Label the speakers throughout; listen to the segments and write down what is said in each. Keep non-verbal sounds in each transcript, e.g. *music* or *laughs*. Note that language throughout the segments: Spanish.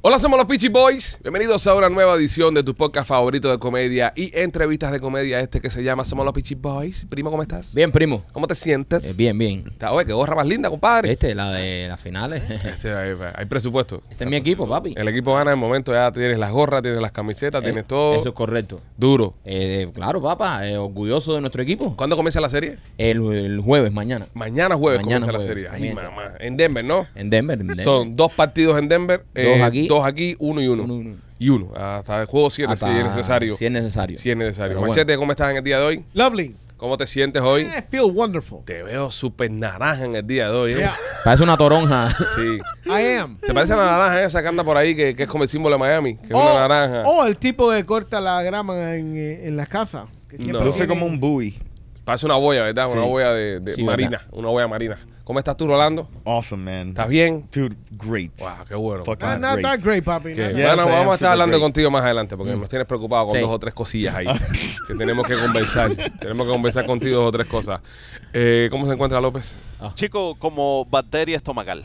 Speaker 1: Hola, somos los Peachy Boys. Bienvenidos a una nueva edición de tu podcast favorito de comedia y entrevistas de comedia, este que se llama Somos los Peachy Boys. Primo, ¿cómo estás?
Speaker 2: Bien, primo.
Speaker 1: ¿Cómo te sientes?
Speaker 2: Eh, bien, bien.
Speaker 1: Ta- Oye, qué gorra más linda, compadre.
Speaker 2: Este, la de las finales. *laughs* Ese
Speaker 1: Este, hay, hay presupuesto.
Speaker 2: es mi equipo, papi.
Speaker 1: El equipo gana en el momento, ya tienes las gorras, tienes las camisetas, tienes todo.
Speaker 2: Eh, Eso es correcto.
Speaker 1: Duro.
Speaker 2: Eh, claro, papá, eh, orgulloso de nuestro equipo.
Speaker 1: ¿Cuándo comienza la serie?
Speaker 2: El, el jueves, mañana,
Speaker 1: Mañana jueves
Speaker 2: Mañana
Speaker 1: comienza
Speaker 2: jueves,
Speaker 1: la serie. Ay,
Speaker 2: comienza.
Speaker 1: mamá. En Denver, ¿no?
Speaker 2: en Denver. en Denver.
Speaker 1: Son dos partidos en Denver. Dos
Speaker 2: aquí.
Speaker 1: Dos aquí, uno y uno.
Speaker 2: Uno y uno.
Speaker 1: Y uno. Hasta el juego 7, si
Speaker 2: Hasta-
Speaker 1: es necesario.
Speaker 2: Si es necesario.
Speaker 1: Si es necesario.
Speaker 2: Pero bueno.
Speaker 1: Machete, ¿cómo estás en el día de hoy?
Speaker 3: Lovely.
Speaker 1: ¿Cómo te sientes hoy?
Speaker 3: I feel wonderful.
Speaker 1: Te veo súper naranja en el día de hoy. ¿eh?
Speaker 3: Yeah,
Speaker 2: Parece una toronja. *laughs*
Speaker 1: Sí.
Speaker 3: I am.
Speaker 1: Se parece a la naranja esa que anda por ahí, que, que es como el símbolo de Miami, que es una
Speaker 3: Oh,
Speaker 1: naranja.
Speaker 3: o el tipo que corta la grama en, eh, en la casa. que siempre
Speaker 1: No.
Speaker 4: Luce
Speaker 3: tiene-
Speaker 4: como un buoy.
Speaker 1: Parece una boya, ¿verdad? Una
Speaker 4: Sí.
Speaker 1: boya de, de
Speaker 2: Sí,
Speaker 1: marina. Una boya marina. ¿Cómo estás tú, Rolando?
Speaker 4: Awesome, man.
Speaker 1: ¿Estás bien?
Speaker 4: Dude, great.
Speaker 1: Wow, Ah, qué bueno.
Speaker 4: Fucking
Speaker 3: Not, Ah, not
Speaker 4: great.
Speaker 3: that great, papi.
Speaker 1: Que-
Speaker 3: not
Speaker 1: bueno,
Speaker 3: that-
Speaker 4: Yeah. I am
Speaker 1: vamos a estar
Speaker 4: super
Speaker 1: hablando
Speaker 4: great.
Speaker 1: contigo más adelante porque
Speaker 2: Mm.
Speaker 1: nos tienes preocupado con
Speaker 2: Sí.
Speaker 1: dos o tres cosillas
Speaker 2: *laughs*
Speaker 1: ahí. que tenemos que conversar. tenemos que conversar contigo dos o tres cosas. Eh, ¿Cómo se encuentra López?
Speaker 5: Chico, como bacteria estomacal.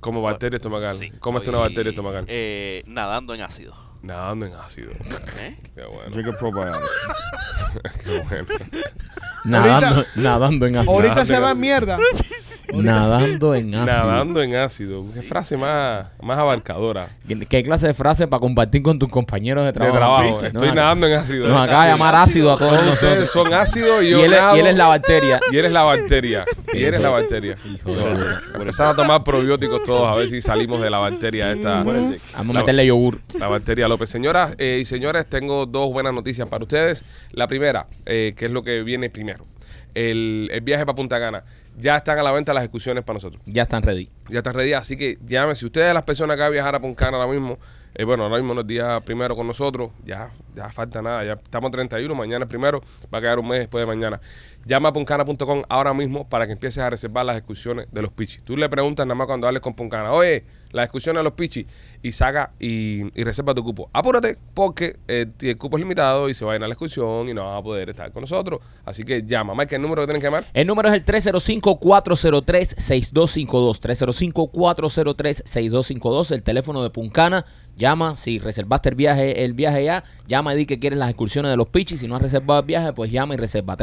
Speaker 1: Como bacteria estomacal.
Speaker 5: Sí,
Speaker 1: ¿Cómo está
Speaker 5: estoy,
Speaker 1: una bacteria estomacal?
Speaker 5: eh, nadando en ácido.
Speaker 1: Nadando en
Speaker 5: *laughs*
Speaker 1: ácido. Ah,
Speaker 5: ¿eh?
Speaker 1: Qué
Speaker 2: *laughs*
Speaker 1: bueno,
Speaker 4: Drink a probiotic.
Speaker 1: qué bueno.
Speaker 2: nadando, nadando en ácido.
Speaker 3: Ahorita se
Speaker 1: Nadando, sí.
Speaker 3: va en mierda.
Speaker 2: *laughs* Nadando en ácido.
Speaker 1: Nadando en ácido. Qué frase más, más abarcadora.
Speaker 2: ¿Qué, qué clase de frase para compartir con tus compañeros de
Speaker 1: De
Speaker 2: trabajo?
Speaker 1: trabajo.
Speaker 2: ¿Viste?
Speaker 1: Estoy
Speaker 2: Nos-
Speaker 1: nadando en ácido.
Speaker 2: Nos acaba de llamar ácido a todos
Speaker 1: Todos ustedes
Speaker 2: nosotros.
Speaker 1: son ácidos y
Speaker 2: Y
Speaker 1: yo
Speaker 2: él, es-
Speaker 1: nado.
Speaker 2: y él es la bacteria.
Speaker 1: Y eres la bacteria. Y eres la bacteria. Empezamos a tomar probióticos todos a ver si salimos de la bacteria esta.
Speaker 2: Vamos
Speaker 1: La-
Speaker 2: a meterle yogur.
Speaker 1: La bacteria López. Señoras eh, y señores, tengo dos buenas noticias para ustedes. La primera, eh, que es lo que viene primero. El, el viaje para Punta Cana. Ya están a la venta las excursiones para nosotros.
Speaker 2: Ya están ready.
Speaker 1: Ya están ready. Así que llame. Si ustedes las personas que van a viajar a Punta Cana ahora mismo, eh, bueno, ahora mismo no es día primero con nosotros. Ya, ya falta nada. Ya estamos 31. Mañana es primero. Va a quedar un mes después de mañana. Llama a puncana.com ahora mismo para que empieces a reservar las excursiones de los pichis. Tú le preguntas nada más cuando hables con Puncana. Oye, las excursiones de los pichis. Y saca y, y reserva tu cupo. Apúrate porque eh, el cupo es limitado y se va a ir a la excursión y no vas a poder estar con nosotros. Así que llama. Mike, el número que tienes que llamar.
Speaker 2: El número es el 305-403-6252. 305-403-6252. El teléfono de Puncana. Llama. Si reservaste el viaje, el viaje ya, llama y di que quieres las excursiones de los pichis. Si no has reservado el viaje, pues llama y reserva.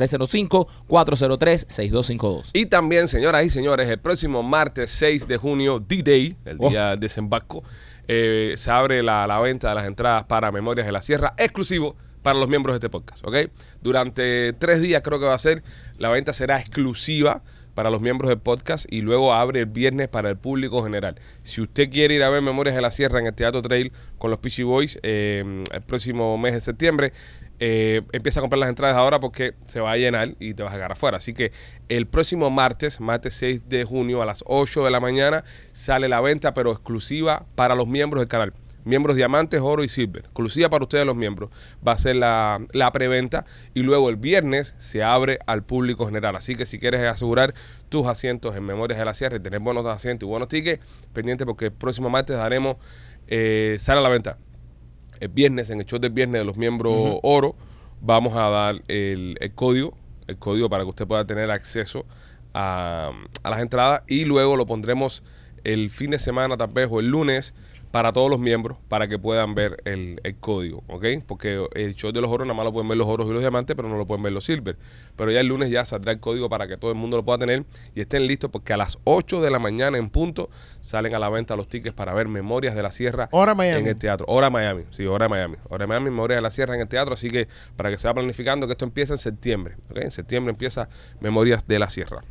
Speaker 2: 305-403-6252.
Speaker 1: Y también, señoras y señores, el próximo martes 6 de junio, D-Day, el
Speaker 2: Oh.
Speaker 1: día del desembarco, eh, se abre la, la venta de las entradas para Memorias de la Sierra, exclusivo para los miembros de este podcast, ¿ok? Durante tres días creo que va a ser, la venta será exclusiva para los miembros del podcast y luego abre el viernes para el público general. Si usted quiere ir a ver Memorias de la Sierra en el Teatro Trail con los Peachy Boys eh, el próximo mes de septiembre, eh, empieza a comprar las entradas ahora porque se va a llenar y te vas a quedar afuera. Así que el próximo martes, martes 6 de junio a las 8 de la mañana, sale la venta, pero exclusiva para los miembros del canal. Miembros diamantes, oro y silver. Exclusiva para ustedes los miembros. Va a ser la, la preventa y luego el viernes se abre al público general. Así que si quieres asegurar tus asientos en Memorias de la Sierra y tener buenos asientos y buenos tickets, pendiente porque el próximo martes daremos, eh, sale a la venta el viernes, en el show del viernes de los miembros oro, vamos a dar el, el código, el código para que usted pueda tener acceso a, a las entradas y luego lo pondremos el fin de semana tal vez o el lunes para todos los miembros para que puedan ver el, el código, ¿ok? Porque el show de los oros nada más lo pueden ver los oros y los diamantes, pero no lo pueden ver los silver. Pero ya el lunes ya saldrá el código para que todo el mundo lo pueda tener y estén listos porque a las 8 de la mañana en punto salen a la venta los tickets para ver Memorias de la Sierra
Speaker 3: Hora Miami.
Speaker 1: en el teatro. Hora Miami, sí, hora Miami. Hora Miami, Memorias de la Sierra en el teatro. Así que para que se vaya planificando que esto empieza en septiembre. ¿ok? En septiembre empieza Memorias de la Sierra.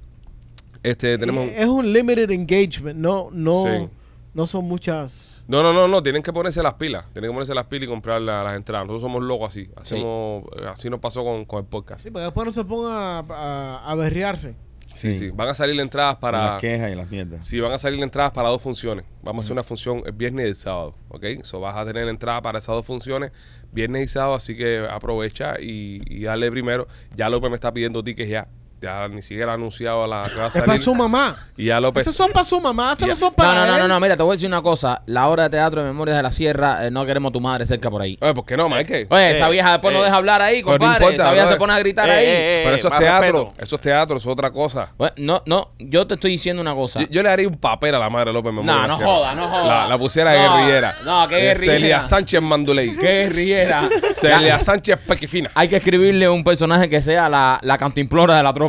Speaker 1: Este, tenemos.
Speaker 3: Es un limited engagement. No, no,
Speaker 1: Sí.
Speaker 3: no son muchas.
Speaker 1: No, no, no, no, tienen que ponerse las pilas. Tienen que ponerse las pilas y comprar la- las entradas. Nosotros somos locos así. Hacemos, eh, Así nos pasó con, con el podcast.
Speaker 3: Sí, para que después no se ponga a, a, a berrearse.
Speaker 1: *laughs* Sí, sí. Van a salir entradas para.
Speaker 4: Las quejas y las mierdas.
Speaker 1: Sí, van a salir entradas para dos funciones. Vamos a hacer una función el viernes y el sábado, ¿ok? So vas a tener entrada para esas dos funciones, viernes y sábado, así que aprovecha y, y dale primero. Ya López me está pidiendo tickets ya. Ya ni siquiera ha anunciado la que va a
Speaker 3: Es
Speaker 1: salir.
Speaker 3: para su mamá.
Speaker 1: Y ya López.
Speaker 3: Esos son para su mamá, estos
Speaker 1: Ya.
Speaker 3: no son para
Speaker 2: No, no, no,
Speaker 3: él.
Speaker 2: no, no, mira, te voy a decir una cosa. La obra de teatro de Memorias de la Sierra, eh, no queremos tu madre cerca por ahí.
Speaker 1: Oye, ¿por qué no, Mike?
Speaker 2: Oye,
Speaker 5: Eh,
Speaker 2: esa vieja después no
Speaker 5: eh,
Speaker 2: deja hablar ahí,
Speaker 1: pero no
Speaker 2: compadre.
Speaker 1: importa,
Speaker 2: esa vieja se
Speaker 1: brother.
Speaker 2: pone a gritar
Speaker 5: Eh,
Speaker 2: ahí.
Speaker 5: eh,
Speaker 1: Pero esos
Speaker 5: más
Speaker 1: teatros,
Speaker 5: respeto.
Speaker 1: esos teatros es otra cosa.
Speaker 2: Bueno, no, no, yo te estoy diciendo una cosa.
Speaker 1: Yo, yo le haría un papel a la madre de López Memorias de
Speaker 2: No,
Speaker 1: la
Speaker 2: no
Speaker 1: Sierra.
Speaker 2: joda, no joda.
Speaker 1: La, la pusiera
Speaker 2: No,
Speaker 1: guerrillera.
Speaker 2: no, qué
Speaker 1: Eh, Celia
Speaker 2: guerrillera.
Speaker 1: Sánchez Manduley.
Speaker 2: ¡Qué guerrillera!
Speaker 1: *laughs* Celia Sánchez Pequifina.
Speaker 2: Hay que escribirle un personaje que sea la, la cantimplora de la *laughs* tropa.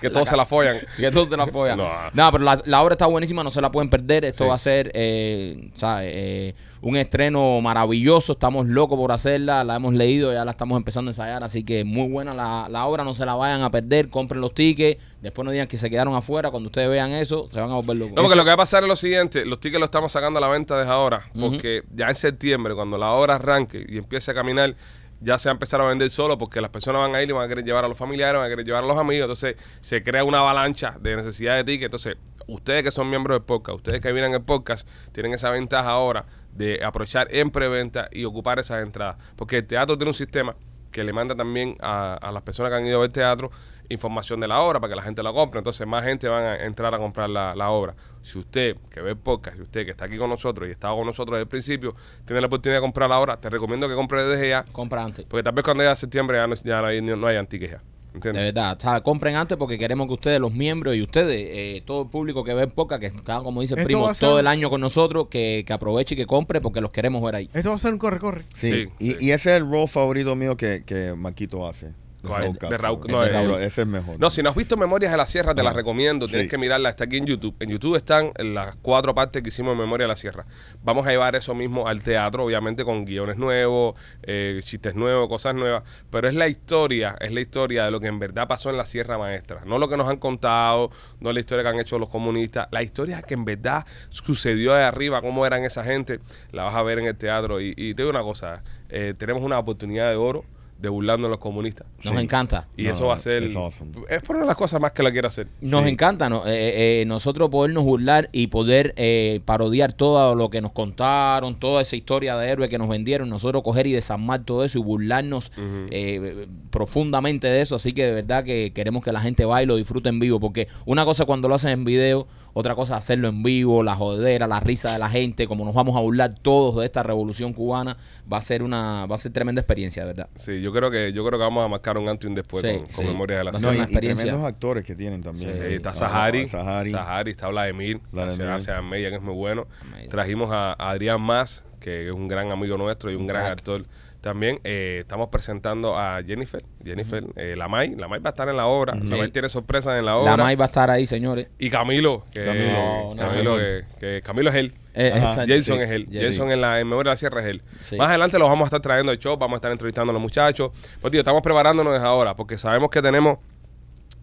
Speaker 1: que todos se la follan.
Speaker 2: que tú te la apoyas.
Speaker 1: No.
Speaker 2: No, pero la, la obra está buenísima, no se la pueden perder. Esto
Speaker 1: Sí.
Speaker 2: va a ser, eh, ¿sabes? Eh, un estreno maravilloso. Estamos locos por hacerla. La hemos leído, ya la estamos empezando a ensayar. Así que muy buena la, la obra, no se la vayan a perder. Compren los tickets. Después no digan que se quedaron afuera. Cuando ustedes vean eso, se van a volver locos.
Speaker 1: No, porque lo que va a pasar es lo siguiente, los tickets los estamos sacando a la venta desde ahora, porque ya en septiembre, cuando la obra arranque y empiece a caminar, ya se va a empezar a vender solo, porque las personas van a ir y van a querer llevar a los familiares, van a querer llevar a los amigos, entonces se crea una avalancha de necesidad de tickets, entonces ustedes que son miembros del podcast, ustedes que vienen el podcast, tienen esa ventaja ahora de aprovechar en preventa y ocupar esas entradas, porque el teatro tiene un sistema que le manda también a, a las personas que han ido a ver teatro información de la obra para que la gente la compre. Entonces más gente van a entrar a comprar la, la obra. Si usted que ve el podcast, si usted que está aquí con nosotros y estaba con nosotros desde el principio, tiene la oportunidad de comprar la obra, te recomiendo que compre desde ya,
Speaker 2: Compra antes.
Speaker 1: porque tal vez cuando llegue a septiembre ya no, ya no hay, no hay antiques ya.
Speaker 2: De
Speaker 1: ¿Entiendes?
Speaker 2: verdad, o sea, compren antes porque queremos que ustedes, los miembros y ustedes, eh, todo el público que ve poca, que está, como dice el
Speaker 3: Esto
Speaker 2: primo,
Speaker 3: va a ser-
Speaker 2: todo el año con nosotros, que, que aproveche y que compre porque los queremos ver ahí.
Speaker 3: Esto va a ser un corre-corre.
Speaker 4: Sí,
Speaker 1: Sí,
Speaker 4: y,
Speaker 1: sí.
Speaker 4: y ese es el rol favorito mío que, que Maquito hace. De
Speaker 1: ¿Cuál?
Speaker 4: Raúl Castro.
Speaker 1: De Raúl-
Speaker 2: no,
Speaker 4: El de
Speaker 2: eh,
Speaker 4: Raúl, Ese es mejor. Ah,
Speaker 1: No, si no has visto Memorias de la Sierra, te las recomiendo. Tienes
Speaker 4: Sí.
Speaker 1: que mirarla. Está aquí en YouTube. En YouTube están las cuatro partes que hicimos en Memoria de la Sierra. Vamos a llevar eso mismo al teatro, obviamente con guiones nuevos, eh, chistes nuevos, cosas nuevas. Pero es la historia, es la historia de lo que en verdad pasó en la Sierra Maestra. No lo que nos han contado, no la historia que han hecho los comunistas. La historia que en verdad sucedió de arriba, cómo eran esa gente, la vas a ver en el teatro. Y, y te digo una cosa, eh, tenemos una oportunidad de oro de burlando a los comunistas.
Speaker 2: Nos
Speaker 4: Sí.
Speaker 2: encanta.
Speaker 1: Y
Speaker 4: No,
Speaker 1: eso va a ser.
Speaker 4: it's awesome.
Speaker 1: Es por una de las cosas más que la quiero hacer.
Speaker 2: Nos
Speaker 4: Sí.
Speaker 2: encanta ¿no? Eh, eh, nosotros podernos burlar y poder eh, parodiar todo lo que nos contaron, toda esa historia de héroe que nos vendieron, nosotros coger y desarmar todo eso y burlarnos eh, profundamente de eso. Así que de verdad que queremos que la gente vaya y lo disfrute en vivo, porque una cosa es cuando lo hacen en video, otra cosa es hacerlo en vivo, la jodera, la risa de la gente, como nos vamos a burlar todos de esta revolución cubana, va a ser una, va a ser tremenda experiencia, de verdad.
Speaker 1: Sí, yo creo que yo creo que vamos a marcar un antes y un después
Speaker 2: Sí,
Speaker 1: con, con
Speaker 2: sí.
Speaker 1: Memoria de la
Speaker 2: Va a
Speaker 1: Sierra.
Speaker 4: No,
Speaker 2: ser
Speaker 4: y,
Speaker 2: una
Speaker 4: y
Speaker 2: experiencia.
Speaker 4: tremendos actores que tienen también.
Speaker 1: Sí,
Speaker 4: Eh,
Speaker 1: está
Speaker 4: ah,
Speaker 1: Sahari, Sahari,
Speaker 4: Sahari.
Speaker 1: está Vladimir,
Speaker 4: Vladimir.
Speaker 1: gracias- gracias a Media, que es muy bueno.
Speaker 2: Amazing.
Speaker 1: Trajimos a, a Adrián Más, que es un gran amigo nuestro y un gran actor también. Eh, estamos presentando a Jennifer, Jennifer eh, Lamay, Lamay va a estar en la obra, Lamay tiene sorpresas en la obra.
Speaker 2: La MAI va a estar ahí, señores.
Speaker 1: Y Camilo, que Camilo,
Speaker 4: Camilo.
Speaker 2: No, no.
Speaker 1: que- que Camilo es él.
Speaker 2: Eh,
Speaker 4: Ajá.
Speaker 2: exacto.
Speaker 1: Jason
Speaker 4: Sí.
Speaker 1: es él.
Speaker 2: Sí.
Speaker 1: Jason en la en Memoria de la Sierra es él.
Speaker 2: Sí.
Speaker 1: Más adelante los vamos a estar trayendo al show, vamos a estar entrevistando a los muchachos. Pues tío, estamos preparándonos desde ahora porque sabemos que tenemos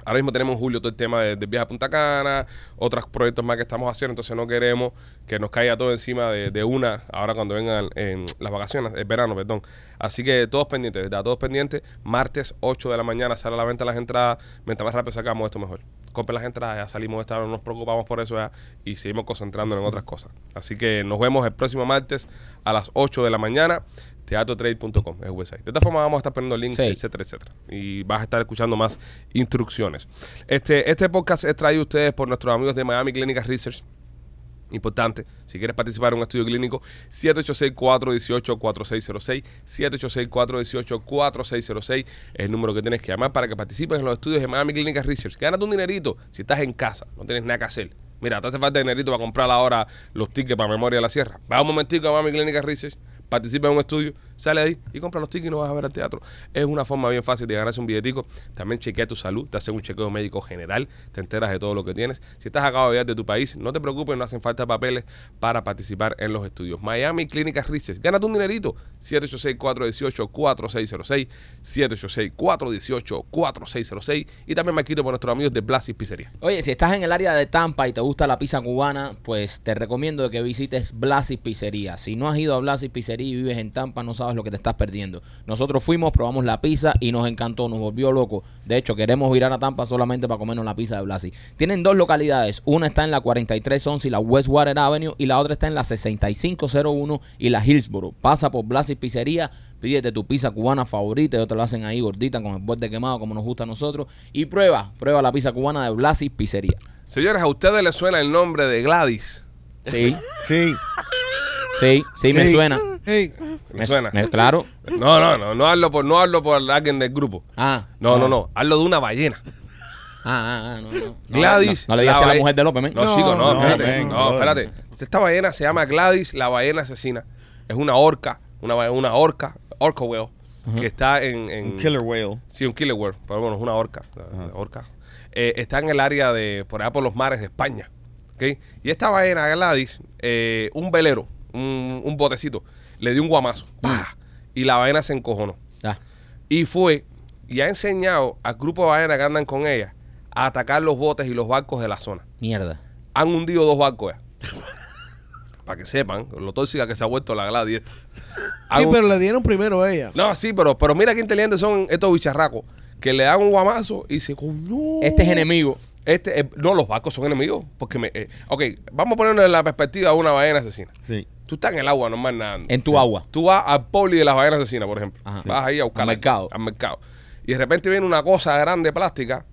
Speaker 1: Ahora mismo tenemos en julio todo el tema de, de viaje a Punta Cana, otros proyectos más que estamos haciendo, entonces no queremos que nos caiga todo encima de, de una ahora cuando vengan en las vacaciones, el verano, perdón. Así que todos pendientes, ¿verdad? Todos pendientes. Martes 8 de la mañana sale a la venta las entradas. Mientras más rápido sacamos esto, mejor. Compren las entradas, ya salimos de esta, no nos preocupamos por eso ya y seguimos concentrándonos en otras cosas. Así que nos vemos el próximo martes a las 8 de la mañana teatrotrade.com es el website. De esta forma vamos a estar poniendo links,
Speaker 2: Sí.
Speaker 1: etcétera, etcétera. Y vas a estar escuchando más instrucciones. Este, este podcast es traído a ustedes por nuestros amigos de Miami Clinical Research. Importante, si quieres participar en un estudio clínico, 786-418-4606, 786-418-4606 es el número que tienes que llamar para que participes en los estudios de Miami Clinical Research. Gánate un dinerito si estás en casa, no tienes nada que hacer. Mira, te hace falta dinerito para comprar ahora los tickets para Memoria de la Sierra. Va un momentico a Miami Clinical Research, participa en un estudio, sale de ahí y compra los tickets y no vas a ver al teatro. Es una forma bien fácil de ganarse un billetico. También chequea tu salud, te hacen un chequeo médico general, te enteras de todo lo que tienes. Si estás acabado de llegar de tu país, no te preocupes, no hacen falta papeles para participar en los estudios. Miami Clínicas Riches, gánate un dinerito. 786-418-4606, 786-418-4606 y también me quito por nuestros amigos de Blas y Pizzería.
Speaker 2: Oye, si estás en el área de Tampa y te gusta la pizza cubana, pues te recomiendo que visites Blasis Pizzería. Si no has ido a Blasis Pizzería y vives en Tampa, no sabes sabes lo que te estás perdiendo. Nosotros fuimos, probamos la pizza y nos encantó, nos volvió loco. De hecho, queremos ir a la Tampa solamente para comernos la pizza de Blasi. Tienen dos localidades. Una está en la 4311 y la Westwater Avenue y la otra está en la 6501 y la Hillsboro. Pasa por Blasi Pizzería, pídete tu pizza cubana favorita. Ellos te lo hacen ahí gordita con el borde quemado como nos gusta a nosotros. Y prueba, prueba la pizza cubana de Blasi Pizzería.
Speaker 1: Señores, a ustedes les suena el nombre de Gladys.
Speaker 2: Sí,
Speaker 4: Sí.
Speaker 2: sí, sí, me
Speaker 4: Sí.
Speaker 2: suena.
Speaker 3: Hey,
Speaker 1: ¿Les
Speaker 2: Me
Speaker 1: suena?
Speaker 2: me- claro.
Speaker 1: No, no, no, no hablo por, no hablo por alguien del grupo.
Speaker 2: Ah,
Speaker 1: No, no, no, hablo de una ballena.
Speaker 2: Ah, ah, ah, no, no. No,
Speaker 1: Gladys.
Speaker 2: No, no le digas así a
Speaker 1: balle-
Speaker 2: la mujer de López, men.
Speaker 1: No,
Speaker 3: No,
Speaker 1: chico, no,
Speaker 4: no,
Speaker 1: espérate.
Speaker 4: men,
Speaker 1: No,
Speaker 4: brother.
Speaker 1: espérate. Esta ballena se llama Gladys, la ballena asesina. Es una orca, una, ba- una orca, orca whale, que está en. en-
Speaker 4: Un killer whale.
Speaker 1: Sí, un killer whale, pero bueno, es una orca. orca. Eh, está en el área de, por allá por los mares de España. ¿ok? Y esta ballena Gladys, eh, un velero, un, un botecito, le dio un guamazo.
Speaker 3: Mm.
Speaker 1: ¡pah! Y la ballena se encojonó.
Speaker 2: Ah,
Speaker 1: Y fue y ha enseñado al grupo de ballenas que andan con ella a atacar los botes y los barcos de la zona.
Speaker 2: mierda.
Speaker 1: Han hundido dos barcos
Speaker 3: *laughs*
Speaker 1: ya. Para que sepan lo tóxica que se ha vuelto la Gladys. esta. Han
Speaker 3: sí,
Speaker 1: hun-
Speaker 3: pero le dieron primero a ella.
Speaker 1: no, sí, pero, pero mira qué inteligentes son estos bicharracos. Que le dan un guamazo y se coño.
Speaker 2: Este es enemigo.
Speaker 1: Este, eh, no, los barcos son enemigos. Porque me. eh, ok, vamos a ponernos en la perspectiva de una ballena asesina.
Speaker 4: Sí.
Speaker 1: Tú estás en el agua normal nadando.
Speaker 2: En tu agua.
Speaker 1: Tú vas al poli de las ballenas asesinas, por ejemplo.
Speaker 2: Ajá.
Speaker 1: Vas ahí a buscar.
Speaker 2: Al mercado.
Speaker 1: Al mercado. Y de repente viene una cosa grande plástica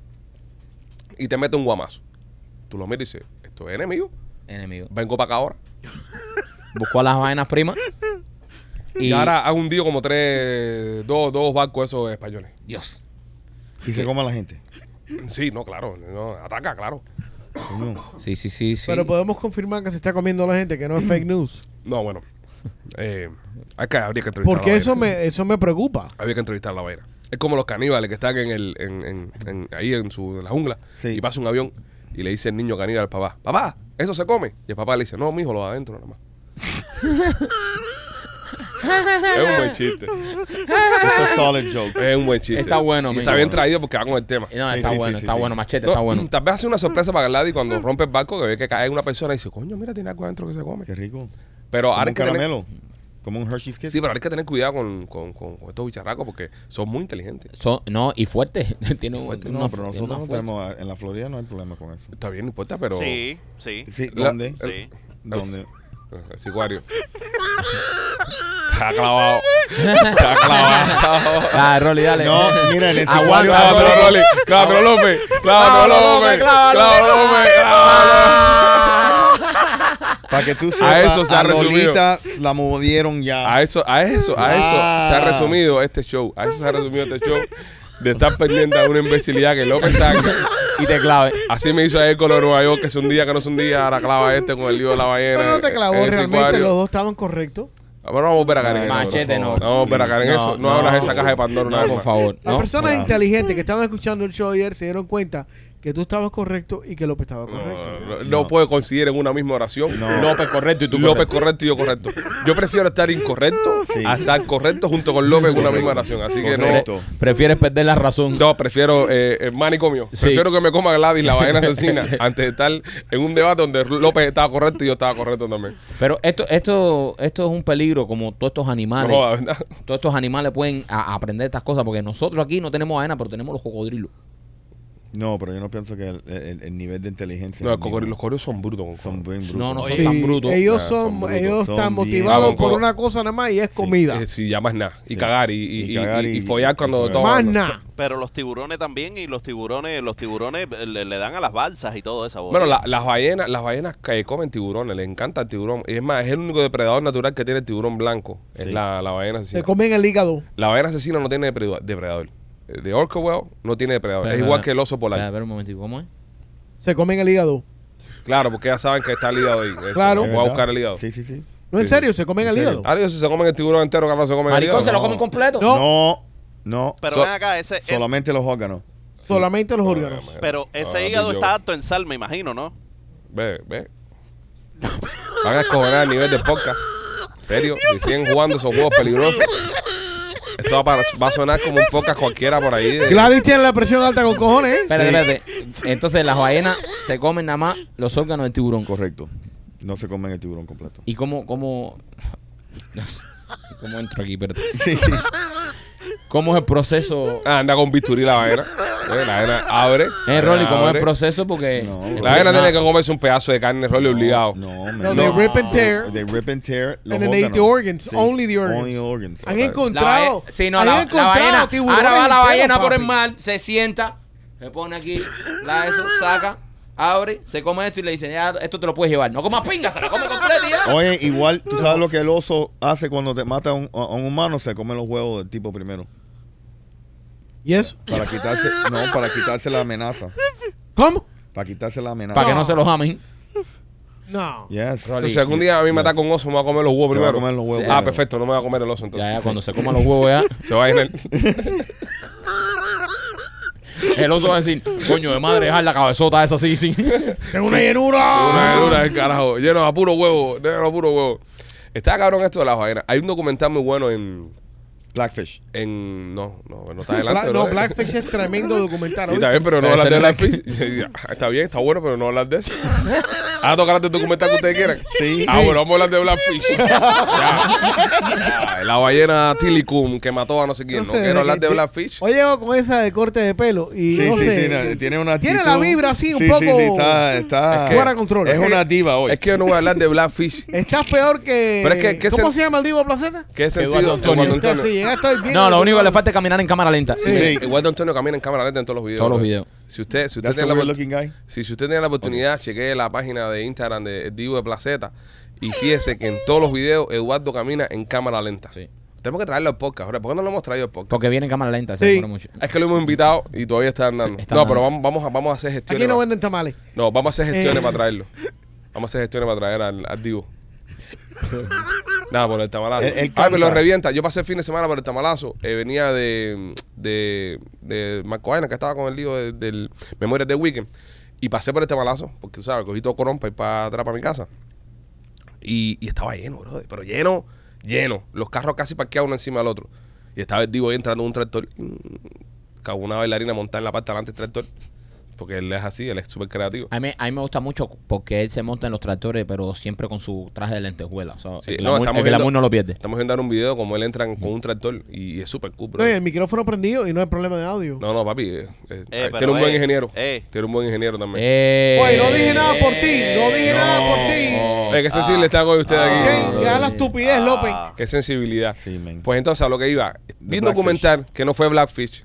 Speaker 1: y te mete un guamazo. Tú lo miras y dices, esto es enemigo.
Speaker 2: Enemigo.
Speaker 1: Vengo para acá ahora.
Speaker 2: Buscó a las vainas primas.
Speaker 1: Y,
Speaker 2: Y,
Speaker 1: ahora ha hundido como tres, dos, dos barcos esos españoles.
Speaker 2: Dios.
Speaker 4: Y se come a la gente.
Speaker 1: Sí, no, claro. No, ataca, claro.
Speaker 4: Coño.
Speaker 2: Sí, sí, sí, sí.
Speaker 3: Pero podemos confirmar que se está comiendo la gente, que no es
Speaker 1: *clears throat*
Speaker 3: fake news.
Speaker 1: No, bueno. Eh, hay que, habría que entrevistar a
Speaker 3: Porque
Speaker 1: la
Speaker 3: eso
Speaker 1: vaina.
Speaker 3: me, eso me preocupa.
Speaker 1: Había que entrevistar a la vaina. Es como los caníbales que están en el, en, en- en- ahí en, su, en la jungla
Speaker 4: Sí.
Speaker 1: y pasa un avión y le dice el niño caníbal al papá, papá, ¿eso se come? Y el papá le dice, no, mijo, lo de adentro nada más. es un buen chiste.
Speaker 4: It's a solid joke.
Speaker 1: Es un buen chiste.
Speaker 2: Está bueno,
Speaker 1: Y
Speaker 2: mijo.
Speaker 1: Está bien traído porque va con el tema.
Speaker 2: *laughs* No,
Speaker 4: Sí,
Speaker 2: está
Speaker 4: sí,
Speaker 2: bueno,
Speaker 4: sí,
Speaker 2: está
Speaker 4: sí,
Speaker 2: bueno,
Speaker 4: sí.
Speaker 2: machete,
Speaker 1: No,
Speaker 2: está bueno.
Speaker 1: Tal vez hace una sorpresa para Gladys cuando rompe el barco que ve que cae una persona y dice, coño, mira, tiene algo adentro que se come.
Speaker 4: Qué rico.
Speaker 1: Pero
Speaker 4: Como
Speaker 1: ahora hay
Speaker 4: un
Speaker 1: que tener-
Speaker 4: caramelo. Como un Hershey's Kiss.
Speaker 1: Sí, pero ahora hay que tener cuidado con, con- con- con estos bicharracos porque son muy inteligentes.
Speaker 2: Son- no, y fuerte. *laughs* Tiene un-
Speaker 4: no,
Speaker 2: una-
Speaker 4: pero
Speaker 2: tiene
Speaker 4: nosotros
Speaker 2: una
Speaker 4: no
Speaker 2: fuerza.
Speaker 4: tenemos. ah, En la Florida no hay problema con eso.
Speaker 1: Está bien, no importa, pero... eh,
Speaker 5: Sí, sí.
Speaker 4: Sí,
Speaker 1: La-
Speaker 4: ¿dónde?
Speaker 5: Sí.
Speaker 4: ¿Dónde?
Speaker 1: Eh, Sicario. *laughs* Está clavado. Está clavado.
Speaker 2: Ah, Rolly, dale.
Speaker 4: No, mira, en ese
Speaker 2: Aguanta,
Speaker 4: barrio-
Speaker 1: Clávalo, Rolly. Clávalo, López. Clávalo, López. Clávalo, López. Clávalo.
Speaker 4: Para que tú sepas,
Speaker 1: A eso se ha
Speaker 4: a
Speaker 1: resumido.
Speaker 4: Lolita la movieron ya.
Speaker 1: A eso, a eso, a eso se ha
Speaker 4: Ah.
Speaker 1: resumido este show. A eso se ha resumido este show. De estar pendiente de una imbecilidad que López saca.
Speaker 2: Y te clave.
Speaker 1: Así me hizo ayer con los Nueva York, que es un día, que no es un día. Ahora clava este con el lío de la ballena.
Speaker 3: Pero no te clavó,
Speaker 1: en el
Speaker 3: realmente
Speaker 1: sicuario.
Speaker 3: los dos estaban correctos.
Speaker 1: Vamos a volver a caer en eso. por
Speaker 2: Machete, no.
Speaker 1: favor. Vamos a volver a caer en
Speaker 2: No,
Speaker 1: eso. No
Speaker 2: no.
Speaker 1: abras esa caja de Pandora una
Speaker 2: No,
Speaker 1: vez
Speaker 2: por
Speaker 1: más.
Speaker 2: favor.
Speaker 3: Las
Speaker 2: No.
Speaker 3: personas
Speaker 4: Wow.
Speaker 3: inteligentes que estaban escuchando el show ayer se dieron cuenta que tú estabas correcto y que López estaba correcto.
Speaker 1: No, no, no puedo coincidir en una misma oración.
Speaker 2: López correcto y tú
Speaker 1: López correcto y yo correcto. Yo prefiero estar incorrecto
Speaker 4: Sí.
Speaker 1: a estar correcto junto con López en una misma oración. Así que
Speaker 4: Correcto.
Speaker 1: no.
Speaker 4: correcto.
Speaker 2: Prefieres perder la razón.
Speaker 1: No, prefiero eh, el manicomio.
Speaker 2: Sí.
Speaker 1: Prefiero que me coma Gladys la
Speaker 2: *laughs*
Speaker 1: ballena asesina antes de estar en un debate donde López estaba correcto y yo estaba correcto también.
Speaker 2: Pero esto, esto, esto es un peligro, como todos estos animales.
Speaker 1: No, joda, ¿verdad?
Speaker 2: Todos estos animales pueden a- aprender estas cosas, porque nosotros aquí no tenemos arena, pero tenemos los cocodrilos.
Speaker 4: No, pero yo no pienso que el, el- el nivel de inteligencia.
Speaker 1: No, el
Speaker 4: es el
Speaker 1: cocodrilo-
Speaker 4: mismo.
Speaker 1: los cocodrilos son brutos. con-
Speaker 4: Son bien brutos.
Speaker 2: No, no son
Speaker 5: Oye,
Speaker 2: tan brutos.
Speaker 3: Ellos
Speaker 1: Ah,
Speaker 3: son,
Speaker 1: son brutos,
Speaker 3: ellos
Speaker 4: son
Speaker 3: están
Speaker 4: bien-
Speaker 3: motivados
Speaker 1: Vamos,
Speaker 3: por
Speaker 1: co-
Speaker 3: una cosa nada más y es comida.
Speaker 1: Eh, sí, ya más nada. Y
Speaker 4: Sí.
Speaker 1: cagar y, y,
Speaker 4: Y
Speaker 1: y-
Speaker 4: cagar
Speaker 1: y- y
Speaker 4: y-
Speaker 1: follar cuando
Speaker 4: y follar.
Speaker 1: todo.
Speaker 3: más nada.
Speaker 5: Pero los tiburones también y los tiburones, los tiburones eh, le, le dan a las balsas y todo eso.
Speaker 1: Bueno, la- las ballenas, las ballenas que comen tiburones, les encanta el tiburón. Y es más, es el único depredador natural que tiene el tiburón blanco. Es
Speaker 4: Sí.
Speaker 1: la, la ballena asesina.
Speaker 3: Se comen el hígado.
Speaker 1: La ballena asesina no tiene depredador. depredador. Eh, The orca whale no tiene depredador.
Speaker 2: Espera,
Speaker 1: es igual
Speaker 2: espera.
Speaker 1: que el oso polar.
Speaker 2: Espera, espera un momentito, ¿cómo es?
Speaker 3: Se comen el hígado.
Speaker 1: Claro, porque ya saben que está el hígado ahí. Eso,
Speaker 3: Claro.
Speaker 1: Voy
Speaker 4: ¿Verdad?
Speaker 1: a buscar el hígado.
Speaker 4: Sí, sí, sí.
Speaker 3: No, en
Speaker 1: Sí,
Speaker 3: serio, se comen
Speaker 4: ¿En
Speaker 3: el
Speaker 4: serio?
Speaker 3: hígado.
Speaker 2: Ah,
Speaker 1: Ahora ellos si se comen el tiburón entero, claro, se comen
Speaker 2: Maricón,
Speaker 1: el
Speaker 2: se
Speaker 1: hígado.
Speaker 2: lo comen completo.
Speaker 3: No.
Speaker 4: No, no.
Speaker 5: pero
Speaker 1: so-
Speaker 5: ven acá, ese, es-
Speaker 4: solamente los órganos.
Speaker 3: Solamente
Speaker 2: Ah,
Speaker 3: los órganos.
Speaker 5: pero ese
Speaker 1: Ah,
Speaker 5: hígado
Speaker 1: pillo.
Speaker 5: está alto en sal, me imagino, ¿no?
Speaker 1: Ve, ve. Van a escojonar el nivel de podcast. Serio, y siguen jugando esos juegos peligrosos. Esto va, para- va a sonar como un podcast cualquiera por ahí. de-
Speaker 3: Gladys tiene la presión alta con cojones. ¿eh?
Speaker 2: Espérate, espérate. Entonces las ballenas se comen nada más los órganos del tiburón. *laughs*
Speaker 4: Correcto. No se comen el tiburón completo.
Speaker 2: ¿Y cómo, cómo? ¿Cómo entro aquí? Espérate.
Speaker 4: Sí, sí.
Speaker 2: ¿Cómo es el proceso?
Speaker 1: Ah, anda con bisturí la vaina. Eh, La vaina abre.
Speaker 2: Eh, Rolly, ¿cómo es el
Speaker 1: abre.
Speaker 2: proceso? Porque.
Speaker 4: No,
Speaker 2: Después
Speaker 1: La vaina
Speaker 2: nada.
Speaker 1: tiene que comerse un pedazo de carne, Rolly, obligado.
Speaker 4: No,
Speaker 3: No,
Speaker 4: man.
Speaker 3: they
Speaker 4: No.
Speaker 3: rip and tear.
Speaker 4: They rip and tear los
Speaker 3: And then they eat the
Speaker 4: órganos.
Speaker 3: organs, only the organs.
Speaker 4: Only organs.
Speaker 3: Han
Speaker 2: La bae-
Speaker 3: encontrado.
Speaker 2: sí, no,
Speaker 3: han
Speaker 2: la, la
Speaker 3: encontrado
Speaker 2: ballena.
Speaker 3: tiburones
Speaker 2: Ahora va la
Speaker 3: enteros,
Speaker 2: ballena por el
Speaker 3: papi.
Speaker 2: mar, se sienta, se pone aquí, la eso, saca, abre, se come esto y le dicen, ya, esto te lo puedes llevar. No comas pingas, se la come completa y ya.
Speaker 4: Oye, igual, tú sabes lo que el oso hace cuando te mata a un, a un humano, se come los huevos del tipo primero.
Speaker 3: ¿Y eso?
Speaker 4: Para quitarse, no, para quitarse la amenaza.
Speaker 3: ¿Cómo?
Speaker 4: Para quitarse la amenaza.
Speaker 2: Para que no se *laughs* los amen.
Speaker 3: No.
Speaker 4: Yes.
Speaker 1: Entonces, si algún día a mí me ataca un oso, me voy a comer los huevos
Speaker 4: Te va a
Speaker 1: primero.
Speaker 4: comer los huevos
Speaker 1: ah,
Speaker 4: primero.
Speaker 1: perfecto, no me voy a comer el oso entonces.
Speaker 2: Ya, ya, cuando se coman los huevos ya,
Speaker 1: Se va a llenar.
Speaker 2: el oso va a decir, coño de madre, dejar la cabezota esa así, sí. *laughs*
Speaker 3: ¡Es una llenura! Ah.
Speaker 1: Una llenura del carajo. Lleno a puro huevo. Lleno a puro huevo. Está cabrón esto de la vaina. Hay un documental muy bueno en.
Speaker 4: Blackfish.
Speaker 1: en no, no, no está adelante.
Speaker 3: Bla- no,
Speaker 1: brother.
Speaker 3: Blackface es tremendo documental.
Speaker 1: Sí,
Speaker 3: ¿oíste?
Speaker 1: está bien, pero no
Speaker 2: Ese
Speaker 1: hablas de
Speaker 2: no era
Speaker 1: Blackfish. ah, Está bien, está bueno, pero no hablas de eso. Ah, tocar el documental que ustedes quieran.
Speaker 4: Sí.
Speaker 1: Ah, bueno, vamos a hablar de Blackfish. Ya. Ay, La ballena Tilicum que mató a no sé quién. No,
Speaker 3: sé,
Speaker 1: quiero hablar de
Speaker 3: que-
Speaker 1: Blackfish.
Speaker 3: Hoy llego con esa de corte de pelo y
Speaker 4: Sí,
Speaker 3: no
Speaker 4: sí,
Speaker 3: sé.
Speaker 4: sí, na- tiene una
Speaker 3: Tiene
Speaker 4: actitud-
Speaker 3: la vibra así un
Speaker 4: Sí,
Speaker 3: poco
Speaker 4: Sí, sí, está, está
Speaker 3: Es que- fuera de control.
Speaker 4: Es
Speaker 3: Es que-
Speaker 4: una diva hoy.
Speaker 1: Es que yo no voy a hablar de Blackfish.
Speaker 3: Estás peor que.
Speaker 1: Pero es que- que
Speaker 3: ¿Cómo
Speaker 1: se-
Speaker 3: se llama el Divo Placeta?
Speaker 1: ¿Qué
Speaker 2: Eduardo
Speaker 1: sentido?
Speaker 2: Antonio.
Speaker 1: Eduardo
Speaker 3: Entonces,
Speaker 1: Antonio.
Speaker 3: si llegaste hoy bien.
Speaker 2: No, lo único que le falta es caminar en cámara lenta.
Speaker 4: Sí.
Speaker 1: Sí, Eduardo Antonio camina en cámara lenta en todos los videos.
Speaker 2: Todos los
Speaker 1: bro.
Speaker 2: videos.
Speaker 1: Si usted, si usted
Speaker 4: That's the
Speaker 1: tiene la
Speaker 4: weird
Speaker 1: oportunidad.
Speaker 4: looking guy.
Speaker 1: Si, si usted tiene la oportunidad, chequee la página de Instagram de El Divo de Placeta y fíjese que en todos los videos Eduardo camina en cámara lenta.
Speaker 2: Sí.
Speaker 1: Tenemos que traerlo al podcast. ahora. ¿Por qué no lo hemos traído al podcast?
Speaker 2: Porque viene en cámara lenta, se
Speaker 3: Sí.
Speaker 2: demora mucho. Este
Speaker 1: Es que lo hemos invitado y todavía está andando.
Speaker 2: Está
Speaker 1: no,
Speaker 2: andando.
Speaker 1: pero vamos, vamos, a, vamos a hacer
Speaker 3: Aquí
Speaker 1: gestiones.
Speaker 3: no
Speaker 1: pa-
Speaker 3: venden tamales.
Speaker 1: no, vamos a hacer gestiones
Speaker 3: *laughs* Eh.
Speaker 1: para traerlo. Vamos a hacer gestiones para traer al, al Divo. Nada, por el tamalazo.
Speaker 4: Él- él
Speaker 1: Ay, me lo
Speaker 4: canta.
Speaker 1: revienta. Yo pasé el fin de semana por el tamalazo. Eh, venía de, de, de Marco Aina, que estaba con el lío de- del Memorias de Weekend. Y pasé por el tamalazo, porque, ¿sabes? Cogí todo corón para ir para atrás para mi casa. Y, y estaba lleno, brother. Pero lleno, lleno. Los carros casi parqueados uno encima del otro. Y estaba el Divo ahí entrando en un tractor. mm, Con una bailarina montada en la parte delante del tractor. Porque él es así, él es súper creativo.
Speaker 2: A mí, a mí me gusta mucho porque él se monta en los tractores, pero siempre con su traje de lentejuela. O sea,
Speaker 1: Sí,
Speaker 2: el
Speaker 1: no,
Speaker 2: glamour,
Speaker 1: estamos
Speaker 2: el glamour
Speaker 1: viendo-
Speaker 2: no lo pierde.
Speaker 1: Estamos viendo ahora un video como él entra con un tractor y es súper cool, bro.
Speaker 3: No, y el micrófono prendido y no hay problema de audio.
Speaker 1: No, no, papi. eh, eh,
Speaker 5: Eh,
Speaker 1: tiene
Speaker 5: pero,
Speaker 1: un buen
Speaker 5: eh,
Speaker 1: ingeniero.
Speaker 5: eh.
Speaker 1: Tiene un buen ingeniero también.
Speaker 2: Eh,
Speaker 3: Oye, no dije nada por ti. No dije nada por ti.
Speaker 1: Eh, qué sensible está hoy usted aquí. Eh,
Speaker 3: Bien, Ya la estupidez, López.
Speaker 5: Ah.
Speaker 1: Qué sensibilidad.
Speaker 4: Sí, man.
Speaker 1: Pues entonces a lo que iba. Vi un
Speaker 4: Blackfish.
Speaker 1: documental que no fue Blackfish.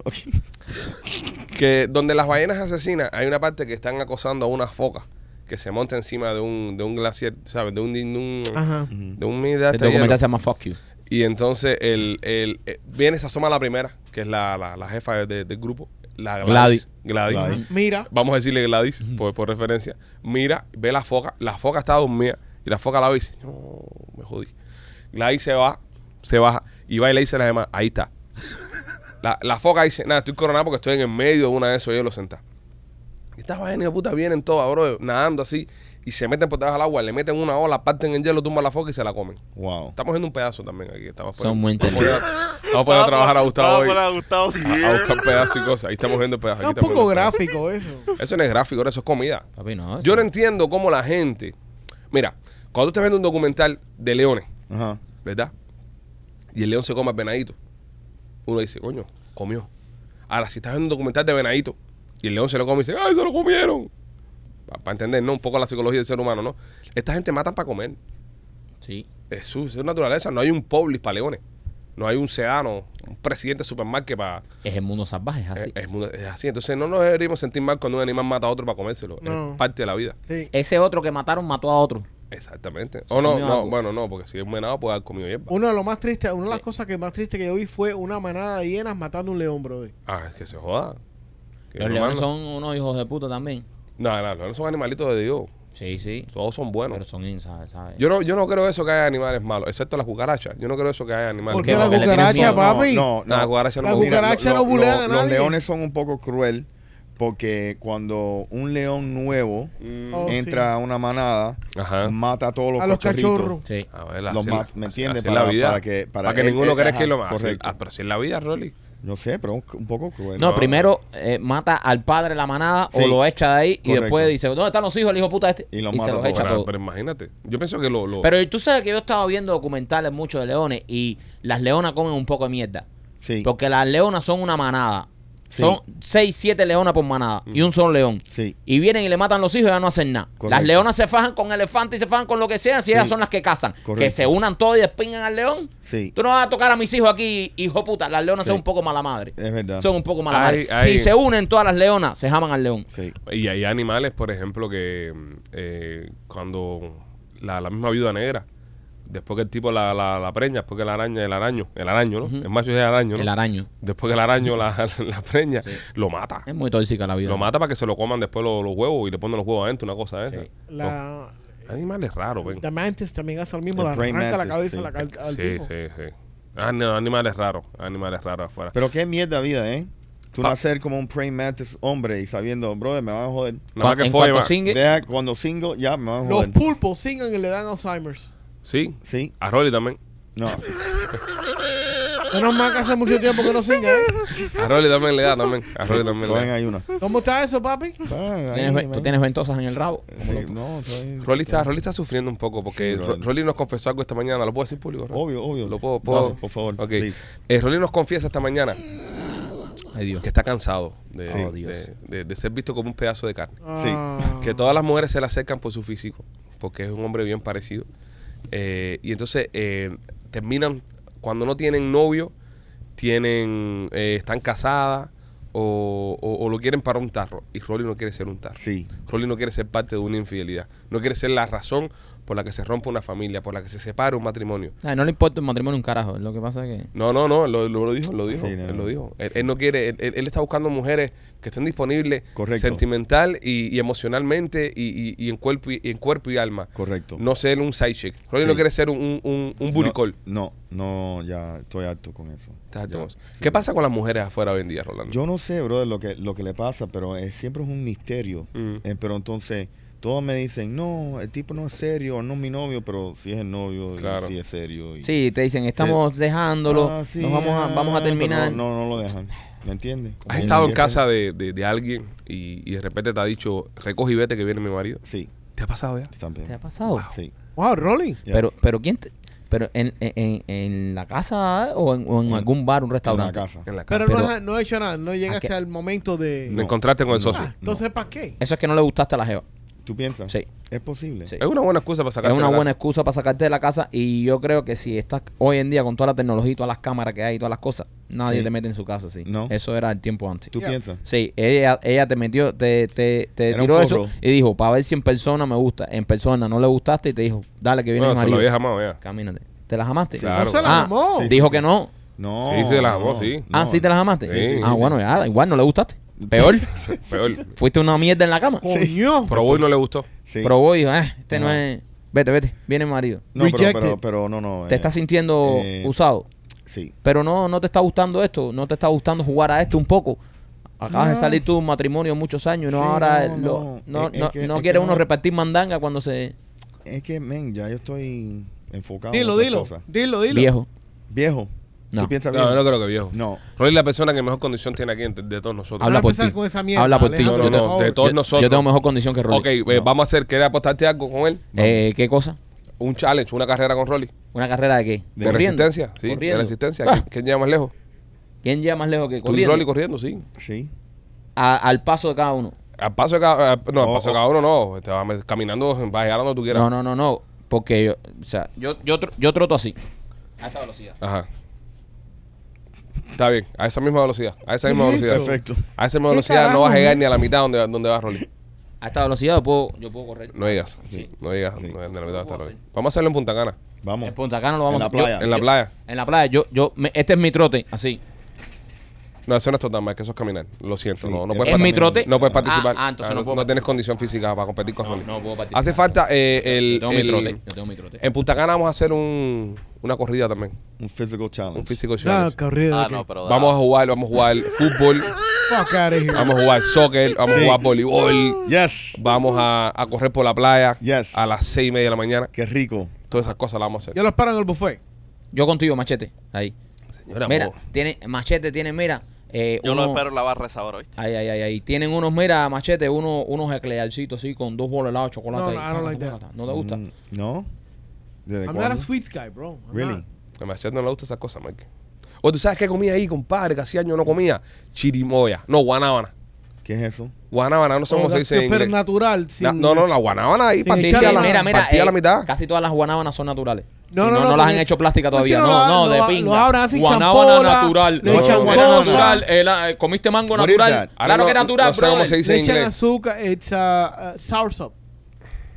Speaker 1: que donde las ballenas asesinas hay una parte que están acosando a una foca que se monta encima de un, de un glaciar, ¿sabes? De un... De un,
Speaker 3: Ajá.
Speaker 1: de un mira,
Speaker 2: Este
Speaker 1: este hielo.
Speaker 2: documental se llama Fuck You.
Speaker 1: Y entonces el, el, eh, viene, se asoma la primera, que es la, la, la jefa de- de- del grupo. La Gladys. Gladys.
Speaker 4: Gladys.
Speaker 3: Mira.
Speaker 1: Vamos a decirle Gladys, por, por referencia. Mira, ve la foca. La foca está dormida. Y la foca la ve y dice, no, me jodí. Gladys se va, se baja. Y va y le dice a las demás, ahí está. La, la foca dice, nada, estoy coronada porque estoy en el medio de una de esos y yo lo senté. Y estas vainas de puta vienen todas, bro, nadando así. Y se meten por debajo del agua, le meten una ola, parten el hielo, tumban la foca y se la comen.
Speaker 4: Wow.
Speaker 1: Estamos viendo un pedazo también aquí. Estamos
Speaker 2: Son muy
Speaker 1: Vamos
Speaker 2: inteligentes.
Speaker 1: a poner- vamos a poner a trabajar a Gustavo
Speaker 5: Vamos
Speaker 1: hoy. Ah,
Speaker 5: a poner
Speaker 1: A,
Speaker 5: a Gustavo.
Speaker 1: a buscar pedazos y cosas. Ahí estamos viendo pedazos.
Speaker 3: Está
Speaker 1: aquí
Speaker 3: un
Speaker 1: estamos
Speaker 3: poco
Speaker 1: viendo pedazos.
Speaker 3: gráfico eso.
Speaker 1: Eso no es gráfico, ahora eso es comida.
Speaker 2: Papi, no.
Speaker 1: Yo no entiendo cómo la gente. Mira, cuando tú estás viendo un documental de leones,
Speaker 4: Ajá.
Speaker 1: ¿verdad? Y el león se come al venadito. Uno dice, coño, comió. Ahora, si estás viendo un documental de venadito y el león se lo come y dice, ¡ay, se lo comieron! Para entender, ¿no? Un poco la psicología del ser humano, ¿no? Esta gente mata para comer.
Speaker 2: Sí.
Speaker 1: Es su, es su naturaleza. No hay un Publix para leones. No hay un sedano, un presidente de supermarket para...
Speaker 2: Es el mundo salvaje, es así.
Speaker 1: Es, es mu- es así. Entonces no nos deberíamos sentir mal cuando un animal mata a otro para comérselo.
Speaker 3: No.
Speaker 1: Es parte de la vida.
Speaker 3: Sí.
Speaker 2: Ese otro que mataron mató a otro.
Speaker 1: Exactamente. O no,
Speaker 2: comió
Speaker 1: no
Speaker 2: algo.
Speaker 1: bueno, no, porque si es un venado puede haber comido hierba.
Speaker 3: Una de las más tristes, una de
Speaker 2: eh.
Speaker 3: las cosas que más triste que yo vi fue una manada de hienas matando un león, brother.
Speaker 1: Ah, es que se joda. Que
Speaker 2: Los
Speaker 1: no
Speaker 2: leones
Speaker 1: manda.
Speaker 2: son unos hijos de puta también.
Speaker 1: No, no, los leones son animalitos de Dios.
Speaker 2: Sí, sí.
Speaker 1: Todos son
Speaker 2: Pero
Speaker 1: buenos.
Speaker 2: son insabes, ¿sabes?
Speaker 1: Yo no, yo no creo eso que haya animales malos, excepto las cucarachas. Yo no creo eso que haya animales
Speaker 3: ¿Por qué
Speaker 1: malos.
Speaker 3: la
Speaker 2: Porque le tienen
Speaker 3: cucaracha,
Speaker 2: miedo.
Speaker 3: papi?
Speaker 4: No,
Speaker 1: No,
Speaker 4: no.
Speaker 1: las cucarachas no
Speaker 3: La
Speaker 1: me
Speaker 4: Mira,
Speaker 1: gustan.
Speaker 3: cucaracha
Speaker 4: lo-
Speaker 3: no
Speaker 4: lo-
Speaker 3: bulea a
Speaker 4: lo- Los
Speaker 3: nadie.
Speaker 4: leones son un poco cruel porque cuando un león nuevo
Speaker 2: Mm,
Speaker 3: Oh, sí.
Speaker 4: entra a una manada,
Speaker 1: Ajá.
Speaker 4: mata a todos los,
Speaker 3: A los
Speaker 4: cachorritos.
Speaker 3: cachorros.
Speaker 2: Sí.
Speaker 1: A ver,
Speaker 4: Los
Speaker 1: así
Speaker 4: ma-
Speaker 1: es-
Speaker 4: ¿me
Speaker 1: así-
Speaker 4: entiendes?
Speaker 1: así es la
Speaker 4: Para-
Speaker 1: vida.
Speaker 4: para que- para
Speaker 1: que
Speaker 4: él-
Speaker 1: ninguno
Speaker 4: él-
Speaker 1: crezca
Speaker 4: ajá,
Speaker 1: y lo más.
Speaker 4: correcto.
Speaker 1: Ah, pero si es la vida, Rolly.
Speaker 4: No sé, pero un, un poco cruel.
Speaker 2: No, primero eh, mata al padre de la manada
Speaker 4: Sí.
Speaker 2: *laughs* o lo echa de ahí y
Speaker 4: Correcto.
Speaker 2: después dice, ¿dónde están los hijos del hijo puta este?
Speaker 4: Y los
Speaker 2: se
Speaker 4: mata
Speaker 2: los
Speaker 4: todos.
Speaker 2: echa
Speaker 1: Ahora,
Speaker 2: todos.
Speaker 1: Pero imagínate, yo pienso que lo... lo-
Speaker 2: Pero tú sabes que yo estaba viendo documentales mucho de leones y las leonas comen un poco de mierda.
Speaker 4: Sí.
Speaker 2: Porque las leonas son una manada.
Speaker 4: Sí.
Speaker 2: Son 6, 7 leonas por manada y un solo león.
Speaker 4: Sí.
Speaker 2: Y vienen y le matan los hijos y ya no hacen nada.
Speaker 4: Correcto.
Speaker 2: Las leonas se fajan con elefantes y se fajan con lo que sea, si ellas
Speaker 4: Sí.
Speaker 2: son las que cazan. Que
Speaker 4: Correcto.
Speaker 2: se unan todos y despingan al león.
Speaker 4: Sí.
Speaker 2: Tú no vas a tocar a mis hijos aquí, hijo puta. Las leonas
Speaker 4: Sí.
Speaker 2: son un poco mala madre.
Speaker 4: Es verdad.
Speaker 2: Son un poco mala
Speaker 1: Ay,
Speaker 2: madre.
Speaker 1: ay.
Speaker 2: Si se unen todas las leonas, se jaman al león.
Speaker 4: Sí.
Speaker 1: Y hay animales, por ejemplo, que mm, eh, cuando la, la misma viuda negra, después que el tipo la, la, la preña, después que la araña, el araño, el araño, ¿no? El macho es el araño, ¿no?
Speaker 2: El araño.
Speaker 1: Después que el araño la, *laughs* la preña, lo mata.
Speaker 2: Es muy tóxica la vida.
Speaker 1: Lo mata para que se lo coman después lo- los, huevos y le ponen los huevos adentro, una cosa de esa.
Speaker 2: Sí.
Speaker 1: No,
Speaker 3: La,
Speaker 1: Animales raros,
Speaker 2: Oh.
Speaker 1: ven.
Speaker 3: la mantis también hace lo mismo,
Speaker 4: El
Speaker 3: le
Speaker 4: praying
Speaker 3: arranca la
Speaker 4: mantis,
Speaker 3: cabeza
Speaker 4: sí.
Speaker 3: la, al, al
Speaker 1: Sí,
Speaker 3: tipo.
Speaker 1: sí, sí. Ah, no, animales raros, animales raros afuera.
Speaker 4: Pero qué mierda vida, ¿eh? Tú
Speaker 1: Pa-
Speaker 4: nacer como un praying mantis hombre y sabiendo, brother, me van a joder.
Speaker 1: Nada más que
Speaker 2: en
Speaker 1: fue,
Speaker 2: cuanto
Speaker 1: va.
Speaker 2: singue-
Speaker 4: Deja, cuando single, ya me van a
Speaker 3: Los
Speaker 4: joder.
Speaker 3: pulpos singan y le dan Alzheimer's.
Speaker 1: Sí,
Speaker 4: Sí.
Speaker 1: a Rolly también.
Speaker 4: No.
Speaker 3: Menos mal que hace mucho tiempo que no singa, ¿eh?
Speaker 1: A Rolly también le da también. A Rolly también
Speaker 4: Todavía
Speaker 1: le
Speaker 4: en
Speaker 1: da.
Speaker 4: ayuna.
Speaker 3: ¿Cómo está eso, papi?
Speaker 4: Ah, ahí,
Speaker 2: Tienes ve-
Speaker 4: man.
Speaker 2: tú tienes ventosas en el rabo. como
Speaker 4: Sí,
Speaker 2: loco.
Speaker 4: no, todavía-
Speaker 1: Rolly está, Rolly está sufriendo un poco porque
Speaker 4: Sí,
Speaker 1: Ro-
Speaker 4: brother.
Speaker 1: Rolly nos confesó algo esta mañana. ¿Lo puedo decir público? Rolly?
Speaker 4: Obvio, obvio.
Speaker 1: Lo puedo, puedo.
Speaker 4: Dale, por favor.
Speaker 1: Ok.
Speaker 4: please.
Speaker 1: Eh, Rolly nos confiesa esta mañana
Speaker 2: Ay, Dios.
Speaker 1: que está cansado de,
Speaker 4: Sí.
Speaker 1: de-
Speaker 2: Oh, Dios.
Speaker 1: de- de ser visto como un pedazo de carne.
Speaker 3: Ah.
Speaker 1: Que todas las mujeres se le acercan por su físico, porque es un hombre bien parecido. Eh, y entonces eh, terminan, cuando no tienen novio, tienen eh, están casadas o, o- o lo quieren para un tarro. Y Rolly no quiere ser un tarro.
Speaker 4: Sí.
Speaker 1: Rolly no quiere ser parte de una infidelidad. No quiere ser la razón por la que se rompe una familia, por la que se separa un matrimonio.
Speaker 2: Ay, no le importa el matrimonio un carajo. Lo que pasa es que.
Speaker 1: No, no, no, lo, lo- lo dijo, lo dijo,
Speaker 4: Sí, no.
Speaker 1: él lo dijo. Él, él no quiere, él, él- él está buscando mujeres que estén disponibles
Speaker 4: Correcto.
Speaker 1: sentimental y, y emocionalmente y, y- y en cuerpo y, y en cuerpo y alma.
Speaker 4: Correcto.
Speaker 1: No ser un side chick. Rolly
Speaker 4: Sí.
Speaker 1: no quiere ser un, un, un, un booty call.
Speaker 4: No, no, no, ya estoy harto con eso.
Speaker 1: Estás harto
Speaker 4: Ya.
Speaker 1: con eso. ¿Qué pasa con las mujeres afuera hoy en día, Rolando?
Speaker 4: Yo no sé, brother, lo que, lo que le pasa, pero eh, siempre es un misterio.
Speaker 1: Mm.
Speaker 4: Eh, pero entonces, todos me dicen, no, el tipo no es serio, no es mi novio, pero sí es el novio, y
Speaker 1: Claro.
Speaker 4: sí es serio. y-
Speaker 2: Sí, te dicen, estamos dejándolo,
Speaker 4: Ah, sí,
Speaker 2: nos vamos
Speaker 4: ah,
Speaker 2: a, vamos a
Speaker 4: pero
Speaker 2: terminar.
Speaker 4: No, no, no lo dejan. ¿Me entiendes? Como
Speaker 1: ¿Has
Speaker 4: que
Speaker 1: estado en
Speaker 4: empiezan-
Speaker 1: casa de, de- de alguien y, y de repente te ha dicho, recoge y vete que viene mi marido?
Speaker 4: Sí,
Speaker 1: ¿Te ha pasado ya?
Speaker 4: también.
Speaker 2: ¿Te ha pasado?
Speaker 4: Sí.
Speaker 3: Wow, Rolly.
Speaker 4: yes.
Speaker 2: Pero, pero quién te- pero en, en- en, en la casa eh, o en, o en
Speaker 4: En-
Speaker 2: algún bar, un
Speaker 4: en la
Speaker 2: restaurante.
Speaker 4: casa.
Speaker 1: En la casa.
Speaker 3: Pero,
Speaker 2: Pero-
Speaker 3: no, has- no he hecho nada, no llegaste
Speaker 2: ¿A qué?
Speaker 3: al momento de...
Speaker 1: Te encontraste con el socio.
Speaker 3: Ah, entonces, ¿para qué?
Speaker 2: Eso es que no le gustaste a la jeva.
Speaker 4: ¿Tú piensas?
Speaker 2: Sí.
Speaker 4: Es posible.
Speaker 2: Sí.
Speaker 1: Es una buena excusa para sacar
Speaker 2: Es una buena excusa para sacarte de la casa y yo creo que si estás hoy en día con toda la tecnología y todas las cámaras que hay y todas las cosas, nadie
Speaker 4: Sí.
Speaker 2: te mete en su casa, sí.
Speaker 4: No.
Speaker 2: Eso era el tiempo antes.
Speaker 4: ¿Tú
Speaker 3: Yeah.
Speaker 4: piensas?
Speaker 2: Sí, ella, ella te metió, te, te, te
Speaker 4: Era un
Speaker 2: tiró eso
Speaker 4: forro.
Speaker 2: y dijo, para ver si en persona me gusta, en persona no le gustaste y te dijo, dale que viene
Speaker 1: Bueno,
Speaker 2: mi
Speaker 1: se lo
Speaker 2: marido.
Speaker 1: había jamado
Speaker 2: *laughs*
Speaker 1: ya.
Speaker 2: Camínate. ¿Te la amaste?
Speaker 1: Claro.
Speaker 3: No se la
Speaker 2: Ah,
Speaker 3: amó.
Speaker 4: sí.
Speaker 2: dijo que no.
Speaker 4: No.
Speaker 1: Sí, se las
Speaker 4: no,
Speaker 1: amó, sí.
Speaker 2: ah,
Speaker 4: no.
Speaker 2: sí te las amaste.
Speaker 1: Sí, sí,
Speaker 2: ah,
Speaker 4: sí.
Speaker 2: bueno, ya, igual no le gustaste. Peor. *laughs*
Speaker 1: Peor.
Speaker 2: Fuiste una mierda en la cama.
Speaker 3: Coño.
Speaker 1: Probó y no le gustó.
Speaker 4: Sí.
Speaker 2: Probó y dijo, eh, este no.
Speaker 1: Ah.
Speaker 4: No.
Speaker 2: es. Vete, vete. Viene el marido.
Speaker 4: No, pero,
Speaker 3: Rejected.
Speaker 4: pero, pero no, no. eh,
Speaker 2: Te estás sintiendo
Speaker 4: eh,
Speaker 2: usado.
Speaker 4: Sí.
Speaker 2: Pero no, no te está gustando esto. No te está gustando jugar a esto un poco. Acabas de
Speaker 4: No.
Speaker 2: salir tú de un matrimonio muchos años. No,
Speaker 4: Sí,
Speaker 2: ahora
Speaker 4: no,
Speaker 2: lo-
Speaker 4: no.
Speaker 2: no, no,
Speaker 4: Es- es que-
Speaker 2: no
Speaker 4: es que
Speaker 2: quiere
Speaker 4: no.
Speaker 2: uno repartir mandanga cuando se.
Speaker 4: Es que, men, ya yo estoy enfocado
Speaker 3: Dilo,
Speaker 4: en otras
Speaker 3: dilo,
Speaker 4: cosas.
Speaker 3: dilo, dilo.
Speaker 2: Viejo.
Speaker 4: Viejo.
Speaker 2: No.
Speaker 4: ¿Tú piensas
Speaker 1: No,
Speaker 4: bien?
Speaker 1: yo no creo que viejo.
Speaker 4: No.
Speaker 1: Rolly es la persona que mejor condición tiene aquí entre- de todos nosotros.
Speaker 2: Habla
Speaker 3: a
Speaker 2: por
Speaker 3: empezar
Speaker 2: ti.
Speaker 3: con esa mierda,
Speaker 2: Habla por ti.
Speaker 3: Alejandro,
Speaker 1: No, no,
Speaker 2: Yo-
Speaker 1: no, de
Speaker 2: yo-
Speaker 1: todos
Speaker 2: yo-
Speaker 1: nosotros.
Speaker 2: Yo tengo mejor condición que Rolly.
Speaker 1: Ok, eh, vamos a hacer, ¿quieres apostarte algo con él?
Speaker 2: Eh, ¿Qué cosa?
Speaker 1: Un challenge, una carrera con Rolly.
Speaker 2: ¿Una carrera de qué?
Speaker 1: De
Speaker 2: Corriendo.
Speaker 1: resistencia, sí,
Speaker 2: Corriendo.
Speaker 1: de resistencia.
Speaker 2: Ah,
Speaker 1: ¿Quién- ¿Quién llega más lejos?
Speaker 2: ¿Quién llega más lejos que
Speaker 1: Tú y
Speaker 2: corriendo?
Speaker 1: Rolly corriendo, sí.
Speaker 4: Sí.
Speaker 2: A- al paso de cada uno.
Speaker 1: Al paso de cada, a- no, al
Speaker 4: Oh,
Speaker 1: paso de
Speaker 4: oh.
Speaker 1: cada uno no. Te vas met- caminando, vas a llegar a donde tú quieras.
Speaker 2: No, no, no, no. Porque yo, o sea, yo, yo, tro- yo troto así. A esta velocidad.
Speaker 1: Ajá. Está bien, a esa misma velocidad. A esa misma
Speaker 3: ¿Qué es
Speaker 1: velocidad.
Speaker 3: eso?
Speaker 4: Perfecto.
Speaker 1: A esa misma
Speaker 3: ¿Qué
Speaker 1: velocidad no
Speaker 3: carajo,
Speaker 1: vas a llegar
Speaker 3: man?
Speaker 1: ni a la mitad donde, donde va Rolly.
Speaker 2: A esta velocidad yo puedo, yo puedo correr.
Speaker 1: No llegas.
Speaker 4: Sí.
Speaker 1: No llegas
Speaker 4: Sí.
Speaker 1: no llegas ni a la mitad hasta
Speaker 2: puedo
Speaker 1: Rolly. Vamos a hacerlo en Punta Cana.
Speaker 4: Vamos.
Speaker 2: En Punta Cana lo vamos
Speaker 4: En la
Speaker 2: a
Speaker 4: playa.
Speaker 2: yo-
Speaker 1: En la playa.
Speaker 2: en la playa, yo, yo, me- este es mi trote, así.
Speaker 1: No, eso no es total, más que eso es caminar. Lo siento,
Speaker 4: Sí,
Speaker 1: no, no
Speaker 4: es
Speaker 1: puedes
Speaker 2: mi
Speaker 1: participar.
Speaker 2: trote.
Speaker 1: No puedes participar.
Speaker 2: Ah, ah, entonces no puedo
Speaker 1: tienes condición física para competir con
Speaker 2: No,
Speaker 1: Rolly.
Speaker 2: no puedo participar.
Speaker 1: Hace falta eh, el.
Speaker 2: Yo tengo mi
Speaker 1: el-
Speaker 2: trote, yo tengo mi trote.
Speaker 1: En Punta Cana vamos a hacer un, una corrida también.
Speaker 4: Un physical challenge.
Speaker 1: Un físico
Speaker 3: No,
Speaker 1: challenge.
Speaker 3: corrido.
Speaker 5: Ah,
Speaker 3: ok.
Speaker 5: no, pero
Speaker 1: Vamos a jugar, vamos a jugar fútbol,
Speaker 3: Fuck outta here.
Speaker 1: vamos a jugar soccer, vamos a
Speaker 4: Sí.
Speaker 1: jugar voleibol,
Speaker 4: Yes.
Speaker 1: vamos a, a correr por la playa
Speaker 4: Yes.
Speaker 1: a las seis y media de la mañana.
Speaker 4: Qué rico.
Speaker 1: Todas esas cosas las vamos a hacer.
Speaker 3: Yo los paro en el buffet.
Speaker 2: Yo contigo, machete. Ahí.
Speaker 1: Señora,
Speaker 2: Mira,
Speaker 1: vos.
Speaker 2: tiene, machete tiene, mira. eh,
Speaker 5: Yo
Speaker 2: uno-
Speaker 5: lo espero en la barra esa hora, ¿viste?
Speaker 2: Ay, ay, ay, ay. Tienen unos, mira, machete, uno, unos eclearcitos así con dos bolas de helado de chocolate.
Speaker 3: No,
Speaker 2: ahí.
Speaker 3: no, I don't like
Speaker 2: Tacata,
Speaker 3: that.
Speaker 2: ¿No te gusta?
Speaker 4: Mm, ¿No? ¿Desde
Speaker 3: I'm not
Speaker 4: cuándo?
Speaker 3: a sweets guy, bro. I'm
Speaker 4: Really?
Speaker 3: not.
Speaker 1: A Machete no le gusta esa cosa, Mike. O tú sabes qué comía ahí, compadre, que hacía años no comía. Chirimoya. No, guanábana.
Speaker 4: ¿Qué es eso?
Speaker 1: Guanábana, no sé cómo
Speaker 3: O
Speaker 1: se
Speaker 3: sea,
Speaker 1: dice en
Speaker 3: pero
Speaker 1: inglés.
Speaker 3: natural.
Speaker 1: Na-
Speaker 3: sin-
Speaker 1: no, no, la guanábana ahí,
Speaker 3: Sin
Speaker 2: Sí,
Speaker 1: partida,
Speaker 2: sí,
Speaker 3: echarle
Speaker 1: la,
Speaker 2: mira, mira.
Speaker 1: partida a la
Speaker 2: eh,
Speaker 1: mitad.
Speaker 2: Casi todas las guanábanas son naturales. Si
Speaker 3: No,
Speaker 2: No, no,
Speaker 3: no, no,
Speaker 2: las
Speaker 3: con
Speaker 2: han
Speaker 3: eso-
Speaker 2: hecho plástica
Speaker 3: no,
Speaker 2: todavía.
Speaker 3: si no lo-
Speaker 2: No, no,
Speaker 3: lo-
Speaker 2: de
Speaker 3: lo
Speaker 2: pinga.
Speaker 3: abran así,
Speaker 2: guanábana
Speaker 3: champola,
Speaker 2: natural. eh,
Speaker 3: le
Speaker 2: No,
Speaker 4: echan
Speaker 2: era
Speaker 4: cosa.
Speaker 2: natural. el- eh, ¿Comiste mango
Speaker 4: What is
Speaker 2: natural?
Speaker 4: that?
Speaker 1: Ahora
Speaker 2: Claro que
Speaker 1: no-
Speaker 2: natural,
Speaker 1: no sé cómo
Speaker 2: brother.
Speaker 1: se dice.
Speaker 3: Le
Speaker 1: en
Speaker 3: echan
Speaker 1: inglés.
Speaker 3: azúcar, it's uh, uh, soursop.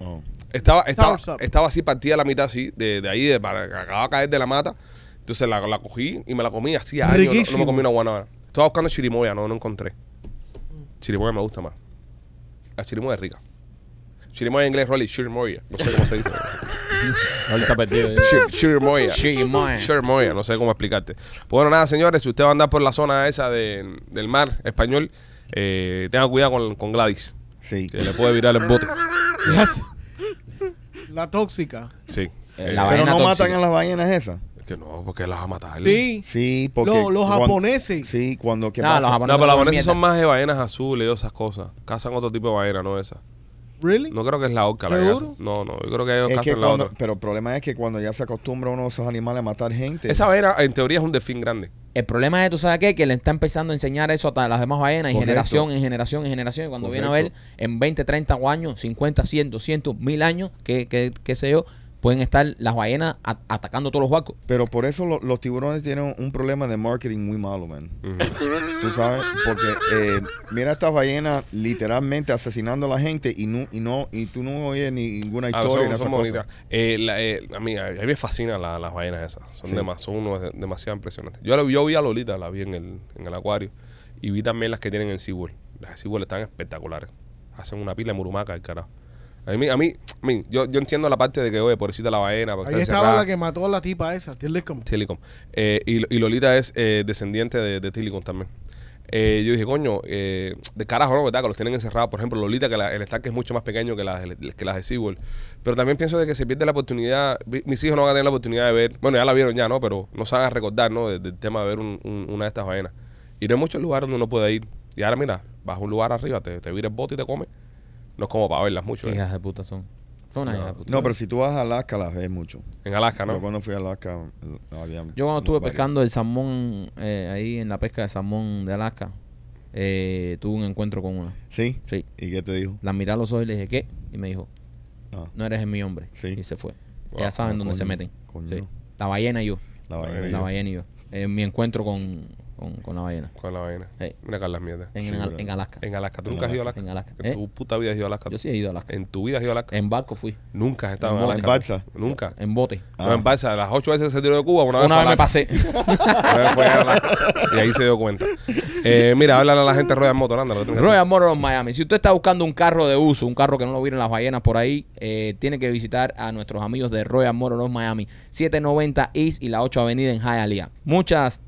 Speaker 4: Oh.
Speaker 1: Estaba, estaba,
Speaker 3: Soursop.
Speaker 1: estaba así partida a la mitad, así, de, de ahí, de, para, que acababa de caer de la mata. Entonces la, la cogí y me la comí hacía años. no- No, me
Speaker 3: Riquísimo.
Speaker 1: comí una guanábana. Estaba buscando chirimoya, no, no encontré. Chirimoya me gusta más. La chirimoya es rica. Chirimoya en inglés, Rolly, chirimoya. No sé cómo se dice.
Speaker 2: *laughs* Ahorita perdido. ya.
Speaker 1: Chir- Chirimoya.
Speaker 2: Chirimoya.
Speaker 1: Chirimoya, no sé cómo explicarte. Bueno, nada, señores, si usted va a andar por la zona esa de- del mar español, eh, tenga cuidado con, con Gladys,
Speaker 4: Sí.
Speaker 1: que le puede virar el bote.
Speaker 3: *laughs* La tóxica.
Speaker 1: Sí.
Speaker 2: Eh,
Speaker 1: Eh,
Speaker 2: la
Speaker 4: Pero
Speaker 2: ballena
Speaker 4: no
Speaker 2: tóxica.
Speaker 4: matan a las ballenas esas.
Speaker 1: es que no, porque las va a matar.
Speaker 3: Sí.
Speaker 4: Sí, porque.
Speaker 3: No, los
Speaker 4: cuan-
Speaker 3: japoneses.
Speaker 4: Sí, cuando. ¿qué
Speaker 2: No,
Speaker 4: pasa?
Speaker 2: los
Speaker 1: No,
Speaker 2: japoneses
Speaker 1: pero las
Speaker 2: comen
Speaker 1: ballenas son
Speaker 2: mierda.
Speaker 1: más de ballenas azules y esas cosas. Cazan otro tipo de ballena, no esa.
Speaker 3: ¿Really?
Speaker 1: No creo que es la orca la que
Speaker 3: ¿Seguro?
Speaker 1: cazan. No, no, yo creo que ellos
Speaker 4: Es que
Speaker 1: cazan la
Speaker 4: cuando-
Speaker 1: otra.
Speaker 4: pero el problema es que cuando ya se acostumbra uno de esos animales a matar gente.
Speaker 1: Esa ballena, en teoría, es un delfín grande.
Speaker 2: El problema es, tú sabes qué, que le está empezando a enseñar eso a las demás ballenas, en
Speaker 4: Correcto.
Speaker 2: generación, en generación, en generación. Y cuando viene a ver,
Speaker 4: Correcto.
Speaker 2: en 20, 30 años, 50, 100, 200, 1000 años, que, que, qué sé yo, pueden estar las ballenas a- atacando todos los barcos.
Speaker 4: Pero por eso lo- los tiburones tienen un problema de marketing muy malo, man. Tú sabes, porque eh, mira estas ballenas literalmente asesinando a la gente y no y no y tú no oyes ni ninguna
Speaker 1: Ah, son,
Speaker 4: historia. ni
Speaker 1: son
Speaker 4: esas
Speaker 1: bonitas.
Speaker 4: cosas.
Speaker 1: Eh, la- eh, a, mí, a mí me fascinan la- las ballenas esas. Son,
Speaker 4: Sí.
Speaker 1: demas- son unos de- demasiado impresionantes. Yo, la- yo vi a Lolita, la vi en el, en el acuario. Y vi también las que tienen en SeaWorld. Las de SeaWorld están espectaculares. Hacen una pila de murumaca, el carajo. A mí, a mí, a mí, yo, yo entiendo la parte de que, oye, pobrecita la ballena. porque
Speaker 3: Ahí
Speaker 1: está
Speaker 3: estaba
Speaker 1: encerrada.
Speaker 3: la que mató a la tipa esa, Tillicum.
Speaker 1: Telecom. Eh, y, y Lolita es eh, descendiente de, de Telecom también. Eh, yo dije, coño, eh, de carajo, ¿no? ¿Verdad? Que los tienen encerrados. Por ejemplo, Lolita, que la- el estanque es mucho más pequeño que las, que las de SeaWorld. Pero también pienso de que se pierde la oportunidad. vi- Mis hijos no van a tener la oportunidad de ver. Bueno, ya la vieron ya, ¿no? Pero no se van a recordar, ¿no? de- del tema de ver un- un- una de estas vainas. Y no hay muchos lugares donde uno puede ir. Y ahora, mira, vas a un lugar arriba, te, te vira el bote y te come. No es como para verlas mucho. ¿eh?
Speaker 2: Hijas de puta son. Son unas hijas de puta.
Speaker 4: No, pero si tú vas a Alaska las ves mucho.
Speaker 1: En Alaska, Ah, ¿no?
Speaker 4: Yo cuando fui a Alaska l- había
Speaker 2: Yo cuando estuve
Speaker 4: varias.
Speaker 2: pescando el salmón, eh, ahí en la pesca de salmón de Alaska, eh, tuve un encuentro con una.
Speaker 4: Sí.
Speaker 2: Sí.
Speaker 4: ¿Y qué te dijo?
Speaker 2: La miré a los ojos y le dije, ¿qué? Y me dijo,
Speaker 4: Ah,
Speaker 2: no eres mi hombre.
Speaker 4: Sí.
Speaker 2: Y se fue.
Speaker 1: Wow.
Speaker 2: Ellas saben
Speaker 4: Ah,
Speaker 2: dónde se
Speaker 4: coño,
Speaker 2: meten.
Speaker 4: coño.
Speaker 2: Sí. La ballena y yo.
Speaker 4: la ballena.
Speaker 2: La ballena y yo. Eh, mi encuentro con, con, con la ballena.
Speaker 1: Con la vaina.
Speaker 2: Sí.
Speaker 1: Mira, Carlas, mierda.
Speaker 2: En,
Speaker 4: Sí,
Speaker 2: en-
Speaker 4: pero-
Speaker 2: en Alaska.
Speaker 1: En Alaska. ¿Tú
Speaker 4: En
Speaker 1: nunca has ido a Alaska?
Speaker 2: En Alaska. Eh.
Speaker 1: En tu puta vida has ido a Alaska.
Speaker 2: Yo sí he ido a Alaska. En,
Speaker 1: En tu vida has ido a Alaska.
Speaker 2: barco fui.
Speaker 1: Nunca has estado en
Speaker 2: En
Speaker 1: Alaska.
Speaker 4: balsa. En
Speaker 1: Nunca.
Speaker 2: En bote.
Speaker 4: Ah,
Speaker 1: No, en balsa. Las ocho veces que se tiró de Cuba, una,
Speaker 2: Una
Speaker 1: fue
Speaker 2: vez
Speaker 1: a
Speaker 2: me
Speaker 1: Alaska.
Speaker 2: pasé.
Speaker 1: Una vez fue a Alaska. Y ahí se dio
Speaker 2: *laughs*
Speaker 1: cuenta. Eh, mira, háblale a la gente de Royal Motor. Anda, lo que tienes que
Speaker 2: Royal
Speaker 1: hacer.
Speaker 2: Motor of Miami. Si usted está buscando un carro de uso, un carro que no lo vieron las ballenas por ahí, eh, tiene que visitar a nuestros amigos de Royal Motor of Miami, 790 East y la 8 Avenida en Hialeah. Muchas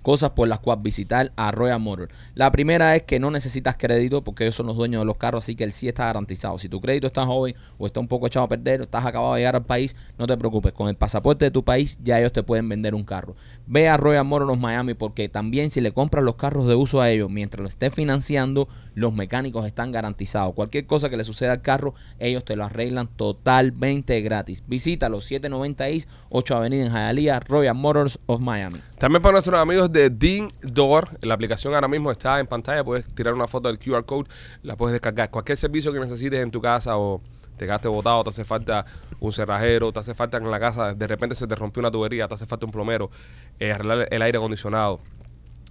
Speaker 2: cosas por las cuales visitar a Royal Motor. La primera es que no necesitas crédito porque ellos son los dueños de los carros, así que el sí está garantizado. Si tu crédito está joven o está un poco echado a perder o estás acabado de llegar al país, no te preocupes. Con el pasaporte de tu país ya ellos te pueden vender un carro. Ve a Royal Motor of Miami porque también si le compras los carros de uso a ellos mientras lo estés financiando, los mecánicos están garantizados. Cualquier cosa que le suceda al carro, ellos te lo arreglan totalmente gratis. Visita los 790 East, 8 Avenida en Hialeah, Royal Motors of Miami.
Speaker 1: También para nuestros amigos de Ding Door, la aplicación ahora mismo está en pantalla, puedes tirar una foto del QR code, la puedes descargar. Cualquier servicio que necesites en tu casa o te quedaste botado, te hace falta un cerrajero, te hace falta en la casa, de repente se te rompió una tubería, te hace falta un plomero, eh, arreglar el aire acondicionado.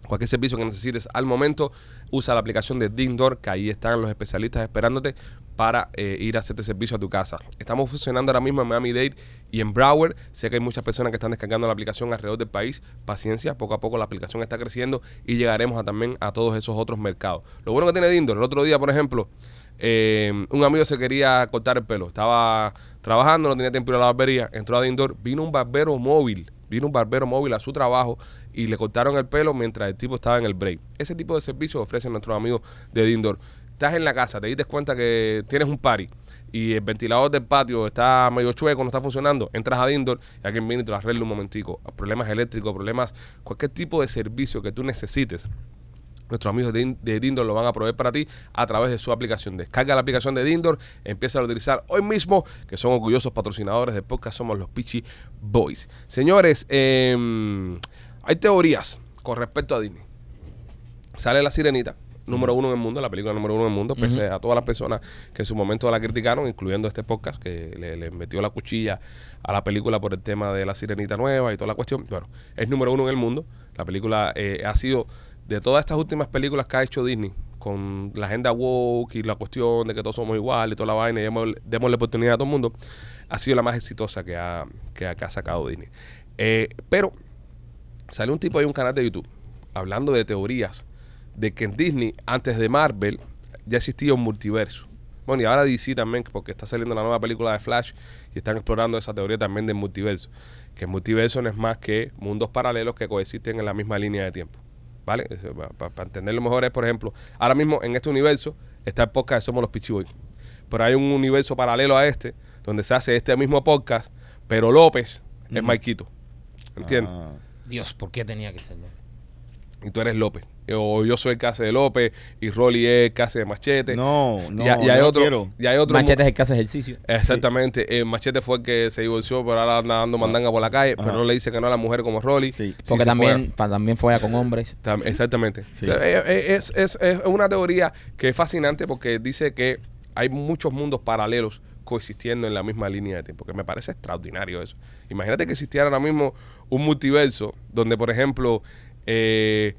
Speaker 1: Cualquier servicio que necesites al momento, usa la aplicación de Dindor, que ahí están los especialistas esperándote para eh, ir a hacerte servicio a tu casa. Estamos funcionando ahora mismo en Miami-Dade y en Broward. Sé que hay muchas personas que están descargando la aplicación alrededor del país. Paciencia, poco a poco la aplicación está creciendo y llegaremos a- también a todos esos otros mercados. Lo bueno que tiene Dindor, el otro día, por ejemplo, eh, un amigo se quería cortar el pelo. Estaba trabajando, no tenía tiempo de ir a la barbería. Entró a Dindor, vino un barbero móvil. Vino un barbero móvil a su trabajo y le cortaron el pelo mientras el tipo estaba en el break. Ese tipo de servicios ofrecen nuestros amigos de Dindor. estás en la casa, te diste cuenta que tienes un party y el ventilador del patio está medio chueco, no está funcionando, entras a indoor y alguien viene y te lo arregla un momentico. Problemas eléctricos, problemas, cualquier tipo de servicio que tú necesites. Nuestros amigos de, In- de Dindor lo van a proveer para ti a través de su aplicación. Descarga la aplicación de Dindor, empieza a utilizar hoy mismo, que son orgullosos patrocinadores de podcast, somos los Pichi Boys. Señores, em, hay teorías con respecto a Disney. Sale La Sirenita, número uno en el mundo, la película número uno en el mundo, pese a todas las personas que en su momento la criticaron, incluyendo este podcast que le, le metió la cuchilla a la película por el tema de La Sirenita nueva y toda la cuestión. Bueno, es número uno en el mundo. La película eh, ha sido, de todas estas últimas películas que ha hecho Disney, con la agenda woke y la cuestión de que todos somos iguales y toda la vaina, y démosle, démosle oportunidad a todo el mundo, ha sido la más exitosa que ha, que ha, que ha sacado Disney. Eh, pero salió un tipo de un canal de YouTube hablando de teorías de que en Disney, antes de Marvel, ya existía un multiverso. Bueno, y ahora DC también, porque está saliendo la nueva película de Flash y están explorando esa teoría también del multiverso. Que el multiverso no es más que mundos paralelos que coexisten en la misma línea de tiempo. ¿Vale? Para entenderlo mejor es, por ejemplo, ahora mismo en este universo está el podcast de Somos los Pichiboy. Pero hay un universo paralelo a este, donde se hace este mismo podcast, pero López es Maikito. ¿Entiendes?
Speaker 4: Ah.
Speaker 2: Dios, ¿por qué tenía que serlo?
Speaker 1: y tú eres López. O yo soy el que hace de López y Rolly es el que hace de Machete.
Speaker 4: No, no,
Speaker 1: y, y hay
Speaker 4: no
Speaker 1: otro,
Speaker 4: quiero.
Speaker 1: Y hay otro
Speaker 2: Machete es el que hace ejercicio.
Speaker 1: Exactamente. Eh, machete fue el que se divorció, pero ahora anda dando mandanga por la calle.
Speaker 4: Ah. Ajá.
Speaker 1: Pero no le dice que no a la mujer como Rolly.
Speaker 4: Sí.
Speaker 1: Sí
Speaker 2: Porque
Speaker 1: se
Speaker 2: también, pa- también fue con hombres.
Speaker 1: Tam- Exactamente.
Speaker 4: Sí.
Speaker 1: O sea, eh, eh, es, es- es una teoría que es fascinante porque dice que hay muchos mundos paralelos coexistiendo en la misma línea de tiempo, que me parece extraordinario eso. Imagínate que existiera ahora mismo un multiverso donde, por ejemplo, eh,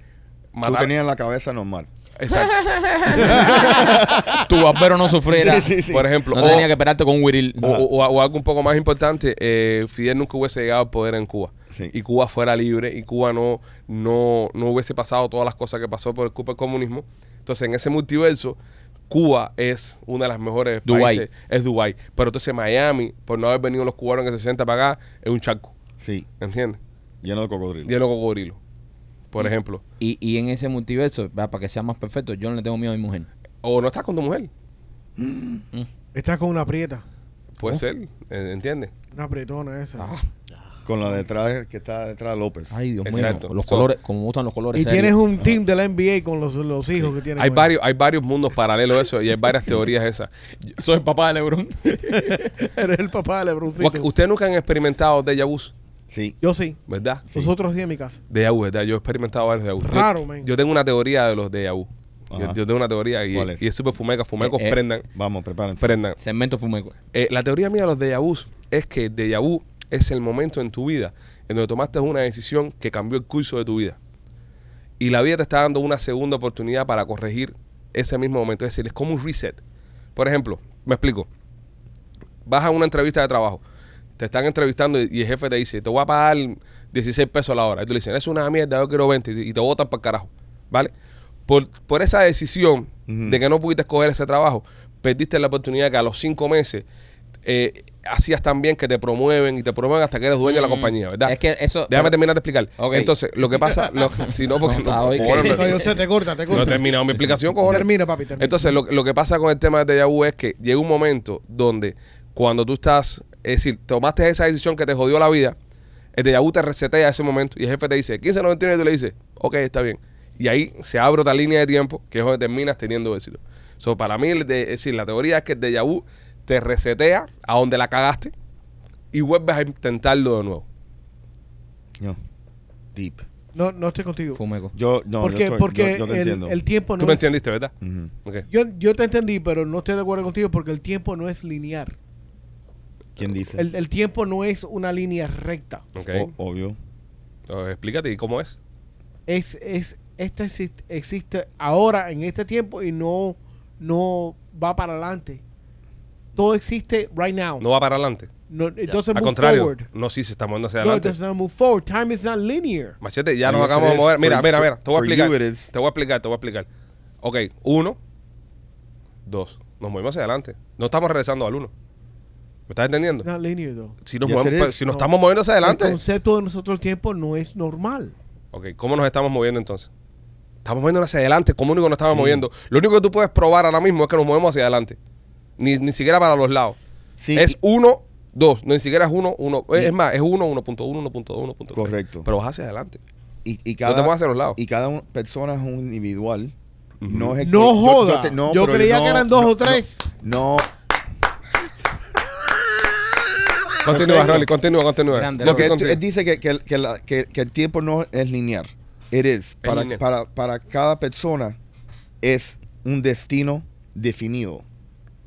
Speaker 4: Tú
Speaker 1: matar-
Speaker 4: tenías la cabeza normal.
Speaker 1: Exacto.
Speaker 2: tu barbero no sufriera.
Speaker 1: Por ejemplo,
Speaker 2: Ah, No
Speaker 1: o-
Speaker 2: tenía que esperarte con un Wiril.
Speaker 1: O, o- o algo un poco más importante, eh, Fidel nunca hubiese llegado al poder en Cuba.
Speaker 4: Sí.
Speaker 1: Y Cuba fuera libre y Cuba no, no, no hubiese pasado todas las cosas que pasó por culpa del comunismo. Entonces, en ese multiverso, Cuba es una de las mejores
Speaker 2: Dubái.
Speaker 1: países. Es Dubái. Pero entonces Miami, por no haber venido los cubanos en el 60 para acá, es un charco.
Speaker 4: Sí,
Speaker 1: ¿Entiendes?
Speaker 4: lleno de cocodrilo.
Speaker 1: Lleno de cocodrilo. Por ejemplo.
Speaker 2: Y, y en ese multiverso, va, para que sea más perfecto, yo no le tengo miedo a mi mujer.
Speaker 1: O no estás con tu mujer.
Speaker 3: Estás con una prieta,
Speaker 1: Puede ser. eh, ¿Entiendes?
Speaker 3: una prietona esa.
Speaker 4: Con la detrás que está detrás de López.
Speaker 2: Ay, Dios
Speaker 1: Exacto.
Speaker 2: mío. Los
Speaker 1: So-
Speaker 2: colores, como me gustan los colores.
Speaker 3: y
Speaker 2: serios.
Speaker 3: tienes un team de la NBA con los, los hijos que tienes.
Speaker 1: Hay
Speaker 3: con él.
Speaker 1: varios, hay varios mundos paralelos a eso y hay varias teorías esas.
Speaker 2: Soy el papá de Lebron.
Speaker 3: *laughs* Eres el papá de Lebroncito.
Speaker 1: Ustedes nunca han experimentado déjà vu,
Speaker 4: Sí.
Speaker 3: Yo sí.
Speaker 1: ¿verdad?
Speaker 3: Nosotros sí en mi casa.
Speaker 1: De vu, ¿verdad? Yo he experimentado varios de vu. Yo-
Speaker 3: Raro,
Speaker 1: yo,
Speaker 3: man.
Speaker 1: tengo una teoría de los de vu. Yo,
Speaker 4: Ajá.
Speaker 1: yo tengo una teoría y,
Speaker 4: ¿Cuál es?
Speaker 1: y es súper fumeca. Fumecos,
Speaker 2: Eh, eh.
Speaker 1: prendan.
Speaker 4: Vamos, prepárense.
Speaker 1: prendan.
Speaker 2: *laughs* Segmento fumeco.
Speaker 1: Eh, la teoría mía de los de vu es que el déjà vu es el momento en tu vida en donde tomaste una decisión que cambió el curso de tu vida. Y la vida te está dando una segunda oportunidad para corregir ese mismo momento. Es decir, es como un reset. Por ejemplo, me explico. Vas a una entrevista de trabajo. Te están entrevistando y y el jefe te dice, te voy a pagar 16 pesos la hora. Y tú le dices, es una mierda, yo quiero 20. Y te botan para el carajo. ¿Vale? Por, por esa decisión
Speaker 4: Ujú.
Speaker 1: de que no pudiste escoger ese trabajo, perdiste la oportunidad que a los cinco meses eh, hacías tan bien que te promueven y te promueven hasta que eres dueño de la
Speaker 2: Mm.
Speaker 1: compañía, ¿verdad?
Speaker 2: Es que eso-
Speaker 1: Déjame terminar de explicar.
Speaker 2: Ok.
Speaker 1: Entonces, lo que pasa, lo- si no, porque
Speaker 2: *laughs* No, está hoy que-
Speaker 1: cojones,
Speaker 3: No, yo sé, te corta, te
Speaker 1: eh, no
Speaker 3: corta.
Speaker 1: he terminado mi explicación, cojones.
Speaker 3: Termina, papi, termina.
Speaker 1: Entonces, lo, lo que pasa con el tema de déjà vu es que llega un momento donde cuando tú estás, es decir, tomaste esa decisión que te jodió la vida, el déjà vu te resetea ese momento y el jefe te dice, 15.99 y tú le dices, ok, está bien. Y ahí se abre otra línea de tiempo que es donde terminas teniendo éxito. So, para mí, el de- es decir, la teoría es que el déjà vu te resetea a donde la cagaste y vuelves a intentarlo de nuevo.
Speaker 4: No. Deep.
Speaker 3: No, no estoy contigo.
Speaker 2: Fumeco.
Speaker 4: Yo, no,
Speaker 3: porque
Speaker 4: yo estoy-
Speaker 3: porque
Speaker 4: yo, yo te
Speaker 3: el,
Speaker 4: entiendo.
Speaker 3: el tiempo no
Speaker 1: tú me
Speaker 3: es-
Speaker 1: entendiste, ¿verdad?
Speaker 4: Ujú.
Speaker 1: Ok.
Speaker 3: Yo, yo te entendí, pero no estoy de acuerdo contigo porque el tiempo no es lineal.
Speaker 4: ¿Quién dice?
Speaker 3: El, el tiempo no es una línea recta.
Speaker 1: Ok.
Speaker 4: O- obvio.
Speaker 1: Oh, explícate, ¿y cómo es?
Speaker 3: Es, es, esta existe, existe ahora en este tiempo y no, no va para adelante. Todo existe right now.
Speaker 1: No va para adelante.
Speaker 3: No, it doesn't
Speaker 1: Al
Speaker 3: move
Speaker 1: contrario.
Speaker 3: forward.
Speaker 1: No, sí, se está moviendo hacia
Speaker 3: No, it
Speaker 1: adelante.
Speaker 3: does not move forward. Time is not linear.
Speaker 1: Machete, ya nos
Speaker 4: Yes,
Speaker 1: acabamos
Speaker 4: it
Speaker 1: de
Speaker 4: is.
Speaker 1: mover. Mira,
Speaker 4: For-
Speaker 1: mira, mira. Te voy a
Speaker 4: for you
Speaker 1: explicar.
Speaker 4: it is.
Speaker 1: Te voy a explicar, te voy a explicar. Ok, uno, dos. Nos movimos hacia adelante. No estamos regresando al uno. ¿Me estás entendiendo?
Speaker 3: It's not linear, though.
Speaker 1: Si nos,
Speaker 4: Yes,
Speaker 1: movemos-
Speaker 4: it
Speaker 1: pero
Speaker 4: is.
Speaker 1: si nos estamos moviendo hacia
Speaker 3: El
Speaker 1: adelante.
Speaker 3: concepto de nosotros el tiempo no es normal.
Speaker 1: Ok, ¿cómo nos estamos moviendo entonces? Estamos moviendo hacia adelante, como único nos estamos moviendo. Lo único que tú puedes probar ahora mismo es que nos movemos hacia adelante. Ni, ni siquiera para los lados.
Speaker 4: Sí,
Speaker 1: es
Speaker 4: y-
Speaker 1: 1, 2. No, ni siquiera es 1, 1. Es más, es 1, 1.1, 1.2, 1.3.
Speaker 4: Correcto.
Speaker 1: Pero vas hacia adelante.
Speaker 3: Ah,
Speaker 4: Y, y cada,
Speaker 1: te puedes hacer a los lados.
Speaker 4: Y cada un- persona es un individual. No, es
Speaker 3: No
Speaker 4: yo- yo
Speaker 3: joda. Yo,
Speaker 4: te- no, pero
Speaker 3: creía
Speaker 4: no,
Speaker 3: que eran dos
Speaker 4: no,
Speaker 3: o tres.
Speaker 4: No,
Speaker 1: Continúa, Rolly, continúa, continúa.
Speaker 2: Grande,
Speaker 1: Yo
Speaker 4: porque
Speaker 1: estoy
Speaker 4: él,
Speaker 1: contigo.
Speaker 4: él dice que, que, el- que la- que- que el tiempo no es lineal. It is. Para,
Speaker 1: lineal.
Speaker 4: para, para cada persona es un destino definido.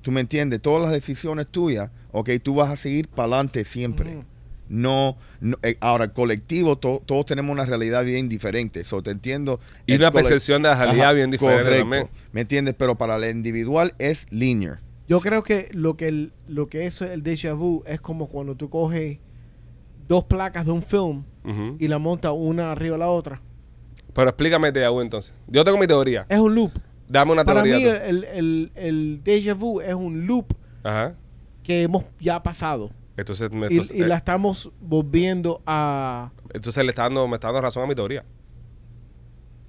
Speaker 4: ¿Tú me entiendes? Todas las decisiones tuyas, ok, tú vas a seguir para adelante siempre. No, no, eh, ahora el colectivo, to- todos tenemos una realidad bien diferente. Eso te entiendo.
Speaker 1: Y
Speaker 4: El
Speaker 1: una
Speaker 4: cole-
Speaker 1: percepción de la realidad bien diferente
Speaker 4: correcto.
Speaker 1: también.
Speaker 4: ¿Me entiendes? Pero para el individual es linear.
Speaker 3: Yo creo que lo que, el- lo que eso es el déjà vu es como cuando tú coges dos placas de un film
Speaker 1: Ujú.
Speaker 3: y la montas una arriba de la otra.
Speaker 1: Pero explícame el déjà vu, entonces. Yo tengo mi teoría.
Speaker 3: Es un loop.
Speaker 1: Dame una
Speaker 3: Para
Speaker 1: teoría.
Speaker 3: mí
Speaker 1: tú.
Speaker 3: el, el, el déjà vu es un loop
Speaker 1: Ajá.
Speaker 3: que hemos ya pasado.
Speaker 1: Entonces, me,
Speaker 3: Y-
Speaker 1: entonces,
Speaker 3: y, la
Speaker 1: eh,
Speaker 3: estamos volviendo a...
Speaker 1: entonces le está dando, me está dando razón a mi teoría.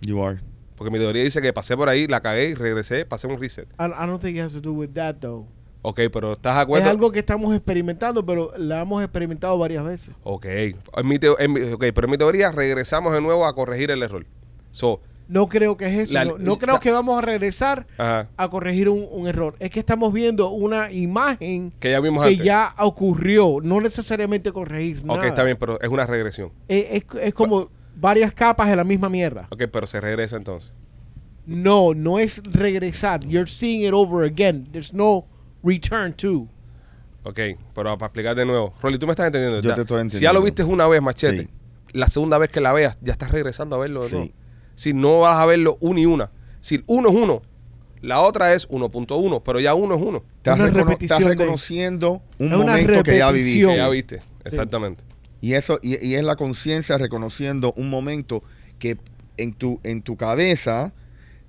Speaker 4: You are.
Speaker 1: Porque mi teoría dice que pasé por ahí, la cagué y regresé, pasé un reset.
Speaker 3: I, I don't think it has to do with that, though.
Speaker 1: Ok, pero ¿estás de acuerdo?
Speaker 3: es algo que estamos experimentando, pero la hemos experimentado varias veces.
Speaker 1: Ok. En mi teo- en mi- ok, pero en mi teoría regresamos de nuevo a corregir el error. So,
Speaker 3: No creo que es eso.
Speaker 1: La-
Speaker 3: no, no creo
Speaker 1: la-
Speaker 3: que vamos a regresar
Speaker 1: ajá,
Speaker 3: a corregir un, un error. Es que estamos viendo una imagen
Speaker 1: que ya vimos
Speaker 3: que
Speaker 1: antes.
Speaker 3: ya ocurrió. No necesariamente corregir
Speaker 1: ok,
Speaker 3: nada. Eh,
Speaker 1: está bien, pero es una regresión.
Speaker 3: Es, es- es como varias capas de la misma mierda.
Speaker 1: Ok, pero se regresa entonces.
Speaker 3: No, no es regresar. You're seeing it over again. There's no return to.
Speaker 1: Ok, pero para explicar de nuevo. Rolly, tú me estás entendiendo.
Speaker 4: Yo
Speaker 1: ¿verdad?
Speaker 4: te estoy
Speaker 1: Si ya lo
Speaker 4: entendiendo.
Speaker 1: viste una vez, machete,
Speaker 4: Sí.
Speaker 1: la segunda vez que la veas, ya estás regresando a verlo de
Speaker 4: Sí.
Speaker 1: nuevo. Si no vas a verlo uno y una. Si uno es uno, la otra es 1.1, pero ya uno es uno.
Speaker 4: Estás,
Speaker 3: Una
Speaker 4: recono- estás
Speaker 3: repetición de-
Speaker 4: reconociendo un
Speaker 3: Es una
Speaker 4: momento que ya viviste.
Speaker 3: repetición.
Speaker 1: Que ya viste, exactamente.
Speaker 4: Y eso, y, y es la conciencia reconociendo un momento que en tu, en tu cabeza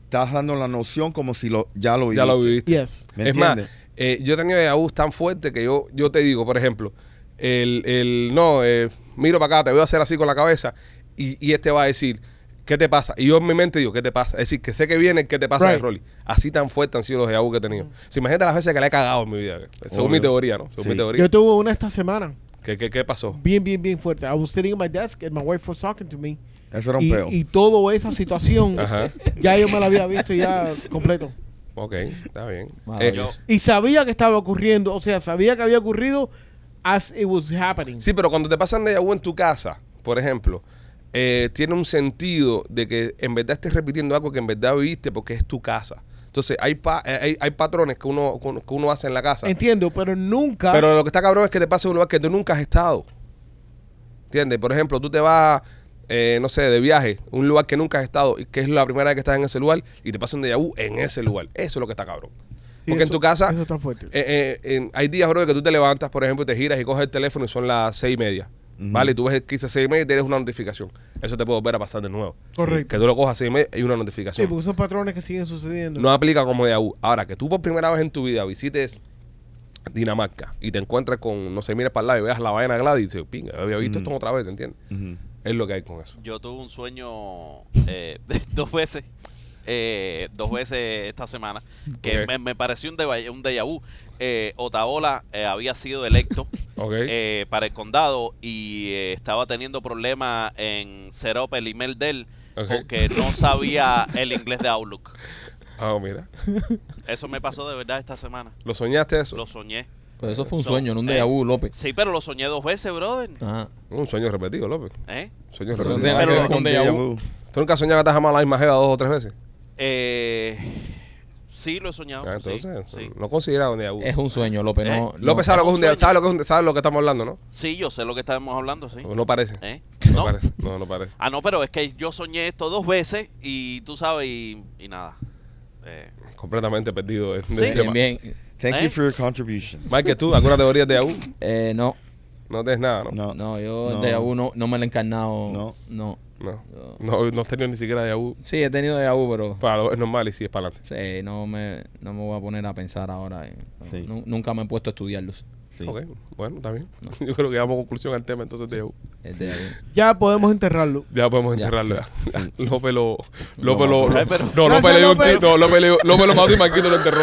Speaker 4: estás dando la noción como si lo, ya lo
Speaker 1: Ya
Speaker 4: viviste.
Speaker 1: lo viviste.
Speaker 3: Yes.
Speaker 4: ¿Me
Speaker 1: es más,
Speaker 4: entiendes?
Speaker 1: eh, yo he tenido déjà vus tan fuerte que yo, yo te digo, por ejemplo, el, el no, eh, miro para acá, te voy a hacer así con la cabeza y, y este va a decir, ¿qué te pasa? Y yo en mi mente digo, ¿qué te pasa? Es decir, que sé que viene, el ¿qué te pasa de
Speaker 3: Right.
Speaker 1: Rolly? Así tan fuerte han sido los déjà vus que he tenido. Se imagínate las veces que le he cagado en mi vida, eh, según
Speaker 4: Mm. Obvio.
Speaker 1: mi teoría, ¿no? Según
Speaker 4: Sí.
Speaker 1: mi teoría.
Speaker 3: Yo tuve una esta semana.
Speaker 1: ¿Qué, qué, qué pasó?
Speaker 3: Bien, bien, bien fuerte. I was sitting at my desk and my wife was talking to me.
Speaker 4: Eso era un
Speaker 3: Y,
Speaker 4: peo.
Speaker 3: y toda esa situación,
Speaker 1: Ajá.
Speaker 3: ya yo me la había visto ya completo.
Speaker 1: Ok, está bien.
Speaker 2: Madre
Speaker 1: Eh,
Speaker 5: Yo-
Speaker 3: Y sabía que estaba ocurriendo, o sea, sabía que había ocurrido as it was happening.
Speaker 1: Sí, pero cuando te pasan déjà vu en tu casa, por ejemplo, eh, tiene un sentido de que en verdad estés repitiendo algo que en verdad viviste porque es tu casa. Entonces, hay, pa- eh, hay, hay patrones que uno, que uno- que uno hace en la casa.
Speaker 3: Entiendo, pero nunca.
Speaker 1: Pero lo que está cabrón es que te pase en un lugar que tú nunca has estado. ¿Entiendes? Por ejemplo, tú te vas, eh, no sé, de viaje, un lugar que nunca has estado, y que es la primera vez que estás en ese lugar, y te pasa un déjà vu en ese lugar. Eso es lo que está cabrón.
Speaker 3: Sí,
Speaker 1: Porque en
Speaker 3: eso-
Speaker 1: tu casa
Speaker 3: eso está fuerte.
Speaker 1: eh, eh, en- hay días, bro, que tú te levantas, por ejemplo, y te giras y coges el teléfono y son las seis y media. ¿Vale? Y tú ves quizás seis y media y tienes una notificación. Eso te puede volver a pasar de nuevo.
Speaker 3: Correcto.
Speaker 1: Que tú lo cojas a seis y media y una
Speaker 3: sí, pues,
Speaker 1: notificación.
Speaker 3: porque son patrones que siguen sucediendo.
Speaker 1: no aplica como de AU. Ahora, que tú por primera vez en tu vida visites Dinamarca y te encuentres con, no sé, mires para el lado y veas la vaina Gladys y dices, pinga, había visto esto otra vez, ¿entiendes?
Speaker 4: Ujú.
Speaker 1: Es lo que hay con eso.
Speaker 5: Yo tuve un sueño eh, *laughs* dos veces, eh, dos veces esta semana, que
Speaker 1: Ok.
Speaker 5: me, me pareció un, deva- un déjà vu. Eh, Otaola eh, había sido electo
Speaker 1: *laughs* ¿Ok?
Speaker 5: eh, para el condado y eh, estaba teniendo problemas en Serop el email de él
Speaker 1: Ok.
Speaker 5: porque no sabía el inglés de Outlook.
Speaker 1: Ah, mira.
Speaker 5: Eso me pasó de verdad esta semana.
Speaker 1: ¿Lo soñaste eso?
Speaker 5: Lo soñé.
Speaker 2: Pero Pues eso fue un
Speaker 5: So,
Speaker 2: sueño, no un
Speaker 5: eh,
Speaker 2: déjà vu, López.
Speaker 5: Sí, pero lo soñé dos veces, brother.
Speaker 2: Ajá.
Speaker 1: Un sueño repetido, López.
Speaker 5: ¿Eh?
Speaker 1: Sueño
Speaker 2: Eso no
Speaker 1: repetido.
Speaker 2: tiene nada que ver
Speaker 4: Pero-
Speaker 2: con déjà vu.
Speaker 1: ¿Tú nunca soñabas que estás jamás la misma jeva dos o tres veces?
Speaker 5: Eh, sí, lo he soñado.
Speaker 1: Ah,
Speaker 5: sí,
Speaker 1: entonces,
Speaker 5: sí.
Speaker 1: no considera un déjà vu.
Speaker 2: Es un sueño, López. No,
Speaker 5: Eh,
Speaker 2: no-
Speaker 1: López sabe lo que es un
Speaker 5: es
Speaker 1: déjà
Speaker 5: un
Speaker 1: sabe lo que es un- sabe lo que estamos hablando, ¿no?
Speaker 5: Sí, yo sé lo que estamos hablando, sí.
Speaker 1: No parece.
Speaker 5: ¿Eh?
Speaker 1: No,
Speaker 5: ¿No?
Speaker 1: parece. No, no parece.
Speaker 5: Ah, no, pero es que yo soñé esto dos veces y tú sabes y, y nada. Eh,
Speaker 1: Completamente perdido. del
Speaker 5: Sí.
Speaker 1: tema.
Speaker 2: Bien, bien.
Speaker 4: Thank
Speaker 5: ¿Eh?
Speaker 4: you for your contribution.
Speaker 1: Mike, ¿tú alguna teoría de déjà vu?
Speaker 2: Eh, no,
Speaker 1: No tienes nada, ¿no?
Speaker 4: No,
Speaker 2: no, yo
Speaker 4: No.
Speaker 2: el déjà vu no, no me lo he encarnado.
Speaker 4: No.
Speaker 2: No.
Speaker 1: No, no, no has tenido ni siquiera déjà vu.
Speaker 2: Sí, he tenido déjà vu, pero
Speaker 1: Para lo- es normal y sí, es para adelante.
Speaker 2: sí, no, me, no me voy a poner a pensar ahora. eh. No,
Speaker 4: Sí.
Speaker 2: nu- Nunca me he puesto a estudiarlos.
Speaker 4: Sí.
Speaker 1: *laughs* Ok, bueno, está bien. Yo creo que damos conclusión al tema entonces de déjà vu.
Speaker 2: El de-
Speaker 3: Ya podemos enterrarlo.
Speaker 1: Ya podemos
Speaker 2: Ya,
Speaker 1: enterrarlo. ya. *laughs* López lo. López lo.
Speaker 5: Ay, pero-
Speaker 1: No, López
Speaker 3: Gracias,
Speaker 1: le dio un
Speaker 3: López.
Speaker 1: tiro. López le- López lo mató y Marquito lo enterró.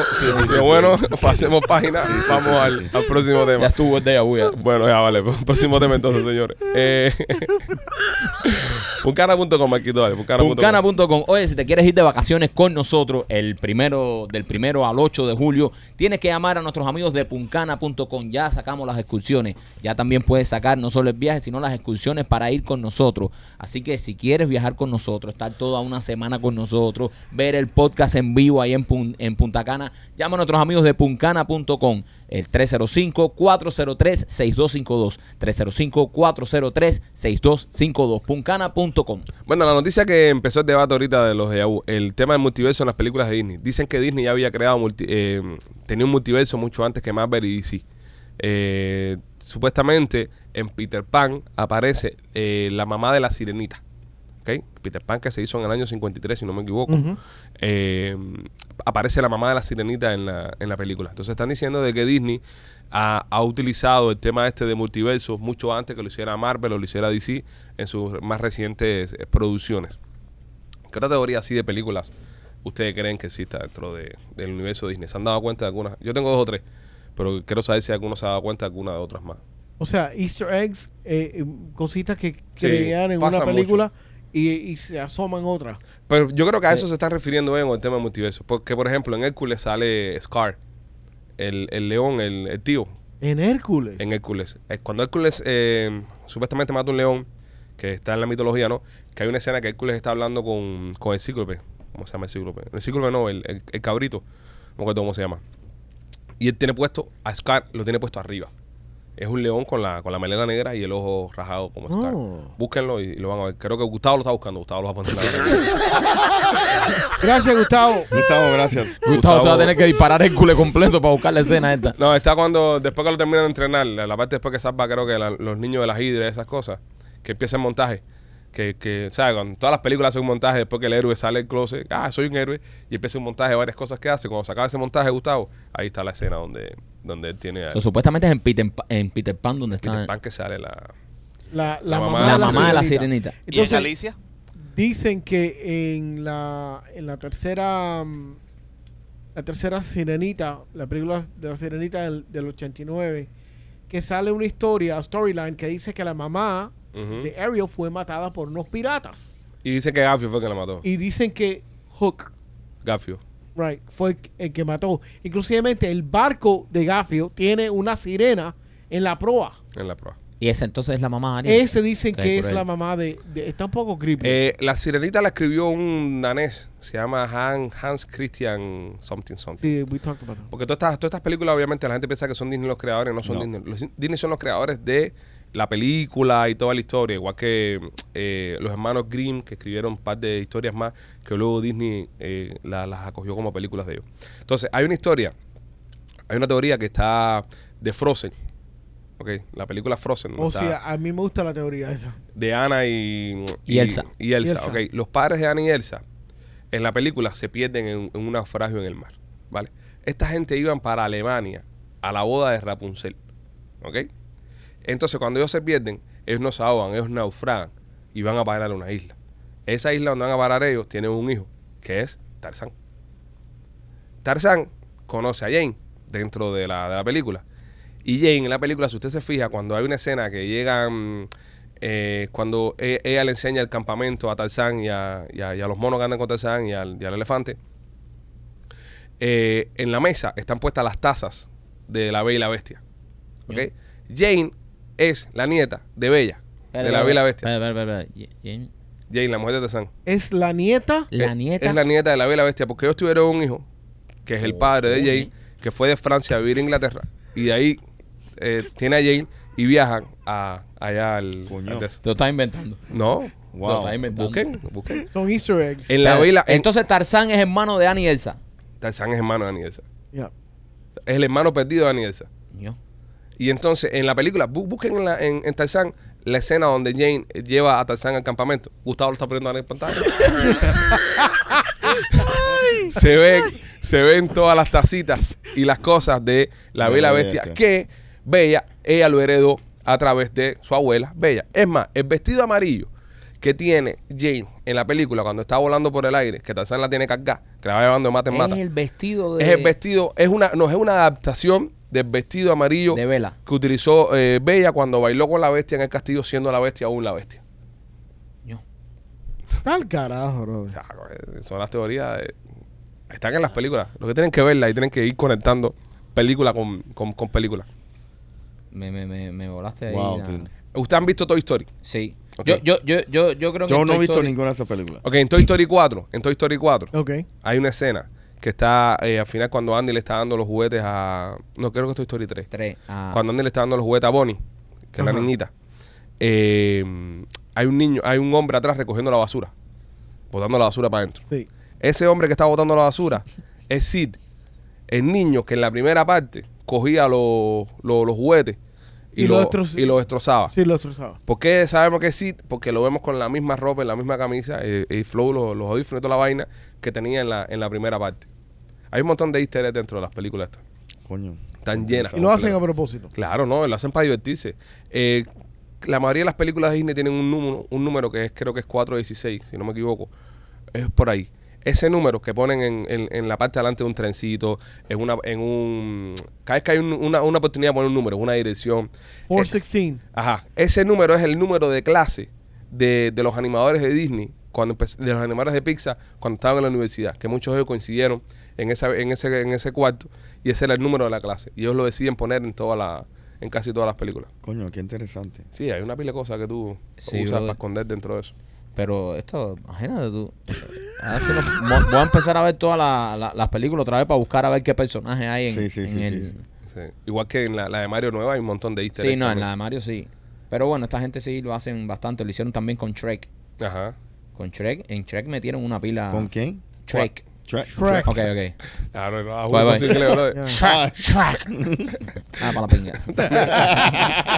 Speaker 1: Pero bueno, *laughs* pasemos página. Vamos al, al próximo
Speaker 2: Ya
Speaker 1: tema.
Speaker 2: estuvo el de Yahoo. ya.
Speaker 1: Bueno, ya vale. pues, Próximo tema entonces, señores. Eh, *laughs* Puncana.com, Marquito, dale. Puncana.com.
Speaker 2: Puncana.com. Oye, si te quieres ir de vacaciones con nosotros el primero, del primero al 8 de julio, tienes que llamar a nuestros amigos de puncana.com. Ya sacamos las excursiones. Ya también puedes sacar no solo el viaje, sino las excursiones para ir con nosotros. Así que si quieres viajar con nosotros, estar toda una semana con nosotros, ver el podcast en vivo ahí en, Pun- en Punta Cana, llama a nuestros amigos de puncana.com. El 305-403-6252. 305-403-6252. Puncana.com.
Speaker 1: Bueno, la noticia que empezó el debate ahorita de los de Yahoo, el tema del multiverso en las películas de Disney. Dicen que Disney ya había creado, multi- eh, tenía un multiverso mucho antes que Marvel y DC. Eh, supuestamente en Peter Pan aparece eh, la mamá de la sirenita. ¿ok? Peter Pan que se hizo en el año 53, si no me equivoco.
Speaker 3: Ujú.
Speaker 1: Eh, aparece la mamá de la sirenita en la, en la película. Entonces están diciendo de que Disney ha, ha utilizado el tema este de multiversos mucho antes que lo hiciera Marvel o lo hiciera DC en sus más recientes eh, producciones. ¿Qué otra teoría así de películas ustedes creen que exista dentro de- del universo Disney? ¿Se han dado cuenta de algunas? Yo tengo dos o tres, pero quiero saber si alguno se ha dado cuenta de alguna de otras más.
Speaker 3: O sea, Easter eggs, eh, eh, cositas que
Speaker 1: Sí,
Speaker 3: creían en
Speaker 1: pasa
Speaker 3: una película y, y se asoman otra.
Speaker 1: Pero yo creo que a eso se está refiriendo ellos con el tema del multiverso. Porque, por ejemplo, en Hércules sale Scar, el, el león, el, el tío,
Speaker 3: En Hércules.
Speaker 1: en Hércules. Eh, Cuando Hércules eh, supuestamente mata a un león, que está en la mitología, ¿no? Que hay una escena que Hércules está hablando con, con el cíclope. ¿Cómo se llama el cíclope? El cíclope no, el, el- el cabrito. No me acuerdo cómo se llama. Y él tiene puesto, a Scar lo tiene puesto arriba. Es un león con la, con la melena negra y el ojo rajado como Scar.
Speaker 3: Oh.
Speaker 1: Búsquenlo y, y lo van a ver. Creo que Gustavo lo está buscando. Gustavo lo va a
Speaker 2: *laughs*
Speaker 1: poner en la cara.
Speaker 3: Gracias, Gustavo.
Speaker 4: Gustavo, gracias.
Speaker 2: Gustavo, se va a
Speaker 1: Gustavo.
Speaker 2: tener que disparar el cule completo para buscar la escena esta.
Speaker 1: No, está cuando, después que lo terminan de entrenar, la, la parte después que salva, creo que la- los niños de las hidras, esas cosas, que empieza el montaje. Que, que, ¿sabes? Cuando todas las películas hacen un montaje, después que el héroe sale del closet, ah, soy un héroe, y empieza un montaje de varias cosas que hace. Cuando se acaba ese montaje, Gustavo, ahí está la escena donde, donde él tiene a
Speaker 2: O sea, supuestamente es en Peter, Pa- en Peter Pan donde está
Speaker 1: Eh. Peter Pan Ah, que sale la.
Speaker 3: La, la
Speaker 1: La
Speaker 3: mamá,
Speaker 1: mamá de la
Speaker 2: mamá de la sirenita.
Speaker 5: ¿Y en
Speaker 3: Entonces,
Speaker 5: Galicia?
Speaker 3: dicen que en la, en la tercera mm, la tercera sirenita, la película de la sirenita del, del 89, que sale una historia, storyline, que dice que la mamá
Speaker 1: Ujú.
Speaker 3: de Ariel fue matada por unos piratas.
Speaker 1: Y dice que Gafio fue que la mató.
Speaker 3: Y dicen que Hook
Speaker 1: Gafio.
Speaker 3: Right, fue el que- el que mató. Inclusivemente el barco de Gafio tiene una sirena en la proa.
Speaker 1: En la prueba.
Speaker 2: Y esa entonces es la mamá de Ariel.
Speaker 3: Ese dicen
Speaker 2: Ah, Ok,
Speaker 3: que
Speaker 2: por
Speaker 3: es
Speaker 2: ahí.
Speaker 3: la mamá de, de- Está un poco creepy.
Speaker 1: Eh, la sirenita la escribió un danés, se llama Han- Hans Christian something something.
Speaker 3: sí, we talked about it.
Speaker 1: Porque todas estas, todas estas películas, obviamente, la gente piensa que son Disney los creadores, no son
Speaker 4: No.
Speaker 1: Disney. Los Disney son los creadores de la película y toda la historia, igual que eh, los hermanos Grimm, que escribieron un par de historias más, que luego Disney eh, la- las acogió como películas de ellos. Entonces, hay una historia, hay una teoría que está de Frozen, ¿ok? La película Frozen. ¿no?
Speaker 3: O
Speaker 1: Está-
Speaker 3: sea, a mí me gusta la teoría esa.
Speaker 1: de Ana y,
Speaker 2: Y Elsa.
Speaker 1: Y Elsa,
Speaker 3: Y Elsa.
Speaker 1: ok. Los padres de Ana y Elsa en la película se pierden en, en un naufragio en el mar, ¿vale? Esta gente iban para Alemania a la boda de Rapunzel, ¿ok? Entonces cuando ellos se pierden, ellos no se ahogan, ellos naufragan y van a parar a una isla. Esa isla donde van a parar ellos tienen un hijo, que es Tarzán. Tarzán conoce a Jane dentro de la, de la película. Y Jane en la película, si usted se fija, cuando hay una escena que llegan, eh, cuando e- ella le enseña el campamento a Tarzán y a, y a- y a los monos que andan con Tarzán y al, y al elefante, eh, en la mesa están puestas las tazas de la Bella y la Bestia. ¿ok? Jane es la nieta de Bella, de la Bella y la Bestia.
Speaker 2: Espera, espera, espera, espera. Ye- Ye-
Speaker 1: Jane, la mujer de Tarzán.
Speaker 3: Es la nieta.
Speaker 2: La
Speaker 1: Es-
Speaker 2: nieta.
Speaker 1: Es la nieta de la Bella Bestia, porque ellos tuvieron un hijo, que es el padre de Jane, que fue de Francia a vivir a Inglaterra. Y de ahí eh, tiene a Jane y viajan a, allá al.
Speaker 4: Coño.
Speaker 1: al de eso.
Speaker 2: Te lo estás inventando.
Speaker 1: No.
Speaker 2: Te lo
Speaker 4: Wow.
Speaker 2: estás inventando.
Speaker 1: Busquen, busquen.
Speaker 3: Son Easter eggs.
Speaker 1: En la
Speaker 2: Espera,
Speaker 1: Bella. en-
Speaker 2: Entonces Tarzán es hermano de Annie y Elsa.
Speaker 1: Tarzán es hermano de Anielsa.
Speaker 3: Yeah.
Speaker 1: Es el hermano perdido de Anielsa.
Speaker 2: Coño.
Speaker 1: Y entonces, en la película, bu- busquen en, la- en- en Tarzán la escena donde Jane lleva a Tarzán al campamento. Gustavo lo está poniendo ahora en pantalla. se ven, se ven todas las tacitas y las cosas de la
Speaker 4: De
Speaker 1: Bella
Speaker 4: la
Speaker 1: Bestia.
Speaker 4: Bestia.
Speaker 1: Que Bella, ella lo heredó a través de su abuela Bella. Es más, el vestido amarillo que tiene Jane en la película cuando está volando por el aire, que Tarzán la tiene cargada, que la va llevando de mata en mata.
Speaker 2: Es el vestido de.
Speaker 1: Es el vestido, es una, no, es una adaptación del vestido amarillo
Speaker 2: De Bella.
Speaker 1: que utilizó eh, Bella cuando bailó con la bestia en el castillo, siendo la bestia aún la bestia.
Speaker 2: Ño.
Speaker 3: Tal carajo, bro.
Speaker 1: O sea, eh, son las teorías. de- están en las películas. Lo que tienen que verla y tienen que ir conectando película con, con, con película.
Speaker 2: Me, me, me, me volaste ahí.
Speaker 4: Wow,
Speaker 2: la-
Speaker 4: dude.
Speaker 1: Ustedes han visto Toy Story.
Speaker 2: Sí.
Speaker 1: Ok.
Speaker 2: Yo, yo, yo, yo, yo creo que.
Speaker 4: Yo
Speaker 2: en
Speaker 4: no he
Speaker 2: Toy
Speaker 4: visto
Speaker 2: Story-
Speaker 4: ninguna de esas películas.
Speaker 1: Ok, en Toy Story 4, en Toy Story 4,
Speaker 3: Ok.
Speaker 1: hay una escena que está eh, al final cuando Andy le está dando los juguetes a. No, creo que es Toy Story 3.
Speaker 2: Tres. Ah.
Speaker 1: Cuando Andy le está dando los juguetes a Bonnie, que es la
Speaker 3: Ajá.
Speaker 1: niñita. eh, hay un niño, hay un hombre atrás recogiendo la basura, botando la basura para adentro.
Speaker 3: Sí.
Speaker 1: Ese hombre que está botando la basura es Sid, el niño que en la primera parte cogía los, los, los juguetes y,
Speaker 3: Y
Speaker 1: lo,
Speaker 3: lo destroz-
Speaker 1: y lo destrozaba.
Speaker 3: Sí, lo destrozaba.
Speaker 1: ¿Por qué sabemos que es Sid? Porque lo vemos con la misma ropa, en la misma camisa, eh, y Flow, los, los audífonos y toda la vaina que tenía en la, en la primera parte. Hay un montón de easter eggs dentro de las películas estas.
Speaker 4: Coño.
Speaker 1: Están llenas.
Speaker 3: Y lo hacen a propósito.
Speaker 1: Claro, no, lo hacen para divertirse. Eh, la mayoría de las películas de Disney tienen un número, un número que es, creo que es 416, si no me equivoco. Es por ahí. Ese número que ponen en, en- en la parte de adelante de un trencito, en una, en un. Cada vez que hay un- una, una oportunidad de poner un número, una dirección. eh,
Speaker 3: 416.
Speaker 1: Ajá. Ese número es el número de clase de, de los animadores de Disney, cuando empe- de los animadores de Pixar, cuando estaban en la universidad, que muchos de ellos coincidieron en, esa, en, ese, en ese cuarto, y ese era el número de la clase. Y ellos lo deciden poner en toda la, en casi todas las películas.
Speaker 4: Coño, qué interesante.
Speaker 1: Sí, hay una pila de cosas que tú
Speaker 2: Sí,
Speaker 1: usas
Speaker 2: brother.
Speaker 1: para esconder dentro de eso.
Speaker 2: Pero esto, imagínate tú. Ahora sí no- mo- voy a empezar a ver todas la- la- las películas otra vez para buscar a ver qué personaje hay en,
Speaker 4: Sí, sí,
Speaker 2: en
Speaker 4: sí,
Speaker 2: el.
Speaker 4: sí.
Speaker 1: Sí. Igual que en la, la de Mario Nueva hay un montón de easter
Speaker 2: Sí,
Speaker 1: eggs
Speaker 2: no, en
Speaker 1: también.
Speaker 2: la de Mario sí. Pero bueno, esta gente sí lo hacen bastante. Lo hicieron también con Shrek.
Speaker 1: Ajá.
Speaker 2: Con Shrek, en Shrek metieron una pila.
Speaker 4: ¿Con quién?
Speaker 2: Shrek.
Speaker 4: Shrek.
Speaker 3: Ah. Shrek.
Speaker 2: Ok, ok.
Speaker 1: Claro, no, ah,
Speaker 2: Bye,
Speaker 1: bueno,
Speaker 2: bye.
Speaker 1: sí que le- brother.
Speaker 2: *laughs*
Speaker 4: Ah,
Speaker 2: Ah, para la pinga.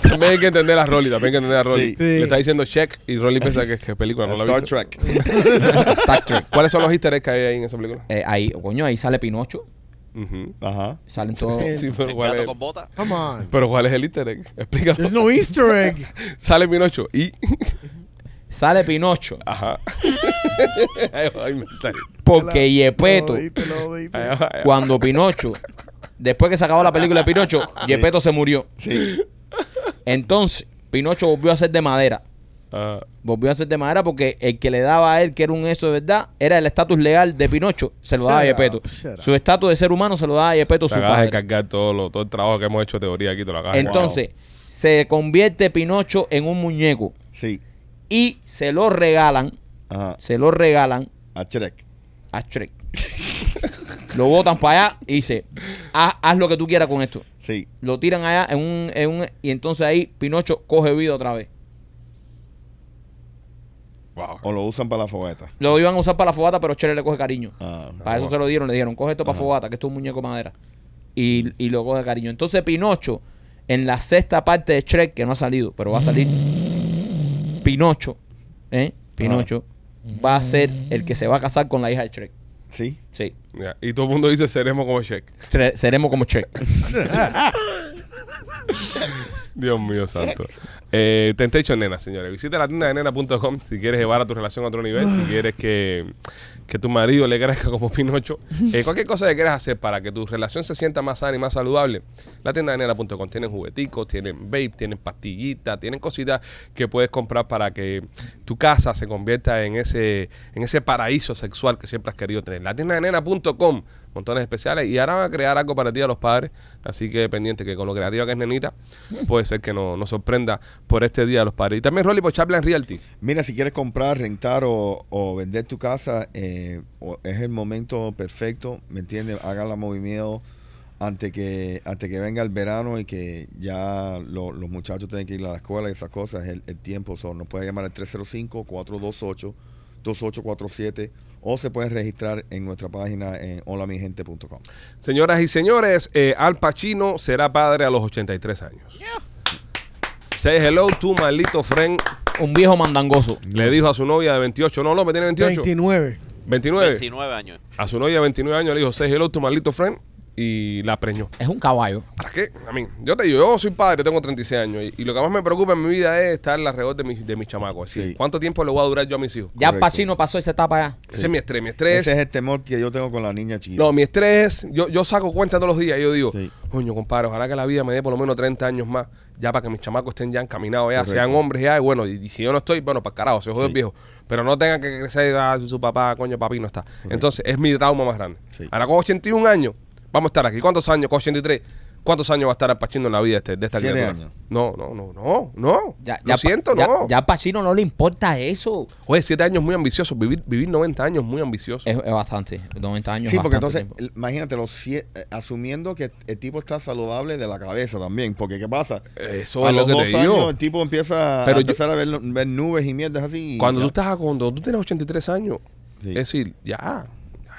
Speaker 1: También hay que entender a Rolly, también hay que entender a Rolly.
Speaker 4: Sí.
Speaker 1: Le está diciendo check y Rolly piensa que es que es película, no la ha
Speaker 4: Star
Speaker 1: visto.
Speaker 4: Trek.
Speaker 2: Star Trek.
Speaker 1: ¿Cuáles son los easter eggs que hay ahí en esa película?
Speaker 2: Eh, ahí, coño, ahí sale Pinocho.
Speaker 1: Ujú.
Speaker 4: Ajá.
Speaker 2: Salen todos.
Speaker 3: Sí.
Speaker 1: Sí, pero
Speaker 5: El
Speaker 1: ¿cuál,
Speaker 5: gato
Speaker 1: es,
Speaker 5: con bota.
Speaker 3: Come on.
Speaker 1: pero ¿cuál es el easter egg? Explícalo.
Speaker 3: There's no Easter egg.
Speaker 1: Sale Pinocho y...
Speaker 2: Sale Pinocho.
Speaker 1: Ajá. *laughs* Ay, ay, me está-
Speaker 2: Porque Yepeto,
Speaker 3: Te lo diste.
Speaker 1: ay, ay, ay.
Speaker 2: cuando Pinocho, después que se acabó la película de Pinocho, Yepeto se murió.
Speaker 4: Sí.
Speaker 2: Entonces, Pinocho volvió a ser de madera.
Speaker 1: Ah,
Speaker 2: Volvió a ser de madera porque el que le daba a él, que era un eso de verdad, era el estatus legal de Pinocho, se lo daba a
Speaker 3: Shut up,
Speaker 2: Yepeto.
Speaker 3: shut up.
Speaker 2: Su estatus de ser humano se lo daba a Yepeto,
Speaker 1: te
Speaker 2: su
Speaker 1: acabas de
Speaker 2: padre.
Speaker 1: cargar todo, lo- todo el trabajo que hemos hecho de teoría aquí, te lo acabas de cargar.
Speaker 2: Entonces, se convierte Pinocho en un muñeco
Speaker 4: Sí.
Speaker 2: y se lo regalan,
Speaker 4: Ajá.
Speaker 2: se lo regalan
Speaker 4: A Shrek.
Speaker 2: a Shrek. lo botan para allá y dice, haz, haz lo que tú quieras con esto.
Speaker 4: Sí.
Speaker 2: Lo tiran allá en un, en un- y entonces ahí Pinocho coge vida otra vez.
Speaker 1: Wow.
Speaker 4: O lo usan para la fogata.
Speaker 2: Lo iban a usar para la fogata, pero Shrek le coge cariño.
Speaker 4: Ah,
Speaker 2: Para eso se lo dieron, le dijeron, coge esto para fogata, que esto es un muñeco de madera. Y, y lo coge cariño. Entonces Pinocho, en la sexta parte de Shrek, que no ha salido, pero va a salir, Pinocho, ¿eh? Pinocho, va a ser el que se va a casar con la hija de Shrek.
Speaker 4: Sí.
Speaker 2: Sí.
Speaker 1: Ya, Y todo el mundo dice seremos como check.
Speaker 2: Sere- Seremos como Shrek.
Speaker 1: Dios mío santo. Eh, Temptation Nena, señores. Visita la tienda de nena.com si quieres llevar a tu relación a otro nivel, si quieres que, que tu marido le crezca como Pinocho. Eh, cualquier cosa que quieras hacer para que tu relación se sienta más sana y más saludable, la tienda de nena.com. Tienen jugueticos, tienen vape, tienen pastillitas, tienen cositas que puedes comprar para que tu casa se convierta en ese, en ese paraíso sexual que siempre has querido tener. La tienda de nena.com montones especiales y ahora van a crear algo para ti a los padres así que pendiente que con lo creativa que es nenita puede ser que no- nos sorprenda por este día a los padres y también Rolly por Chaplin Realty
Speaker 4: Mira, si quieres comprar, rentar o, o vender tu casa, eh, o- es el momento perfecto, ¿me entiendes? Haga la movimiento antes que, antes que venga el verano y que ya lo- los muchachos tienen que ir a la escuela y esas cosas, el, el tiempo. son nos puede llamar al 305-428-2847 o se puede registrar en nuestra página eh, en holamigente.com.
Speaker 1: señoras y señores eh, Al Pacino será padre a los 83 años say hello to my little friend
Speaker 2: Un viejo mandangoso.
Speaker 1: le dijo a su novia de 28 no, no, me tiene 28
Speaker 3: 29.
Speaker 1: 29
Speaker 5: 29 años.
Speaker 1: a su novia de 29 años le dijo say hello to my little friend y la preñó.
Speaker 2: Es un caballo.
Speaker 1: ¿Para qué? A mí, yo te digo, yo soy padre, tengo 36 años y, y lo que más me preocupa en mi vida es estar alrededor de mis, de mis chamacos. Es decir,
Speaker 4: Sí.
Speaker 1: ¿cuánto tiempo le voy a durar yo a mis hijos?
Speaker 2: Ya
Speaker 4: Correcto.
Speaker 2: Pacino pasó esa etapa ya.
Speaker 1: Ese es mi estrés. Mi estrés.
Speaker 4: Ese es el temor que yo tengo con la niña chiquita.
Speaker 1: No, mi estrés es, yo, yo saco cuenta todos los días y yo digo,
Speaker 4: Sí.
Speaker 1: coño, compadre, ojalá que la vida me dé por lo menos 30 años más, ya para que mis chamacos estén ya encaminados, ya
Speaker 4: Correcto.
Speaker 1: sean hombres ya, y bueno, y, y si yo no estoy, bueno, para carajo, se jode el
Speaker 4: Sí.
Speaker 1: viejo, pero no tengan que crecer, ah, su papá, coño, papi no está. Entonces, es mi trauma más grande.
Speaker 4: Sí.
Speaker 1: Ahora con 81 años, vamos a estar aquí. ¿Cuántos años? Con 83. ¿Cuántos años va a estar Al Pacino en la vida este, de esta
Speaker 4: Siete
Speaker 1: criatura?
Speaker 4: años.
Speaker 1: No, no, no, no, no.
Speaker 2: Ya,
Speaker 1: Lo siento,
Speaker 2: ya,
Speaker 1: no.
Speaker 2: Ya a Pacino no le importa eso.
Speaker 1: Oye, 7 años muy ambicioso. Vivir, vivir 90 años muy ambicioso.
Speaker 2: Es, es bastante. 90 años.
Speaker 4: Sí, porque
Speaker 2: bastante
Speaker 4: entonces,
Speaker 2: tiempo.
Speaker 4: el- imagínate, los sie- eh, asumiendo que el tipo está saludable de la cabeza también, porque ¿qué pasa?
Speaker 1: Eso
Speaker 4: a
Speaker 1: es lo
Speaker 4: los
Speaker 1: que
Speaker 4: dos
Speaker 1: te digo.
Speaker 4: años el tipo empieza
Speaker 1: Pero yo-
Speaker 4: a empezar a ver, ver nubes y mierdas así. y
Speaker 1: Cuando
Speaker 4: ya.
Speaker 1: tú estás cuando tú tienes 83 años,
Speaker 4: Sí.
Speaker 1: es decir, ya,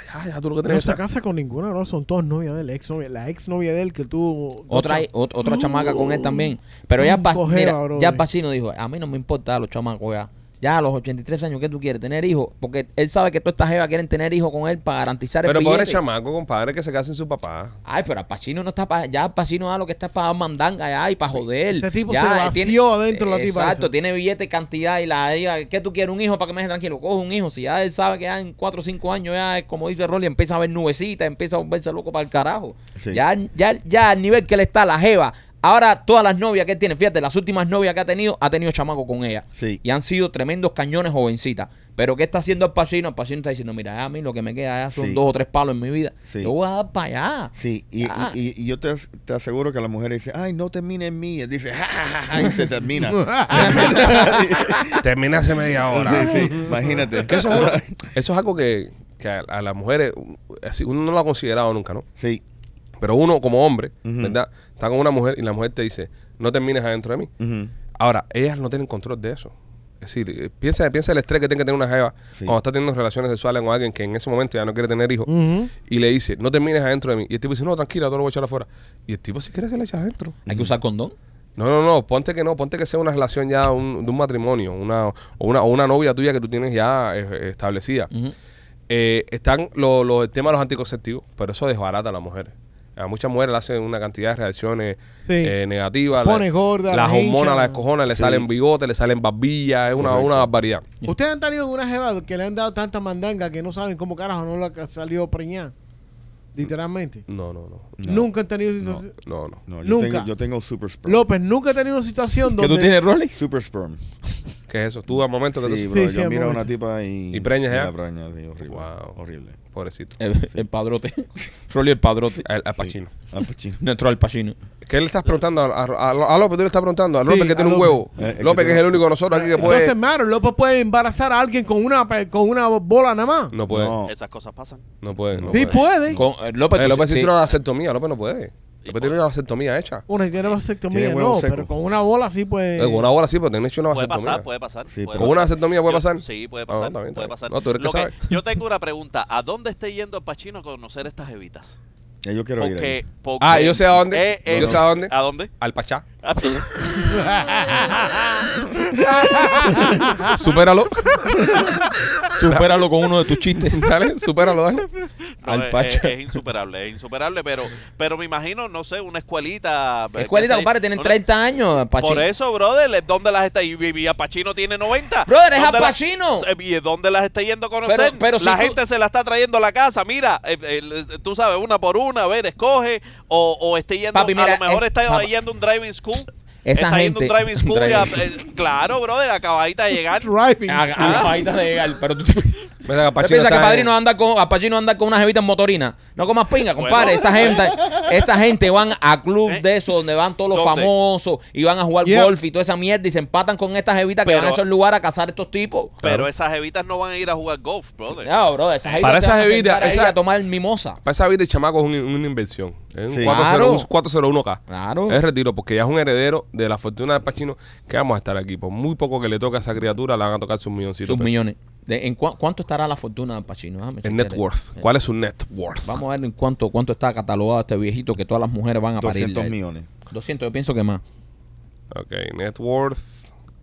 Speaker 1: ya, ya tú lo que
Speaker 3: No
Speaker 1: tienes
Speaker 3: se
Speaker 1: es
Speaker 3: casa con ninguna, no, son todas novias de él, ex novia, la ex novia de él que tuvo.
Speaker 2: Otra,
Speaker 3: dos cha-
Speaker 2: ot- otra chamaca con él también. Pero ya, Pac-
Speaker 3: Cojera,
Speaker 2: mira,
Speaker 3: Mm, brother.
Speaker 2: ya Pacino dijo, a mí no me importa los chamacos ya. Ya a los 83 años que tú quieres tener hijos, porque él sabe que todas estas jevas quieren tener hijos con él para garantizar el
Speaker 1: Pero pobre
Speaker 2: billete.
Speaker 1: chamaco, compadre, que se casa sin su papá.
Speaker 2: Ay, pero a Pacino no está para. Ya Al Pacino da lo que está para dar mandanga ya y para joder.
Speaker 3: Ese tipo
Speaker 2: ya,
Speaker 3: se
Speaker 2: eh,
Speaker 3: vació adentro la tipa
Speaker 2: Exacto,
Speaker 3: esa.
Speaker 2: tiene billete, cantidad y la diga, ¿qué tú quieres? ¿Un hijo para que me deje tranquilo? Coge un hijo. Si ya él sabe que ya en 4 o 5 años ya, eh, como dice Rolly, empieza a ver nubecitas, empieza a volverse loco para el carajo.
Speaker 4: Sí.
Speaker 2: Ya, ya, ya al nivel que le está la Jeva. Ahora todas las novias que él tiene, fíjate, las últimas novias que ha tenido, ha tenido chamaco con ella.
Speaker 4: Sí.
Speaker 2: Y han sido tremendos cañones jovencitas. Pero ¿qué está haciendo Al Pacino? Al Pacino está diciendo, mira, ya a mí lo que me queda ya son
Speaker 4: Sí.
Speaker 2: dos o tres palos en mi vida.
Speaker 4: Sí.
Speaker 2: Yo voy a dar para allá.
Speaker 4: Sí, y,
Speaker 1: Ah.
Speaker 2: Ya.
Speaker 4: y- y- y yo te, as- te aseguro que la mujer dice, ay, no termine en mí. Él dice, ja, ja, ja, ja", y
Speaker 1: *laughs*
Speaker 4: se termina.
Speaker 1: Termina hace media hora.
Speaker 4: Sí, sí, imagínate.
Speaker 1: Que eso,
Speaker 4: *laughs*
Speaker 1: es- eso es algo que, que a, a las mujeres, uh, así, uno no lo ha considerado nunca, ¿no?
Speaker 4: Sí,
Speaker 1: Pero uno como hombre,
Speaker 4: Ujú.
Speaker 1: ¿verdad? Está con una mujer y la mujer te dice, no termines adentro de mí.
Speaker 4: ujú,
Speaker 1: Ahora, ellas no tienen control de eso. Es decir, eh, piensa, piensa el estrés que tiene que tener una jeva
Speaker 4: Sí.
Speaker 1: cuando está teniendo relaciones sexuales con alguien que en ese momento ya no quiere tener hijos
Speaker 3: Ujú.
Speaker 1: y le dice, no termines adentro de mí. Y el tipo dice, no, tranquila, todo lo voy a echar afuera. Y el tipo, si quiere, se le echa adentro.
Speaker 2: Hay que usar condón.
Speaker 1: No, no, no, ponte que no, ponte que sea una relación ya un- de un matrimonio, una, o, una, o una novia tuya que tú tienes ya eh, establecida. Eh, están los, los, el tema de los anticonceptivos, pero eso desbarata a las mujeres. A muchas mujeres le hacen una cantidad de reacciones
Speaker 3: Sí.
Speaker 1: eh, negativas.
Speaker 3: Pone
Speaker 1: la-
Speaker 3: gorda,
Speaker 1: Las
Speaker 3: la
Speaker 1: hormonas
Speaker 3: hincha.
Speaker 1: las cojones, le
Speaker 4: Sí.
Speaker 1: salen bigotes, le salen barbillas, es una,
Speaker 4: Correcto.
Speaker 1: una barbaridad.
Speaker 3: Ustedes han tenido una jeva que le han dado tanta mandanga que no saben cómo carajo no la salió preñada. Literalmente.
Speaker 1: No, no, no.
Speaker 4: no,
Speaker 3: Nunca han tenido situación.
Speaker 1: No, no.
Speaker 4: no, yo
Speaker 3: Nunca.
Speaker 4: Tengo, yo tengo super sperm.
Speaker 3: López nunca ha tenido una situación donde.
Speaker 2: Rolly?
Speaker 4: Super sperm.
Speaker 1: ¿Qué es eso? Tú al momento que
Speaker 4: Sí,
Speaker 1: tú...
Speaker 3: Sí,
Speaker 4: bro,
Speaker 3: sí,
Speaker 4: yo
Speaker 3: al
Speaker 4: miro a una
Speaker 3: momento.
Speaker 4: tipa y...
Speaker 1: ¿Y preñas ya?
Speaker 4: la preña, sí, horrible.
Speaker 1: Wow.
Speaker 4: Horrible.
Speaker 1: Pobrecito.
Speaker 2: El, eh, el padrote. *laughs* Rolly el padrote.
Speaker 1: Al, al Pacino.
Speaker 4: Al Pacino.
Speaker 2: Nuestro Al Pacino.
Speaker 1: ¿Qué le estás preguntando? A, a- a- a López, tú le estás preguntando. A López
Speaker 3: Sí,
Speaker 1: que tiene
Speaker 3: a
Speaker 1: un
Speaker 3: López.
Speaker 1: huevo.
Speaker 4: Eh, es que
Speaker 1: López que es
Speaker 4: tiene-
Speaker 1: el único de nosotros aquí que puede...
Speaker 3: Entonces, Maro, López puede embarazar a alguien con una, con una bola nada más.
Speaker 1: No puede.
Speaker 4: No.
Speaker 5: Esas cosas pasan.
Speaker 1: No puede. No
Speaker 3: sí, pues, puede.
Speaker 2: Con, eh, López,
Speaker 1: Eh,
Speaker 2: tú-
Speaker 1: López
Speaker 2: sí.
Speaker 1: hizo una vasectomía. López no puede. López tiene una vasectomía hecha.
Speaker 3: Una que tiene vasectomía,
Speaker 4: Tiene huevo
Speaker 3: no,
Speaker 4: seco.
Speaker 3: pero con una bola sí puede.
Speaker 1: Eh, con una hora sí, pero tienen hecho una
Speaker 5: Puede
Speaker 1: vasectomía.
Speaker 5: pasar, puede pasar.
Speaker 4: Sí,
Speaker 5: puede
Speaker 4: pero-
Speaker 1: ¿Con una vasectomía puede
Speaker 5: Yo-
Speaker 1: pasar?
Speaker 5: Sí, puede
Speaker 1: Ah,
Speaker 5: pasar.
Speaker 1: está bien, está
Speaker 5: puede
Speaker 1: bien.
Speaker 5: pasar.
Speaker 1: No, tú eres el
Speaker 5: Lo
Speaker 1: que
Speaker 5: que-
Speaker 1: sabes.
Speaker 5: yo tengo una pregunta. ¿A dónde está yendo el Pachino a conocer estas evitas?
Speaker 4: Ya Yo quiero ir ahí.
Speaker 5: Porque, porque-
Speaker 1: Ah, yo sé a dónde.
Speaker 5: Eh, eh,
Speaker 1: yo sé a dónde.
Speaker 5: ¿A dónde?
Speaker 1: Al Pachá.
Speaker 5: Ah,
Speaker 1: Supéralo.
Speaker 2: Supéralo con uno de tus chistes.
Speaker 1: *laughs* Dale, supéralo, dale.
Speaker 5: no,
Speaker 2: Al
Speaker 5: es-
Speaker 2: Pacha.
Speaker 5: Es, es insuperable, es insuperable, pero, pero me imagino, no sé, una escuelita. eh,
Speaker 2: Escuelita,
Speaker 5: que sé,
Speaker 2: compadre, tienen
Speaker 5: no le-
Speaker 2: 30 años, Al Pacino.
Speaker 5: Por eso, brother, ¿dónde las está? Y, y, y Al Pacino tiene 90.
Speaker 2: Brother, es
Speaker 5: ¿Dónde
Speaker 2: Al
Speaker 5: la- Eh,
Speaker 2: Pacino.
Speaker 5: ¿Y dónde las está yendo a conocer?
Speaker 2: Pero- pero si
Speaker 5: la
Speaker 2: tú-
Speaker 5: gente se la está trayendo a la casa. Mira, eh, eh, tú sabes, una por una, a ver, escoge. O, o esté yendo,
Speaker 2: Papi, mira,
Speaker 5: a lo mejor
Speaker 2: es-
Speaker 5: está
Speaker 2: papá.
Speaker 5: yendo a un driving school.
Speaker 2: Esa
Speaker 5: está
Speaker 2: gente-
Speaker 5: yendo a un driving school.
Speaker 2: Driving
Speaker 5: y a- eh, claro, brother, acabadita de llegar. Ah,
Speaker 3: Driving.
Speaker 2: A- a- *laughs* acabaditas de llegar, pero tú te ¿Te
Speaker 1: Ven acá, Pachino
Speaker 2: piensas que
Speaker 1: está en-
Speaker 2: Padrino anda con, a Pacino anda con una jevita en motorina. No comas pinga, compadre. Esa gente, esa gente van a club
Speaker 5: ¿Eh?
Speaker 2: de esos donde van todos los
Speaker 5: ¿Dónde?
Speaker 2: famosos y van a jugar
Speaker 3: Yeah.
Speaker 2: golf y toda esa mierda y se empatan con estas jevitas que
Speaker 5: Pero-
Speaker 2: van a esos lugares a cazar a estos tipos.
Speaker 5: Pero esas evitas no van a ir a jugar golf, brother.
Speaker 2: No, bro, esas jevitas
Speaker 1: Para
Speaker 2: se van
Speaker 1: esas
Speaker 2: a
Speaker 1: jevitas,
Speaker 2: sentar ahí
Speaker 1: esa-
Speaker 2: a tomar mimosa.
Speaker 1: Para esa vida el chamaco es un- una inversión. Es un
Speaker 4: Sí.
Speaker 1: 401,
Speaker 2: Claro.
Speaker 1: 401K.
Speaker 2: Claro.
Speaker 1: Es retiro, porque ya es un heredero de la fortuna de Pachino que vamos a estar aquí. Por muy poco que le toque a esa criatura, le van a tocar sus milloncitos.
Speaker 2: Sus
Speaker 1: de pesos.
Speaker 2: millones. De- ¿En cua- cuánto estará la fortuna de Pacino? Déjame
Speaker 1: El
Speaker 2: chequear
Speaker 1: net
Speaker 2: ahí.
Speaker 1: worth. ¿Cuál es su net worth?
Speaker 2: Vamos a ver en cuánto, cuánto está catalogado este viejito que todas las mujeres van a parir.
Speaker 4: 200 millones.
Speaker 2: 200, yo pienso que más.
Speaker 1: Ok, net worth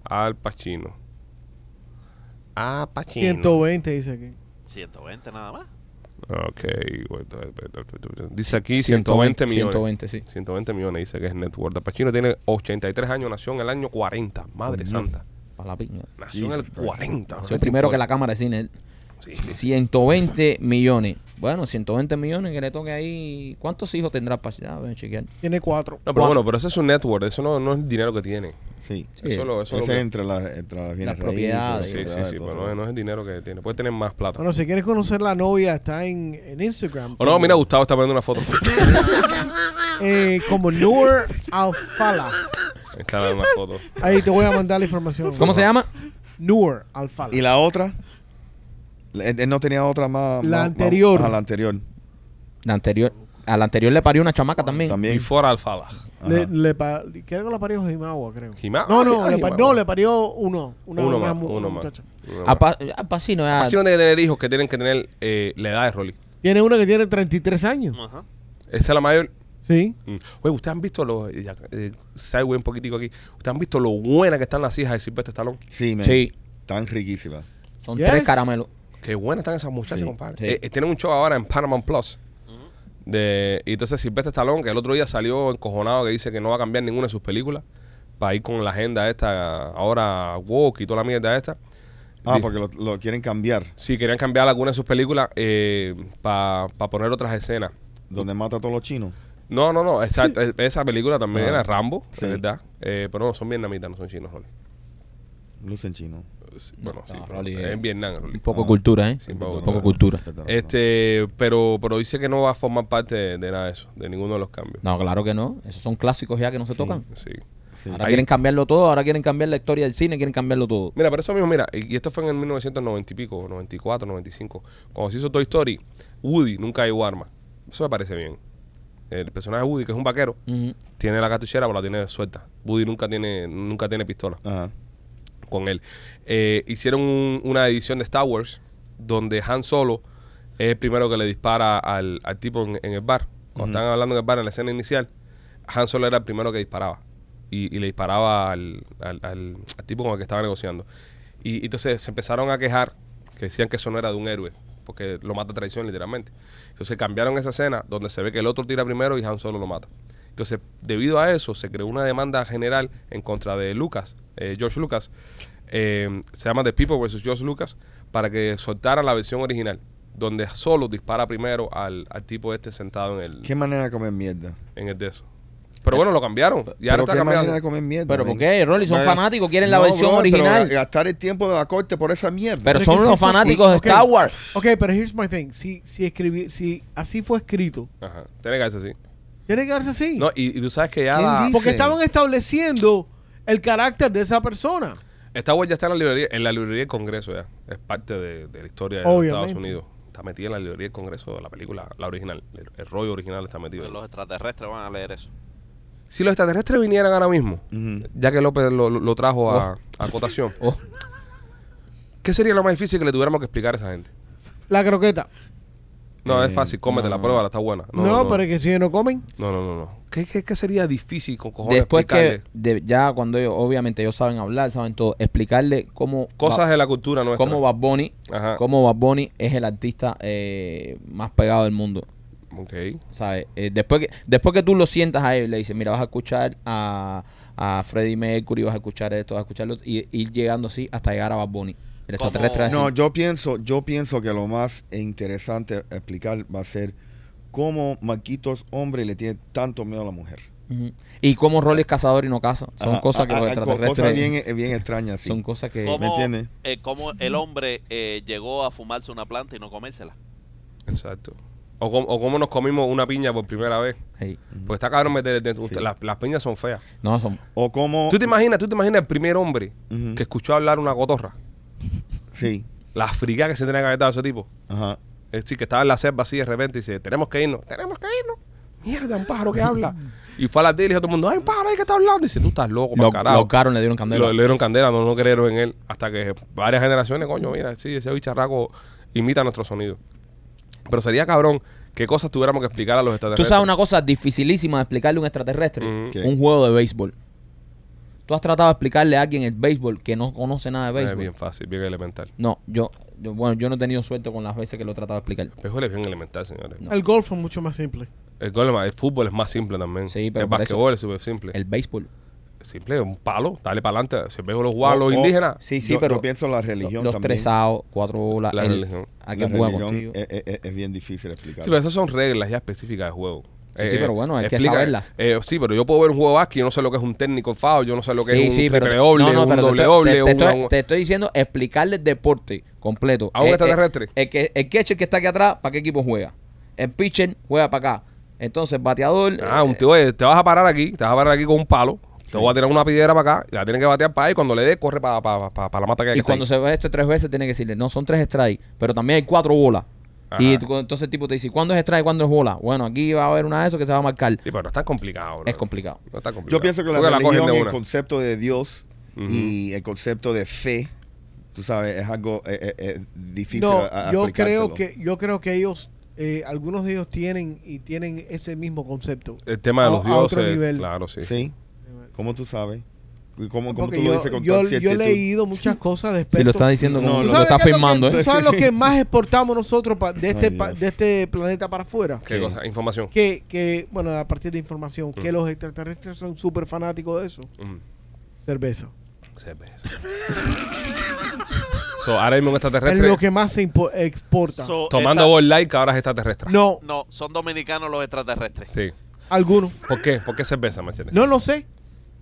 Speaker 1: al Pacino. A Pacino.
Speaker 3: 120 dice aquí.
Speaker 5: 120 nada más.
Speaker 1: Ok. Dice aquí 120
Speaker 2: 120
Speaker 1: millones.
Speaker 2: 120, sí.
Speaker 1: 120 millones dice que es net worth. Pachino tiene 83 años, nació en el año 40. Madre santa.
Speaker 2: Para la piña.
Speaker 1: Nació en el
Speaker 4: Jesus Christ.
Speaker 1: 40.
Speaker 2: Soy primero que la cámara de cine. él. 120 millones. Bueno, 120 millones que le toque ahí. ¿Cuántos hijos tendrá para allá? Voy a chequear.
Speaker 3: Tiene cuatro.
Speaker 1: No, pero bueno, pero ese es su net worth. Eso no, no es el dinero que tiene.
Speaker 4: Sí.
Speaker 2: Sí.
Speaker 1: Eso lo, eso
Speaker 4: Ese
Speaker 1: lo
Speaker 4: es
Speaker 1: que-
Speaker 4: entre, las entre las bienes
Speaker 2: Las
Speaker 1: Sí,
Speaker 4: raíces,
Speaker 2: propiedades.
Speaker 1: sí,
Speaker 4: propiedades,
Speaker 1: sí.
Speaker 4: todo
Speaker 1: Pero
Speaker 4: eso.
Speaker 1: no, no es el dinero que tiene. Puede tener más plata.
Speaker 3: Bueno, si quieres conocer la novia, está en, en Instagram.
Speaker 1: O Oh, no, mira, Gustavo está poniendo una foto. *laughs*
Speaker 3: Eh, como Noor Alfala.
Speaker 1: está dando una foto.
Speaker 3: Ahí te voy a mandar la información.
Speaker 2: ¿Cómo se llama?
Speaker 3: Noor Alfala.
Speaker 4: ¿Y la otra? Él, él no tenía otra más.
Speaker 3: La
Speaker 4: más-
Speaker 3: anterior.
Speaker 4: Más, ajá, la anterior.
Speaker 2: La anterior. A la anterior le parió una chamaca también.
Speaker 4: También.
Speaker 1: Before Alfala.
Speaker 3: Le,
Speaker 4: Ajá.
Speaker 3: le pa- creo que la parió Jimawa, creo.
Speaker 1: Jimawa,
Speaker 3: No, no,
Speaker 1: ah,
Speaker 3: le pa-
Speaker 1: Jimawa.
Speaker 3: no, le parió uno. Una,
Speaker 1: Uno
Speaker 3: una
Speaker 1: más.
Speaker 3: mu-
Speaker 1: Uno más.
Speaker 3: muchacha.
Speaker 1: Uno
Speaker 2: A,
Speaker 1: más.
Speaker 2: pa, a Pacino, ya-
Speaker 1: Pachino tiene que tener hijos que tienen que tener eh, la edad de Rolly.
Speaker 3: Tiene una que tiene 33 años.
Speaker 5: Ajá.
Speaker 1: Esa es la mayor.
Speaker 3: Sí.
Speaker 1: Mm. Oye, ¿ustedes han visto los. eh, ya, eh, sideways un poquitico aquí. ¿Ustedes han visto lo buena que están las hijas de Silvestre Stallone?
Speaker 4: Sí, man.
Speaker 2: Sí.
Speaker 4: Tan riquísimas.
Speaker 2: Son
Speaker 3: Yes.
Speaker 2: tres caramelos.
Speaker 1: Qué buenas están esas muchachas,
Speaker 4: Sí, Mm.
Speaker 1: compadre.
Speaker 2: sí.
Speaker 1: Eh, eh, tienen un show ahora en Paramount Plus. De, y entonces Silvestre Stallone, que el otro día salió encojonado que dice que no va a cambiar ninguna de sus películas para ir con la agenda esta, ahora woke y toda la mierda esta.
Speaker 4: Ah,
Speaker 1: Di-
Speaker 4: porque lo, lo quieren cambiar.
Speaker 1: Sí, querían cambiar alguna de sus películas para poner otras escenas.
Speaker 4: Donde mata a todos los chinos.
Speaker 1: No, no, no. Esa, es- esa película también
Speaker 4: Ah,
Speaker 1: era Rambo,
Speaker 4: sí.
Speaker 1: es verdad. Eh, pero no, son vietnamitas, no son chinos, Rolly.
Speaker 4: Lucen chinos.
Speaker 1: Sí, Bueno, sí.
Speaker 2: no,
Speaker 1: pero
Speaker 2: Rolly,
Speaker 1: es en Vietnam, Rolly.
Speaker 2: Un poco de cultura, ¿eh?
Speaker 1: Sí,
Speaker 4: Un
Speaker 1: poco-
Speaker 4: poco
Speaker 1: poco
Speaker 4: de
Speaker 2: cultura.
Speaker 4: Perdón, perdón.
Speaker 1: Este, pero, pero dice que no va a formar parte de, de nada de eso, de ninguno de los cambios.
Speaker 2: No, claro que no. Esos son clásicos ya que no se tocan.
Speaker 1: Sí.
Speaker 4: Sí.
Speaker 2: Ahora
Speaker 1: Ahí-
Speaker 2: quieren cambiarlo todo, ahora quieren cambiar la historia del cine, quieren cambiarlo todo.
Speaker 1: Mira, pero eso mismo, mira, y y esto fue en el 1990 y pico, 94, 95. Cuando se hizo Toy Story, Woody nunca llevó arma. Eso me parece bien. El personaje Woody, que es un vaquero,
Speaker 2: Ujú.
Speaker 1: tiene la cartuchera, pero la tiene suelta. Woody nunca tiene, nunca tiene pistola.
Speaker 4: Ajá.
Speaker 1: con él. Eh, hicieron un- una edición de Star Wars donde Han Solo es el primero que le dispara al, al tipo en, en el bar. Cuando estaban hablando en el bar en la escena inicial, Han Solo era el primero que disparaba. Y, y le disparaba al, al- al- al tipo con el que estaba negociando. Y, y entonces se empezaron a quejar que decían que eso no era de un héroe, porque lo mata a traición literalmente. Entonces cambiaron esa escena donde se ve que el otro tira primero y Han Solo lo mata. Entonces, debido a eso, se creó una demanda general en contra de Lucas, eh, George Lucas, eh, se llama The People vs. George Lucas, para que soltara la versión original, donde solo dispara primero al, al tipo este sentado en el,
Speaker 4: ¿Qué manera de comer mierda?
Speaker 1: en el de eso. Pero bueno, lo cambiaron. Y ahora
Speaker 4: Pero
Speaker 1: está
Speaker 4: qué manera de
Speaker 1: cambiando.
Speaker 4: comer mierda.
Speaker 2: Pero
Speaker 4: men.
Speaker 2: ¿por qué, Rolly? Son
Speaker 4: Man.
Speaker 2: fanáticos, quieren la
Speaker 4: No,
Speaker 2: versión
Speaker 4: brother, pero
Speaker 2: original.
Speaker 4: gastar el tiempo de la corte por esa mierda.
Speaker 2: Pero
Speaker 3: Pero
Speaker 2: son
Speaker 3: que
Speaker 2: unos
Speaker 3: sí, sí,
Speaker 2: fanáticos de
Speaker 3: ok.
Speaker 2: Star Wars.
Speaker 3: Ok, pero here's my thing. Si, si escribí, si así fue escrito,
Speaker 1: Ajá, tiene que hacerse así.
Speaker 3: tiene que quedarse así.
Speaker 1: No, y, y tú sabes que ya
Speaker 4: ¿Quién
Speaker 1: la,
Speaker 4: dice?
Speaker 3: Porque estaban estableciendo el carácter de esa persona.
Speaker 1: Esta web ya está en la librería, en la librería del Congreso ya. Es parte de, de la historia de
Speaker 3: Obviamente.
Speaker 1: Estados Unidos. Está metida en la librería del Congreso de la película, la original. El, el rollo original está metido. ahí.
Speaker 5: Los extraterrestres van a leer eso.
Speaker 1: Si los extraterrestres vinieran ahora mismo,
Speaker 4: Ujú.
Speaker 1: ya que López lo, lo- lo trajo a, a acotación,
Speaker 2: Oh.
Speaker 1: ¿qué sería lo más difícil que le tuviéramos que explicar a esa gente?
Speaker 3: La croqueta.
Speaker 1: No, es
Speaker 4: Eh,
Speaker 1: fácil, cómetela,
Speaker 2: no.
Speaker 1: pruébala, está buena.
Speaker 3: No, pero es que si ellos no comen.
Speaker 1: No, no, no, no. ¿Qué, qué, qué sería difícil con cojones
Speaker 2: Después que
Speaker 1: explicarle
Speaker 2: de- ya cuando ellos, obviamente ellos saben hablar, saben todo, explicarle cómo
Speaker 1: cosas
Speaker 2: Ba-
Speaker 1: de la cultura nuestra?
Speaker 2: cómo Bad Bunny,
Speaker 1: Ajá.
Speaker 2: cómo Bad Bunny es el artista eh, más pegado del mundo.
Speaker 1: Ok.
Speaker 2: ¿sabes? Eh, después, que, después que tú lo sientas a él, le dices, mira, vas a escuchar a, a Freddie Mercury, vas a escuchar esto, vas a escucharlo, y ir llegando así hasta llegar a Bad Bunny. El
Speaker 5: Como-
Speaker 2: extraterrestre así.
Speaker 4: No, yo pienso, yo pienso que lo más interesante a explicar va a ser cómo Marquitos hombre le tiene tanto miedo a la mujer.
Speaker 2: Ujú. Y cómo Rolly es cazador y no caza. Son
Speaker 4: Ajá,
Speaker 2: cosas que
Speaker 4: a-
Speaker 1: Ah,
Speaker 2: los
Speaker 4: a- Cosas
Speaker 2: extraterrestres...
Speaker 4: bien, eh, bien extrañas, sí.
Speaker 2: Son cosas que...
Speaker 5: ¿Cómo,
Speaker 4: entiendes?
Speaker 5: eh, cómo el hombre eh, llegó a fumarse una planta y no comérsela?
Speaker 1: Exacto. O, com- o cómo nos comimos una piña por primera vez.
Speaker 2: Sí.
Speaker 1: Porque está cabrón meter el dedo. Usted-
Speaker 4: Sí.
Speaker 1: Las, las piñas son feas.
Speaker 2: No, son...
Speaker 4: O cómo...
Speaker 1: ¿Tú te imaginas, tú te imaginas el primer hombre
Speaker 4: Ujú.
Speaker 1: que escuchó hablar una cotorra?
Speaker 4: Sí.
Speaker 1: La friga que se tenía que haber dado ese tipo.
Speaker 4: Ajá.
Speaker 1: Es decir, que estaba en la selva así de repente y dice, tenemos que irnos, tenemos que irnos. Mierda, un pájaro que habla. Y fue a la tele y dijo a todo el mundo, hay un pájaro ahí que está hablando. Y dice, tú estás loco,
Speaker 2: Lo,
Speaker 1: pa'l carajo".
Speaker 2: lo caro le dieron candela.
Speaker 1: Lo- le dieron candela, no, no creyeron en él. Hasta que varias generaciones, coño, mira, sí, ese bicharraco imita nuestro sonido. Pero sería cabrón qué cosas tuviéramos que explicar a los
Speaker 2: Tú
Speaker 1: extraterrestres. Mm.
Speaker 2: sabes una cosa dificilísima de explicarle a un extraterrestre.
Speaker 1: Ujú.
Speaker 4: ¿Qué?
Speaker 2: Un juego de béisbol. ¿Tú has tratado de explicarle a alguien el béisbol que no conoce nada de
Speaker 1: Es
Speaker 2: béisbol?
Speaker 1: bien fácil, bien elemental.
Speaker 2: No, yo, yo- bueno, yo no he tenido suerte con las veces que lo he tratado de explicar.
Speaker 1: El béisbol es bien elemental, señores.
Speaker 3: El golf es mucho más simple.
Speaker 1: El, gol- el fútbol es más simple también.
Speaker 2: Sí, pero
Speaker 1: el
Speaker 2: por eso-
Speaker 1: basquetbol es súper simple.
Speaker 2: El béisbol.
Speaker 1: Simple, un palo, dale para adelante. Si el béisbol lo jugaba a los
Speaker 4: O- o-
Speaker 1: indígenas,
Speaker 2: Sí, sí,
Speaker 4: Ah, yo,
Speaker 2: pero
Speaker 4: yo pienso la religión
Speaker 2: los
Speaker 4: también.
Speaker 2: tresados, cuatro bolas,
Speaker 1: La
Speaker 2: el-
Speaker 1: religión.
Speaker 2: a que
Speaker 4: la
Speaker 2: juega
Speaker 4: religión
Speaker 2: contigo.
Speaker 4: es, es- es bien difícil explicar.
Speaker 1: Sí, pero esas son reglas ya específicas de juego.
Speaker 2: Sí, sí, pero bueno, hay que saberlas.
Speaker 1: eh, sí, pero yo puedo ver un juego de básquet, yo no sé lo que es un técnico FAO, yo no sé lo que
Speaker 2: Sí,
Speaker 1: es un
Speaker 2: sí, pero
Speaker 1: triple doble,
Speaker 2: no, no,
Speaker 1: un
Speaker 2: pero te
Speaker 1: doble
Speaker 2: estoy-
Speaker 1: doble,
Speaker 2: te, te
Speaker 1: una-
Speaker 2: estoy, te estoy diciendo explicarle el deporte completo.
Speaker 1: ¿A un
Speaker 2: Eh, eh,
Speaker 1: extraterrestre?
Speaker 2: El, que, el catcher que está aquí atrás, ¿para qué equipo juega? El pitcher juega para acá. Entonces, bateador.
Speaker 1: Ah, un
Speaker 2: eh,
Speaker 1: tío, eh, te vas a parar aquí, te vas a parar aquí con un palo, te voy a tirar una piedra para acá, y la tienen que batear para ahí, cuando le dé, corre para, para, para, la mata que
Speaker 2: Y cuando se ve esto tres veces, tiene que decirle, no, son tres strikes, pero también hay cuatro bolas.
Speaker 1: Ajá.
Speaker 2: Y tú- entonces el tipo te dice, ¿cuándo es strike? ¿Cuándo es bola? Bueno, aquí va a haber una de esas que se va a marcar.
Speaker 1: Sí, pero no está complicado, bro.
Speaker 2: Es complicado.
Speaker 1: No está complicado.
Speaker 4: Yo pienso que la
Speaker 1: Porque cogen
Speaker 4: religión,
Speaker 1: de
Speaker 4: el
Speaker 1: una.
Speaker 4: concepto de Dios y el concepto de fe, tú sabes, es algo eh, eh, eh, difícil
Speaker 3: No,
Speaker 4: a- a
Speaker 3: yo
Speaker 4: aplicárselo.
Speaker 3: creo que yo creo que ellos, eh, algunos de ellos tienen y tienen ese mismo concepto.
Speaker 1: El tema de
Speaker 3: a-
Speaker 1: los
Speaker 3: a otro
Speaker 1: dioses,
Speaker 3: nivel.
Speaker 1: claro, sí.
Speaker 4: Sí. ¿Cómo tú sabes? ¿Y ¿Cómo, cómo
Speaker 3: Porque
Speaker 4: tú
Speaker 3: yo,
Speaker 4: lo dices con
Speaker 3: yo-
Speaker 4: tal
Speaker 3: yo
Speaker 4: ciertitud?
Speaker 3: he leído
Speaker 4: *laughs*
Speaker 3: muchas cosas de
Speaker 2: Si lo
Speaker 3: expertos.
Speaker 2: está diciendo,
Speaker 4: No,
Speaker 2: como
Speaker 4: no,
Speaker 3: ¿Tú
Speaker 2: lo
Speaker 3: sabes
Speaker 2: está
Speaker 3: qué es lo que-
Speaker 2: firmando, ¿eh?
Speaker 3: ¿Tú sabes
Speaker 4: Sí,
Speaker 3: lo
Speaker 4: sí.
Speaker 3: que más exportamos nosotros pa- de, este,
Speaker 4: Ay,
Speaker 3: pa-
Speaker 4: Dios.
Speaker 3: de este planeta para afuera?
Speaker 1: ¿Qué
Speaker 4: Sí.
Speaker 1: cosa? Información.
Speaker 3: Que, que, bueno, a partir de información, que los extraterrestres son súper fanáticos de eso.
Speaker 1: Mm.
Speaker 3: Cerveza.
Speaker 1: Cerveza. so, ahora mismo un
Speaker 3: Es
Speaker 1: extraterrestre
Speaker 3: lo que más se impo- exporta.
Speaker 5: So,
Speaker 1: tomando
Speaker 5: esta-
Speaker 1: ball light que ahora es extraterrestre.
Speaker 3: no,
Speaker 5: No, son dominicanos los extraterrestres.
Speaker 1: Sí.
Speaker 3: algunos.
Speaker 1: ¿Por qué? ¿Por qué cerveza, Machete?
Speaker 3: No lo sé.